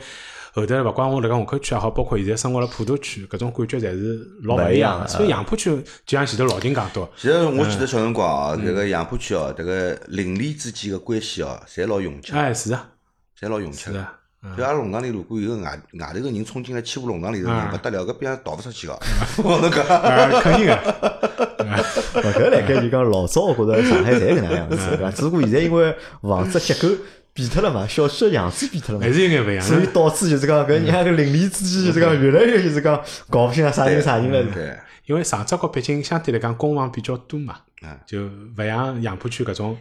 [SPEAKER 1] 后头勿光我辣盖虹口区也好，包括现在生活辣普陀区，搿种感觉侪是老
[SPEAKER 2] 勿
[SPEAKER 1] 勿
[SPEAKER 2] 一
[SPEAKER 1] 一
[SPEAKER 2] 样
[SPEAKER 1] 样的。嗯
[SPEAKER 2] 的
[SPEAKER 1] 所以杨浦区就像前头老丁讲到，
[SPEAKER 3] 其实我记得小辰光哦，迭个杨浦区哦，迭个邻里之间个关系哦，侪老融洽，
[SPEAKER 1] 哎，是啊，
[SPEAKER 3] 侪老融洽
[SPEAKER 1] 是。啊，
[SPEAKER 3] 就阿拉弄堂里，如果有个外外头个人冲进来欺负弄堂里头
[SPEAKER 1] 啊
[SPEAKER 3] 人，勿得了，搿边逃勿出去个。我侬讲，
[SPEAKER 1] 呃，肯 [laughs] 定个，
[SPEAKER 2] 勿搿辣盖就讲老早，我觉着上海侪搿能样子，对伐？只不过现在因为房子结构变脱了嘛，小区的样子变脱了
[SPEAKER 1] 还
[SPEAKER 2] 嘛，
[SPEAKER 1] 是有眼勿一样
[SPEAKER 2] 所以
[SPEAKER 1] 的。
[SPEAKER 2] 导致就是讲搿人家搿邻里之间就是讲越来越就是讲搞不清啊啥人啥人了。
[SPEAKER 3] 对，
[SPEAKER 1] 因为长泽国毕竟相对来讲公房比较多嘛，
[SPEAKER 3] 嗯
[SPEAKER 1] 就勿像杨浦区搿种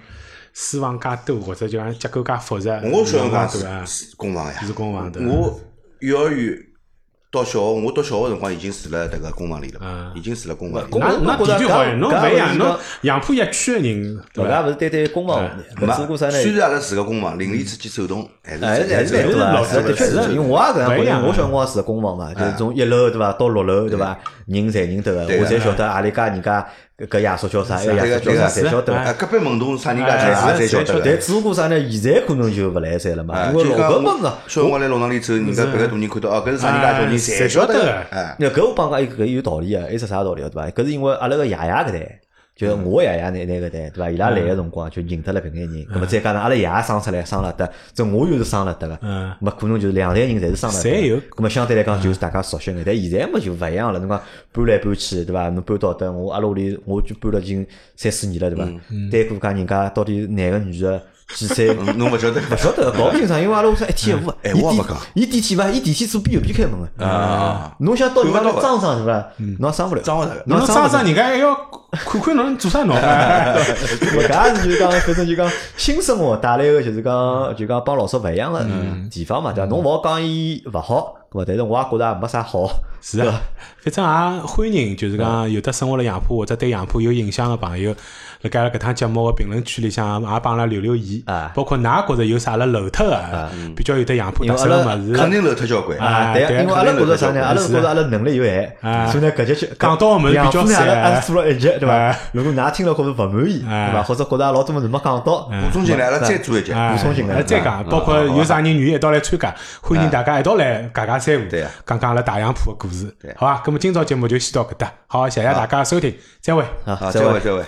[SPEAKER 1] 私房介多，或者就讲结构介复杂。
[SPEAKER 3] 我小辰光
[SPEAKER 1] 对伐？
[SPEAKER 3] 是是公房呀，
[SPEAKER 1] 是公房对伐
[SPEAKER 3] 我幼儿园到小学，我到小学辰光已经住了迭个公房里了
[SPEAKER 1] 啊，
[SPEAKER 3] 已经住了公房里
[SPEAKER 1] 㑚
[SPEAKER 3] 了。
[SPEAKER 1] 㑚
[SPEAKER 2] 我觉
[SPEAKER 1] 地
[SPEAKER 2] 得
[SPEAKER 1] 区
[SPEAKER 2] 搿
[SPEAKER 1] 好呀，侬
[SPEAKER 2] 搿
[SPEAKER 1] 勿一样，
[SPEAKER 2] 勿是
[SPEAKER 1] 侬
[SPEAKER 2] 讲
[SPEAKER 1] 杨浦一区个人，对
[SPEAKER 2] 搿
[SPEAKER 1] 伐？
[SPEAKER 2] 家勿是单单公房问题，搿只不过啥呢？
[SPEAKER 3] 虽然阿拉住个公房，邻里之间走动还是
[SPEAKER 2] 哎，还
[SPEAKER 3] 还
[SPEAKER 2] 是蛮
[SPEAKER 3] 是
[SPEAKER 2] 多啊，是
[SPEAKER 3] 是
[SPEAKER 2] 啊的确是，因为我也
[SPEAKER 1] 不
[SPEAKER 2] 搿样觉
[SPEAKER 1] 一
[SPEAKER 2] 得，
[SPEAKER 1] 样
[SPEAKER 2] 我小辰光住公房嘛，就是从一楼对伐到六楼对伐，人侪认得个，
[SPEAKER 3] 对
[SPEAKER 2] 我侪
[SPEAKER 3] 啊
[SPEAKER 2] 晓得阿里家人家搿搿爷叔叫啥，埃
[SPEAKER 3] 啊
[SPEAKER 2] 个爷叔叫啥，
[SPEAKER 3] 对
[SPEAKER 2] 侪
[SPEAKER 1] 啊
[SPEAKER 2] 晓得
[SPEAKER 1] 是
[SPEAKER 2] 个
[SPEAKER 1] 啊。
[SPEAKER 3] 啊，隔壁门洞啥人家
[SPEAKER 1] 哎
[SPEAKER 3] 家
[SPEAKER 1] 是
[SPEAKER 3] 侪晓
[SPEAKER 1] 是
[SPEAKER 3] 得
[SPEAKER 1] 是
[SPEAKER 3] 个
[SPEAKER 2] 但。只不过啥呢？现在可能就勿来三了嘛，
[SPEAKER 3] 哎
[SPEAKER 2] 因为
[SPEAKER 3] 就
[SPEAKER 2] 老
[SPEAKER 3] 讲
[SPEAKER 2] 根本个。啊哎
[SPEAKER 3] 小辰光来弄堂里走，人家别个大人看到哦，搿是啥人家小人，
[SPEAKER 1] 哎
[SPEAKER 3] 侪
[SPEAKER 1] 侪
[SPEAKER 3] 晓
[SPEAKER 1] 晓
[SPEAKER 3] 得
[SPEAKER 1] 得
[SPEAKER 3] 个
[SPEAKER 1] 个。
[SPEAKER 3] 哎，
[SPEAKER 2] 那搿我帮讲一个有道理个，还是啥道理个对伐？搿是因为阿拉个爷爷搿代，就是
[SPEAKER 3] 嗯
[SPEAKER 2] 我爷爷那那搿代对伐？伊拉来个辰光就认得了搿眼
[SPEAKER 3] 嗯
[SPEAKER 2] 人，葛末再加上阿拉爷爷生出来生了得，这我又是生了得个，
[SPEAKER 1] 嗯，
[SPEAKER 2] 没可能就是两代人侪是生了得的，
[SPEAKER 1] 侪有
[SPEAKER 2] 咁么相对来讲就是大家熟悉眼，但现在么就勿一样了。侬讲搬来搬去，对伐？侬搬到等我阿拉屋里，我就搬了已经三四年了，对伐？单过讲人家到底男个女个几岁，
[SPEAKER 3] 嗯侬勿晓得。
[SPEAKER 2] 勿晓得 [laughs] 搞不清爽，因为阿拉屋里一天一户，
[SPEAKER 3] 哎
[SPEAKER 2] 伊
[SPEAKER 3] 我也
[SPEAKER 2] 地
[SPEAKER 3] 勿讲
[SPEAKER 2] 伊电梯伐？伊电梯左边右边开门个
[SPEAKER 3] 啊
[SPEAKER 2] 侬想到人家
[SPEAKER 3] 看
[SPEAKER 2] 那
[SPEAKER 3] 勿到的
[SPEAKER 2] 装上对伐？
[SPEAKER 1] 嗯
[SPEAKER 2] 侬也装勿了，
[SPEAKER 3] 装勿着
[SPEAKER 1] 侬
[SPEAKER 2] 侬
[SPEAKER 1] 上
[SPEAKER 2] 勿
[SPEAKER 1] 上
[SPEAKER 2] 了。
[SPEAKER 1] 人家还要看看侬做啥喏。哎
[SPEAKER 2] [laughs] 我搿也是就是讲，反正就讲新生活带来个就是讲，就讲帮老早勿一样个
[SPEAKER 1] 嗯
[SPEAKER 2] 地方嘛，对伐？侬勿好讲伊勿好，对伐？但是我也觉着也没啥好。
[SPEAKER 1] 是啊，反正也欢迎，就是讲有的生活辣杨浦或者对杨浦有印象的朋友，辣盖阿拉搿趟节目个评论区里向也帮阿拉留留言
[SPEAKER 2] 啊，
[SPEAKER 1] 包括㑚觉着有啥阿拉漏脱个，比较有得杨浦特色
[SPEAKER 2] 因为
[SPEAKER 1] 个
[SPEAKER 2] 阿拉
[SPEAKER 1] 物
[SPEAKER 3] 肯
[SPEAKER 1] 事。
[SPEAKER 3] 定漏脱交关。
[SPEAKER 1] 啊
[SPEAKER 2] 对
[SPEAKER 1] 对
[SPEAKER 2] 啊，因为阿拉觉着啥呢？阿拉
[SPEAKER 1] 是
[SPEAKER 2] 觉
[SPEAKER 1] 的
[SPEAKER 2] 着阿拉能力有限，
[SPEAKER 1] 啊
[SPEAKER 2] 所以呢，搿节就
[SPEAKER 1] 讲到我们比较
[SPEAKER 2] 两方面阿拉
[SPEAKER 1] 散
[SPEAKER 2] 阿拉做了一集，对伐
[SPEAKER 1] 啊？
[SPEAKER 2] 如果㑚听了觉着勿满意，
[SPEAKER 1] 啊
[SPEAKER 2] 对伐？或者觉着老多物事没讲到，
[SPEAKER 3] 补充进来，阿拉再做一节。
[SPEAKER 1] 哎
[SPEAKER 2] 补充进嗯来
[SPEAKER 1] 哎再讲，包括有啥人愿意一道来参加，欢迎大家一道来加加三胡
[SPEAKER 3] 对啊，
[SPEAKER 1] 讲讲阿拉大洋浦个故事
[SPEAKER 3] 对，
[SPEAKER 2] 啊
[SPEAKER 1] 啊好伐？咁么今朝节目就先到搿搭，好，谢谢大家的收听，再会。
[SPEAKER 2] 好，
[SPEAKER 3] 好，
[SPEAKER 2] 啊再
[SPEAKER 3] 再
[SPEAKER 2] 会
[SPEAKER 3] 会，。再会。